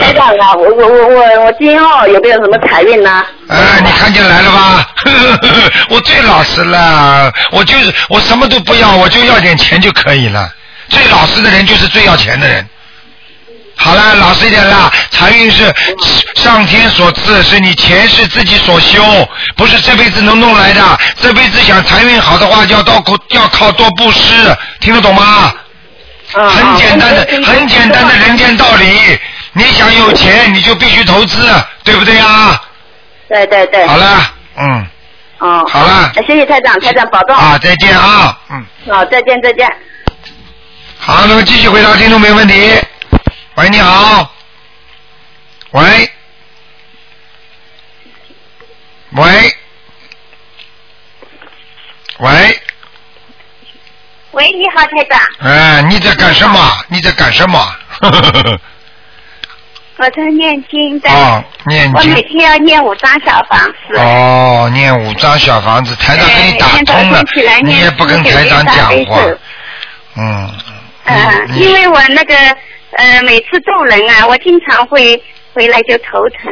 [SPEAKER 14] 台长啊，我我我我我今后有没有什么财运呢？
[SPEAKER 2] 哎，你看见来了吧？ 我最老实了，我就是我什么都不要，我就要点钱就可以了。最老实的人就是最要钱的人。好了，老实一点啦。财运是上天所赐，是你前世自己所修，不是这辈子能弄来的。这辈子想财运好的话，就要到要靠多布施，听得懂吗？很简单的，很简单的人间道理。你想有钱，你就必须投资，对不对啊？
[SPEAKER 14] 对对对。
[SPEAKER 2] 好了，嗯，
[SPEAKER 14] 哦，
[SPEAKER 2] 好了，
[SPEAKER 15] 哎
[SPEAKER 14] 谢谢台长，台长保重。
[SPEAKER 2] 啊，再见啊，嗯，
[SPEAKER 15] 哦
[SPEAKER 14] 好，再见再见。
[SPEAKER 2] 好，那么继续回答听众没问题。喂，你好。喂。喂。喂，
[SPEAKER 15] 喂，你好，台长，
[SPEAKER 2] 哎，你在干什么？你在干什 么？
[SPEAKER 15] 我在念经的，
[SPEAKER 2] 哦，念
[SPEAKER 15] 我每
[SPEAKER 2] 经。
[SPEAKER 15] 天要念五张小房子。
[SPEAKER 2] 哦，念五张小房子，台长给你打通了
[SPEAKER 15] 每天早上起来，
[SPEAKER 2] 你
[SPEAKER 15] 念
[SPEAKER 2] 也不跟台长讲
[SPEAKER 15] 49
[SPEAKER 2] 话
[SPEAKER 15] 大悲咒。
[SPEAKER 2] 嗯，
[SPEAKER 15] 呃，因为我那个呃，每次咒人啊，我经常会回来就头疼，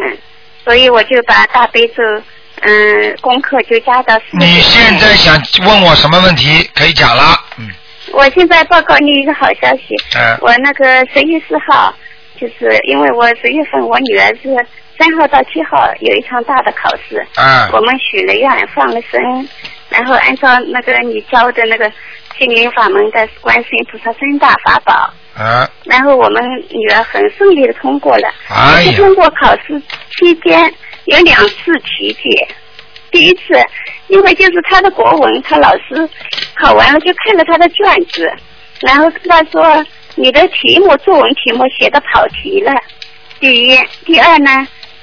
[SPEAKER 15] 所以我就把大悲咒嗯功课就加到四。
[SPEAKER 2] 你现在想问我什么问题？可以讲了。嗯，
[SPEAKER 15] 我现在报告你一个好消息，
[SPEAKER 2] 哎，
[SPEAKER 15] 我那个十月四号，就是因为我十月份我女儿是三号到七号有一场大的考试，
[SPEAKER 2] 啊
[SPEAKER 15] 我们许了愿放了生，然后按照那个你教的那个心灵法门的观世音菩萨三大法宝，
[SPEAKER 2] 啊，
[SPEAKER 15] 然后我们女儿很顺利的通过了。
[SPEAKER 2] 哎
[SPEAKER 15] 就
[SPEAKER 2] 呀
[SPEAKER 15] 通过考试期间有两次体检，第一次因为就是她的国文，她老师考完了就看了她的卷子，然后跟她说你的题目作文题目写的跑题了，第一，第二呢，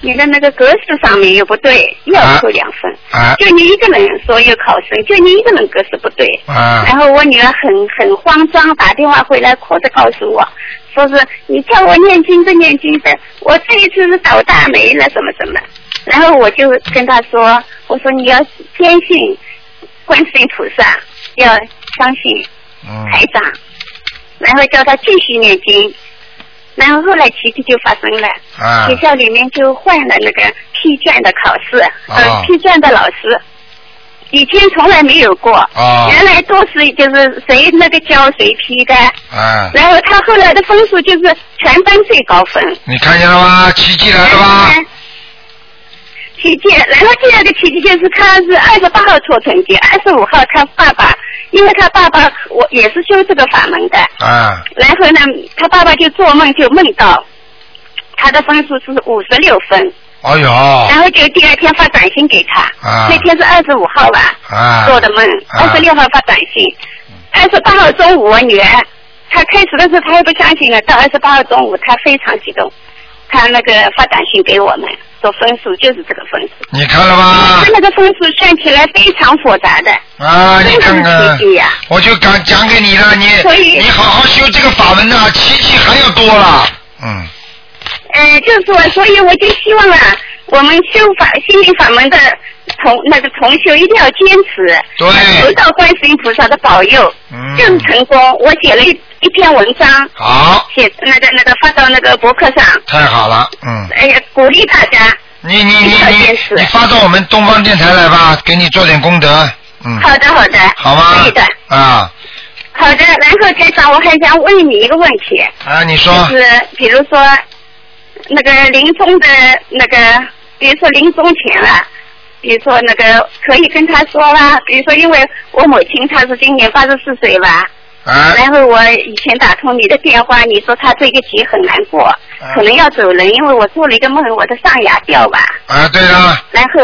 [SPEAKER 15] 你的那个格式上面又不对，又要扣两分。
[SPEAKER 2] 啊
[SPEAKER 15] 就你一个人所有考生，就你一个人格式不对。
[SPEAKER 2] 啊
[SPEAKER 15] 然后我女儿很很慌张，打电话回来哭着告诉我，说是你叫我念经的念经的，我这一次是倒大霉了，什么什么。然后我就跟她说，我说你要坚信观世音菩萨，要相信
[SPEAKER 2] 嗯
[SPEAKER 15] 台长，然后叫她继续念经。然后后来奇迹就发生了，
[SPEAKER 2] 啊
[SPEAKER 15] 学校里面就换了那个批卷的考试，
[SPEAKER 2] 啊
[SPEAKER 15] 呃，批卷的老师，以前从来没有过，
[SPEAKER 2] 啊
[SPEAKER 15] 原来都是就是谁那个教谁批的，
[SPEAKER 2] 啊，
[SPEAKER 15] 然后他后来的分数就是全班最高分，
[SPEAKER 2] 你看见了吗？奇迹来了吧？
[SPEAKER 15] 奇迹，然后第二个奇迹就是他是二十八号错成绩，二十五号他爸爸，因为他爸爸我也是修这个法门的，
[SPEAKER 2] 啊
[SPEAKER 15] 然后呢，他爸爸就做梦就梦到他的分数是五十六分，
[SPEAKER 2] 哎呦，
[SPEAKER 15] 然后就第二天发短信给他，
[SPEAKER 2] 啊
[SPEAKER 15] 那天是二十五号吧、
[SPEAKER 2] 啊，
[SPEAKER 15] 做的梦，二十六号发短信，二十八号中午我女儿，她开始的时候她还不相信呢，啊到二十八号中午她非常激动，她那个发短信给我们说分数就是这个分数，
[SPEAKER 2] 你看了吗？
[SPEAKER 15] 她那个分数算起来非常复杂的，
[SPEAKER 2] 啊，你看
[SPEAKER 15] 真的
[SPEAKER 2] 看
[SPEAKER 15] 是奇迹呀、
[SPEAKER 2] 我就讲讲给你了，你
[SPEAKER 15] 所以
[SPEAKER 2] 你好好修这个法门呐、奇迹还要多了。嗯，
[SPEAKER 15] 呃，就是我，所以我就希望啊，我们修法心灵法门的同那个同修一定要坚持，
[SPEAKER 2] 对
[SPEAKER 15] 得到观世音菩萨的保佑，
[SPEAKER 2] 嗯
[SPEAKER 15] 更成功。我写了一一篇文章，
[SPEAKER 2] 好，
[SPEAKER 15] 写那个那个发到那个博客上，
[SPEAKER 2] 太好了，嗯，
[SPEAKER 15] 哎呀，鼓励大家。
[SPEAKER 2] 你你你你你发到我们东方电台来吧，给你做点功德，嗯，
[SPEAKER 15] 好的，好的，
[SPEAKER 2] 好吗？
[SPEAKER 15] 可以的，
[SPEAKER 2] 啊
[SPEAKER 15] 好的。然后台长，我还想问你一个问题，
[SPEAKER 2] 啊，你
[SPEAKER 15] 就
[SPEAKER 2] 说，
[SPEAKER 15] 是比如说那个临终的那个，比如说临终前啊，比如说那个可以跟他说啦、比如说因为我母亲她是今年八十四岁吧，
[SPEAKER 13] 啊
[SPEAKER 2] 哎
[SPEAKER 15] 然后我以前打通你的电话，你说他这个节很难过，可能要走人，因为我做了一个梦，我的上牙掉吧。
[SPEAKER 2] 啊，对了，
[SPEAKER 15] 然后，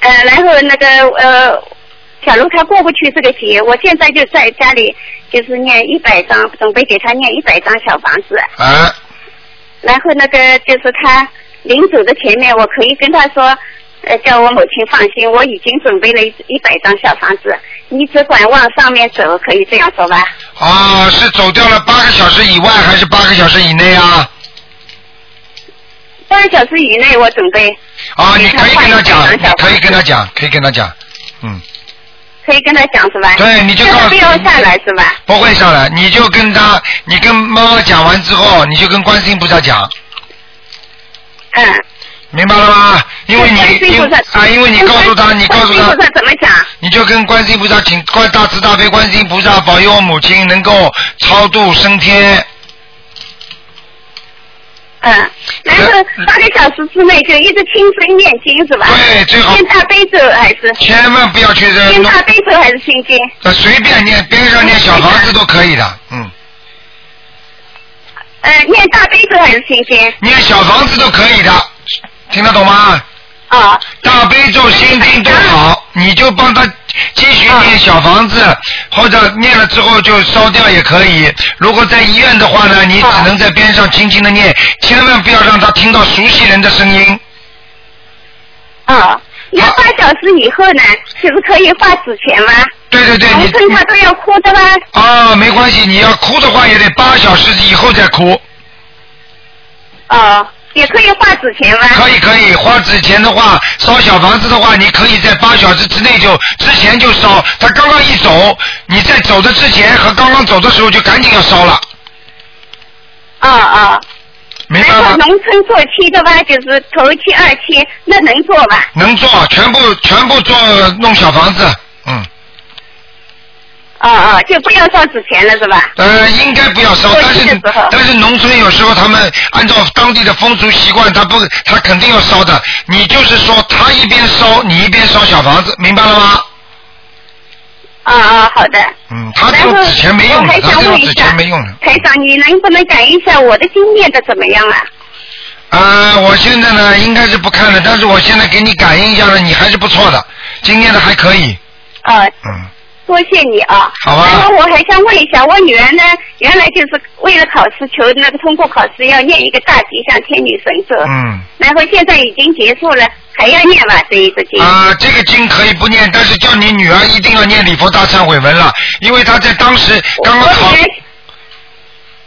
[SPEAKER 15] 呃，然后那个呃，假如他过不去这个节，我现在就在家里就是念一百张，准备给他念一百张小房子。
[SPEAKER 2] 啊。
[SPEAKER 15] 然后那个就是他临走的前面，我可以跟他说，呃，叫我母亲放心，我已经准备了一一百张小房子，你只管往上面走，可以这样说吧？
[SPEAKER 2] 啊，是走掉了八个小时以外，还是八个小时以内啊？
[SPEAKER 15] 半小时以内我准备
[SPEAKER 2] 啊，你可以跟他讲，你可以跟他讲，可以跟他讲，
[SPEAKER 15] 可以跟他讲是吧？
[SPEAKER 2] 对你就
[SPEAKER 15] 现在
[SPEAKER 2] 告诉
[SPEAKER 15] 不要下来是吧？
[SPEAKER 2] 不会上来，你就跟他，你跟妈妈讲完之后，你就跟观世音菩萨讲。
[SPEAKER 15] 嗯。
[SPEAKER 2] 明白了吗？因为
[SPEAKER 15] 观世
[SPEAKER 2] 你
[SPEAKER 15] 音
[SPEAKER 2] 因
[SPEAKER 15] 菩萨
[SPEAKER 2] 啊，因为你告诉他，你告诉
[SPEAKER 15] 观世音
[SPEAKER 2] 他
[SPEAKER 15] 菩萨怎么讲？
[SPEAKER 2] 你就跟观世音菩萨请观大慈大悲观世音菩萨保佑我母亲能够超度升天。
[SPEAKER 15] 嗯，然后八个小时之内就一直亲身念经是吧？
[SPEAKER 2] 对，最好
[SPEAKER 15] 念大悲咒还是？
[SPEAKER 2] 千万不要去扔
[SPEAKER 15] 念大悲咒还是心经？
[SPEAKER 2] 呃，随便念，边上念小房子都可以的，嗯，
[SPEAKER 15] 呃，念大悲咒还是心经？
[SPEAKER 2] 念小房子都可以的，听得懂吗？
[SPEAKER 15] 啊。
[SPEAKER 2] 大悲咒心经都好，你就帮他继续念小房子，或者念了之后就烧掉也可以。如果在医院的话呢，你只能在边上轻轻的念，千万不要让他听到熟悉人的声音。
[SPEAKER 15] 啊，那八小时以后呢，就是可以画纸钱吗？
[SPEAKER 2] 对对对，
[SPEAKER 15] 你跟他都要哭的吗？
[SPEAKER 2] 啊，没关系，你要哭的话也得八小时以后再哭。
[SPEAKER 15] 啊，也可以画纸钱吗？
[SPEAKER 2] 可以可以，花纸钱的话，烧小房子的话，你可以在八小时之内就之前就烧。他刚刚一走，你在走的之前和刚刚走的时候就赶紧要烧了。
[SPEAKER 15] 啊啊。
[SPEAKER 2] 明
[SPEAKER 15] 白后农村做七的吧，就是头七二七，那能做吧？
[SPEAKER 2] 能做，全部全部做弄小房子，嗯，
[SPEAKER 15] 啊啊，就不要烧纸钱了是吧？
[SPEAKER 2] 呃，应该不要烧，但是但是农村有时候他们按照当地的风俗习惯，他不他肯定要烧的。你就是说他一边烧，你一边烧小房子，明白了吗？
[SPEAKER 15] 啊啊，好的。
[SPEAKER 2] 嗯，他这种纸钱没用
[SPEAKER 15] 然
[SPEAKER 2] 的，他
[SPEAKER 15] 后我还想
[SPEAKER 2] 这
[SPEAKER 15] 问
[SPEAKER 2] 种
[SPEAKER 15] 一
[SPEAKER 2] 纸
[SPEAKER 15] 下
[SPEAKER 2] 钱没用的。
[SPEAKER 15] 台长，你能不能讲一下我的经念的怎么样啊？
[SPEAKER 2] 啊，我现在呢应该是不看了，但是我现在给你感应一下呢，你还是不错的，今天的还可以。
[SPEAKER 15] 啊，
[SPEAKER 2] 嗯，
[SPEAKER 15] 多谢你啊。
[SPEAKER 2] 好啊
[SPEAKER 15] 然后我还想问一下，我女儿呢，原来就是为了考试求那个通过考试要念一个大吉祥天女神咒，
[SPEAKER 2] 嗯。
[SPEAKER 15] 然后现在已经结束了，还要念吧这一个经。
[SPEAKER 2] 啊，这个经可以不念，但是叫你女儿一定要念礼佛大忏悔文了，因为她在当时刚刚考。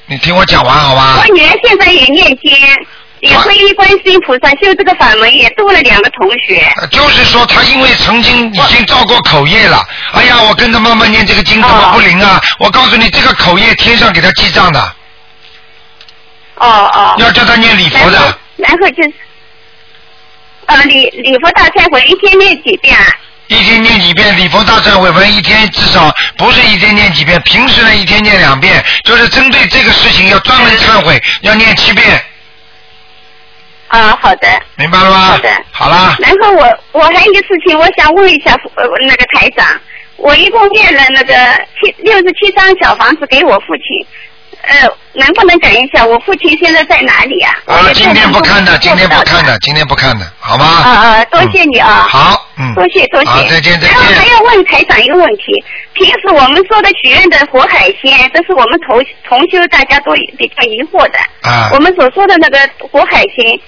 [SPEAKER 2] 你听我讲完好吧？
[SPEAKER 15] 我女儿现在也念经，
[SPEAKER 2] 啊
[SPEAKER 15] 也皈依观世音菩萨，修这个法门，也度了两个同学。
[SPEAKER 2] 呃就是说，他因为曾经已经造过口业了。哎呀，我跟着妈妈念这个经怎么不灵啊？我告诉你，这个口业天上给他记账的，
[SPEAKER 15] 哦哦。
[SPEAKER 2] 要叫她念礼佛的。
[SPEAKER 15] 然后就是，呃，礼礼佛大忏悔一天念几遍啊？
[SPEAKER 2] 一天念几遍礼佛大忏悔文，一天至少不是一天念几遍，平时呢一天念两遍，就是针对这个事情要专门忏悔，要念七遍，
[SPEAKER 15] 啊，好的。
[SPEAKER 2] 明白了吗？
[SPEAKER 15] 好的。
[SPEAKER 2] 好啦，
[SPEAKER 15] 然后我我还有一个事情，我想问一下呃那个台长，我一共念了那个七六十七张小房子给我父亲，呃，能不能讲一下我父亲现在在哪里啊？
[SPEAKER 2] 啊，今天不看的，今天不看的，今天不看的，好吗？
[SPEAKER 15] 啊啊，多谢你啊！
[SPEAKER 2] 嗯好，嗯，
[SPEAKER 15] 多谢多谢。
[SPEAKER 2] 好再见再见
[SPEAKER 15] 然后还要问台长一个问题，平时我们说的许愿的活海鲜，这是我们同同修大家都比较疑惑的。
[SPEAKER 2] 啊
[SPEAKER 15] 我们所说的那个活海鲜，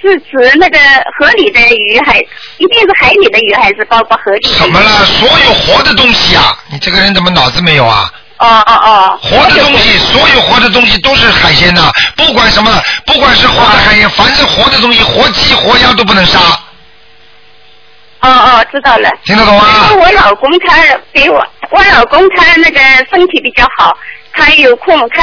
[SPEAKER 15] 是指那个河里的鱼还一定是海里的鱼，还是包括河里的鱼？
[SPEAKER 2] 怎么了？所有活的东西啊，你这个人怎么脑子没有啊？
[SPEAKER 15] 哦哦哦。
[SPEAKER 2] 活的东西，所有活的东西都是海鲜呐、不管什么，不管是活的海鲜，凡是活的东西，活鸡、活鸭都不能杀。啊
[SPEAKER 15] 哦哦，知道了。
[SPEAKER 2] 听得懂吗？
[SPEAKER 15] 因为我老公他给我，我老公他那个身体比较好，他有空他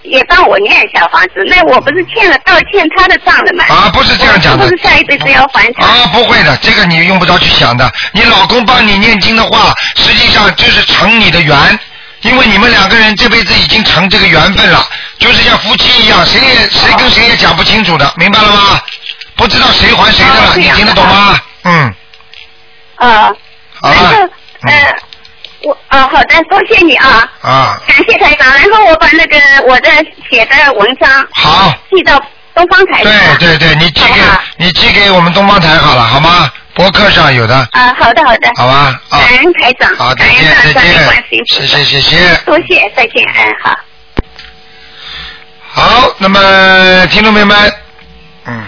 [SPEAKER 15] 也帮我念小房子。那我不是欠了道歉他的账了吗？
[SPEAKER 2] 啊，不是这样讲的。
[SPEAKER 15] 是不是下一辈子要还他？
[SPEAKER 2] 啊，不会的，这个你用不着去想的。你老公帮你念经的话，实际上就是成你的缘，因为你们两个人这辈子已经成这个缘分了，就是像夫妻一样，谁也谁跟谁也讲不清楚的，明白了吗？不知道谁还谁的
[SPEAKER 15] 哦
[SPEAKER 2] 了，你听得懂吗？嗯，
[SPEAKER 15] 啊。
[SPEAKER 2] 好了。嗯
[SPEAKER 15] 呃，我哦，好的，多谢你啊，
[SPEAKER 2] 啊，
[SPEAKER 15] 感谢台长。然后我把那个我的写的文章
[SPEAKER 2] 好
[SPEAKER 15] 寄到东方台上。
[SPEAKER 2] 哦对对对，你寄给你寄给我们东方台好了，好吗？博客上有的，
[SPEAKER 15] 啊，好的好的。
[SPEAKER 2] 好吧？啊，
[SPEAKER 15] 感恩台长，
[SPEAKER 2] 好，再
[SPEAKER 15] 感恩
[SPEAKER 2] 见再
[SPEAKER 15] 台长，没关
[SPEAKER 2] 见
[SPEAKER 15] 系，，
[SPEAKER 2] 谢谢谢谢。
[SPEAKER 15] 多谢，再见，嗯，好。
[SPEAKER 2] 好，那么听众朋友们，嗯，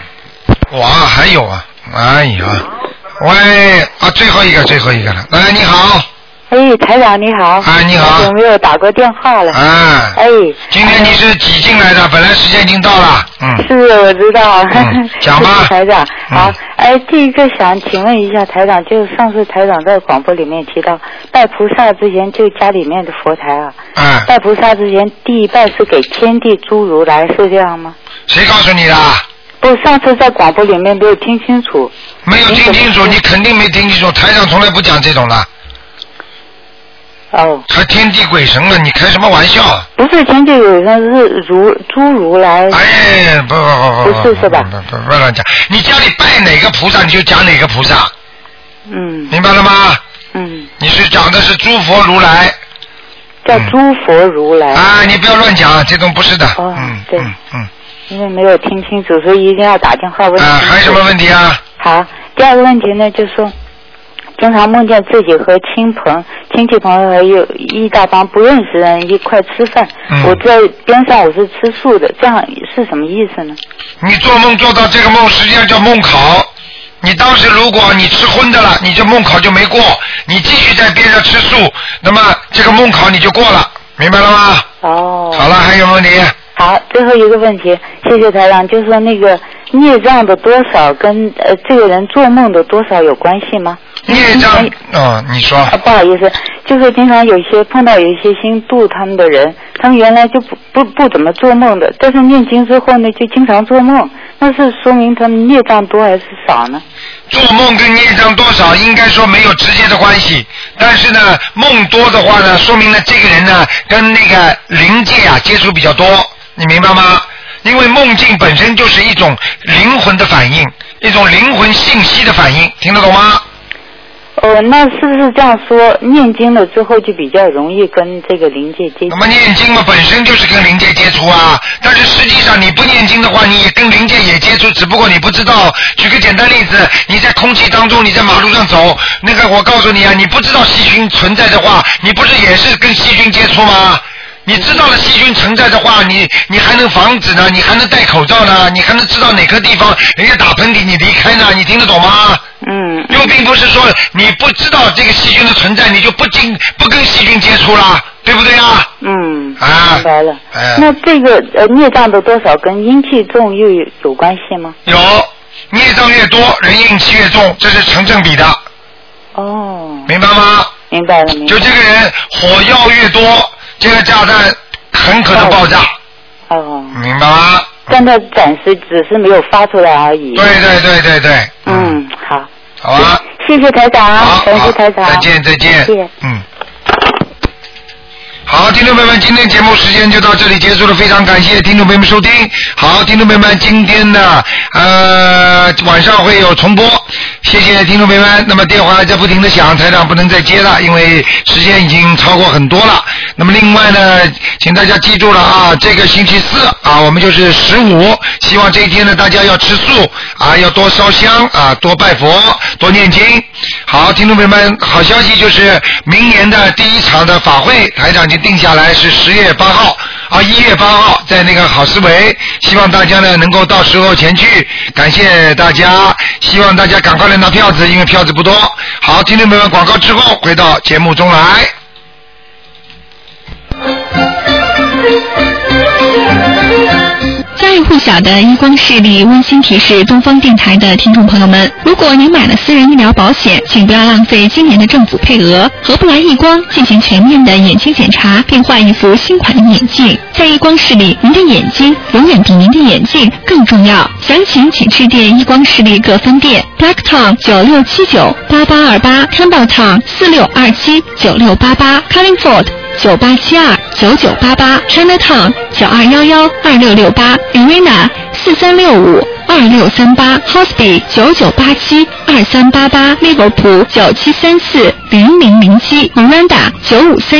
[SPEAKER 2] 哇，还有啊，哎呀，喂啊，最后一个最后一个了，来，你好，
[SPEAKER 16] 哎，台长你好。
[SPEAKER 2] 啊，你好。
[SPEAKER 16] 有没有打过电话了？
[SPEAKER 2] 啊，
[SPEAKER 16] 哎，
[SPEAKER 2] 今天你是挤进来的，本来时间已经到了，嗯，
[SPEAKER 16] 是我知道。
[SPEAKER 2] 讲吧嗯
[SPEAKER 16] 谢谢台长。好，哎，第一个想请问一下台长，就是上次台长在广播里面提到，拜菩萨之前就家里面的佛台啊，
[SPEAKER 2] 嗯，
[SPEAKER 16] 拜菩萨之前第一拜是给天地诸如来，是这样吗？
[SPEAKER 2] 谁告诉你的？
[SPEAKER 16] 不，上次在广播里面没有听清楚。
[SPEAKER 2] 没有听清楚，你肯定没听清楚，台上从来不讲这种的。
[SPEAKER 16] 哦。
[SPEAKER 2] 还天地鬼神了，你开什么玩笑？
[SPEAKER 16] 不是天地有像是如诸如来。
[SPEAKER 2] 哎，不不不不，
[SPEAKER 16] 不是是吧？
[SPEAKER 2] 不不乱讲，你家里拜哪个菩萨你就讲哪个菩萨，
[SPEAKER 16] 嗯
[SPEAKER 2] 明白了吗？
[SPEAKER 16] 嗯，
[SPEAKER 2] 你是讲的是诸佛如来
[SPEAKER 16] 叫诸佛如来。
[SPEAKER 2] 啊，你不要乱讲，这种不是的。嗯，
[SPEAKER 16] 对，
[SPEAKER 2] 嗯，
[SPEAKER 16] 因为没有听清楚，所以一定要打电话问。啊，还有
[SPEAKER 2] 什么问题啊？
[SPEAKER 16] 好，第二个问题呢，就是说经常梦见自己和亲朋、亲戚朋友还有一大帮不认识人一块吃饭，
[SPEAKER 2] 嗯
[SPEAKER 16] 我在边上我是吃素的，这样是什么意思呢？
[SPEAKER 2] 你做梦做到这个梦，实际上叫梦考。你当时如果你吃荤的了，你这梦考就没过；你继续在边上吃素，那么这个梦考你就过了，明白了吗？
[SPEAKER 16] 哦。
[SPEAKER 2] 好了，还有没有问题？
[SPEAKER 16] 好，最后一个问题，谢谢台长，就是说那个孽障的多少跟呃这个人做梦的多少有关系吗？
[SPEAKER 2] 孽障，哦，你说。
[SPEAKER 16] 啊，不好意思，就是经常有一些碰到有一些心度他们的人，他们原来就不不不怎么做梦的，但是念经之后呢，就经常做梦，那是说明他们孽障多还是少呢？
[SPEAKER 2] 做梦跟孽障多少应该说没有直接的关系，但是呢，梦多的话呢，说明呢这个人呢跟那个灵界啊接触比较多，你明白吗？因为梦境本身就是一种灵魂的反应，一种灵魂信息的反应，听得懂吗？
[SPEAKER 16] 哦，那是不是这样说，念经了之后就比较容易跟这个灵界接
[SPEAKER 2] 那么念经嘛，本身就是跟灵界接触啊。但是实际上你不念经的话，你也跟灵界也接触，只不过你不知道。举个简单例子，你在空气当中，你在马路上走，那个我告诉你啊，你不知道细菌存在的话，你不是也是跟细菌接触吗？你知道了细菌存在的话，你你还能防止呢，你还能戴口罩呢，你还能知道哪个地方人家打喷嚏你离开呢，你听得懂吗？
[SPEAKER 16] 嗯。
[SPEAKER 2] 又并不是说你不知道这个细菌的存在，你就不进不跟细菌接触啦，对不对啊？
[SPEAKER 16] 嗯，
[SPEAKER 2] 啊
[SPEAKER 16] 明白了。
[SPEAKER 2] 哎
[SPEAKER 16] 那这个呃孽障的多少跟阴气重又有有关系吗？
[SPEAKER 2] 有孽障越多，人运气越重，这是成正比的。
[SPEAKER 16] 哦。
[SPEAKER 2] 明白吗？
[SPEAKER 16] 明白了，明
[SPEAKER 2] 就这个人火药越多，这个炸弹很可能爆炸，
[SPEAKER 16] 哦，
[SPEAKER 2] 明白吗？
[SPEAKER 16] 但它暂时只是没有发出来而已。
[SPEAKER 2] 对对对对对，
[SPEAKER 16] 嗯，好，
[SPEAKER 2] 好吧。
[SPEAKER 16] 谢谢台长，感谢台长，
[SPEAKER 2] 再见再见
[SPEAKER 16] 谢谢。
[SPEAKER 2] 嗯。好，听众朋友们，今天节目时间就到这里结束了，非常感谢听众朋友们收听。好，听众朋友们，今天呢，呃，晚上会有重播，谢谢听众朋友们。那么电话还在不停的响，台长不能再接了，因为时间已经超过很多了。那么另外呢，请大家记住了啊，这个星期四啊，我们就是十五，希望这一天呢，大家要吃素啊，要多烧香啊，多拜佛，多念经。好，听众朋友们，好消息就是明年的第一场的法会，台长已经定下来是十月八号啊，一月八号在那个好思维，希望大家呢能够到时候前去，感谢大家，希望大家赶快来拿票子，因为票子不多。好，听众朋友们，广告之后回到节目中来。
[SPEAKER 17] 家喻户晓的一光视力温馨提示东方电台的听众朋友们：如果您买了私人医疗保险，请不要浪费今年的政府配额，合不来一光进行全面的眼睛检查，并换一副新款的眼镜。在一光视力，您的眼睛永远比您的眼镜更重要。详情请致电一光视力各分店：Blacktown 九六七九八八二八，Campbelltown 四六二七九六八八，Carlingford。
[SPEAKER 3] 九八七二九九八八，Chinatown 九二幺幺二六六八，Irina 四三六五二六三八，Hosby 九九八七二三八八，利物浦九七三四零零零七，Miranda 九五三。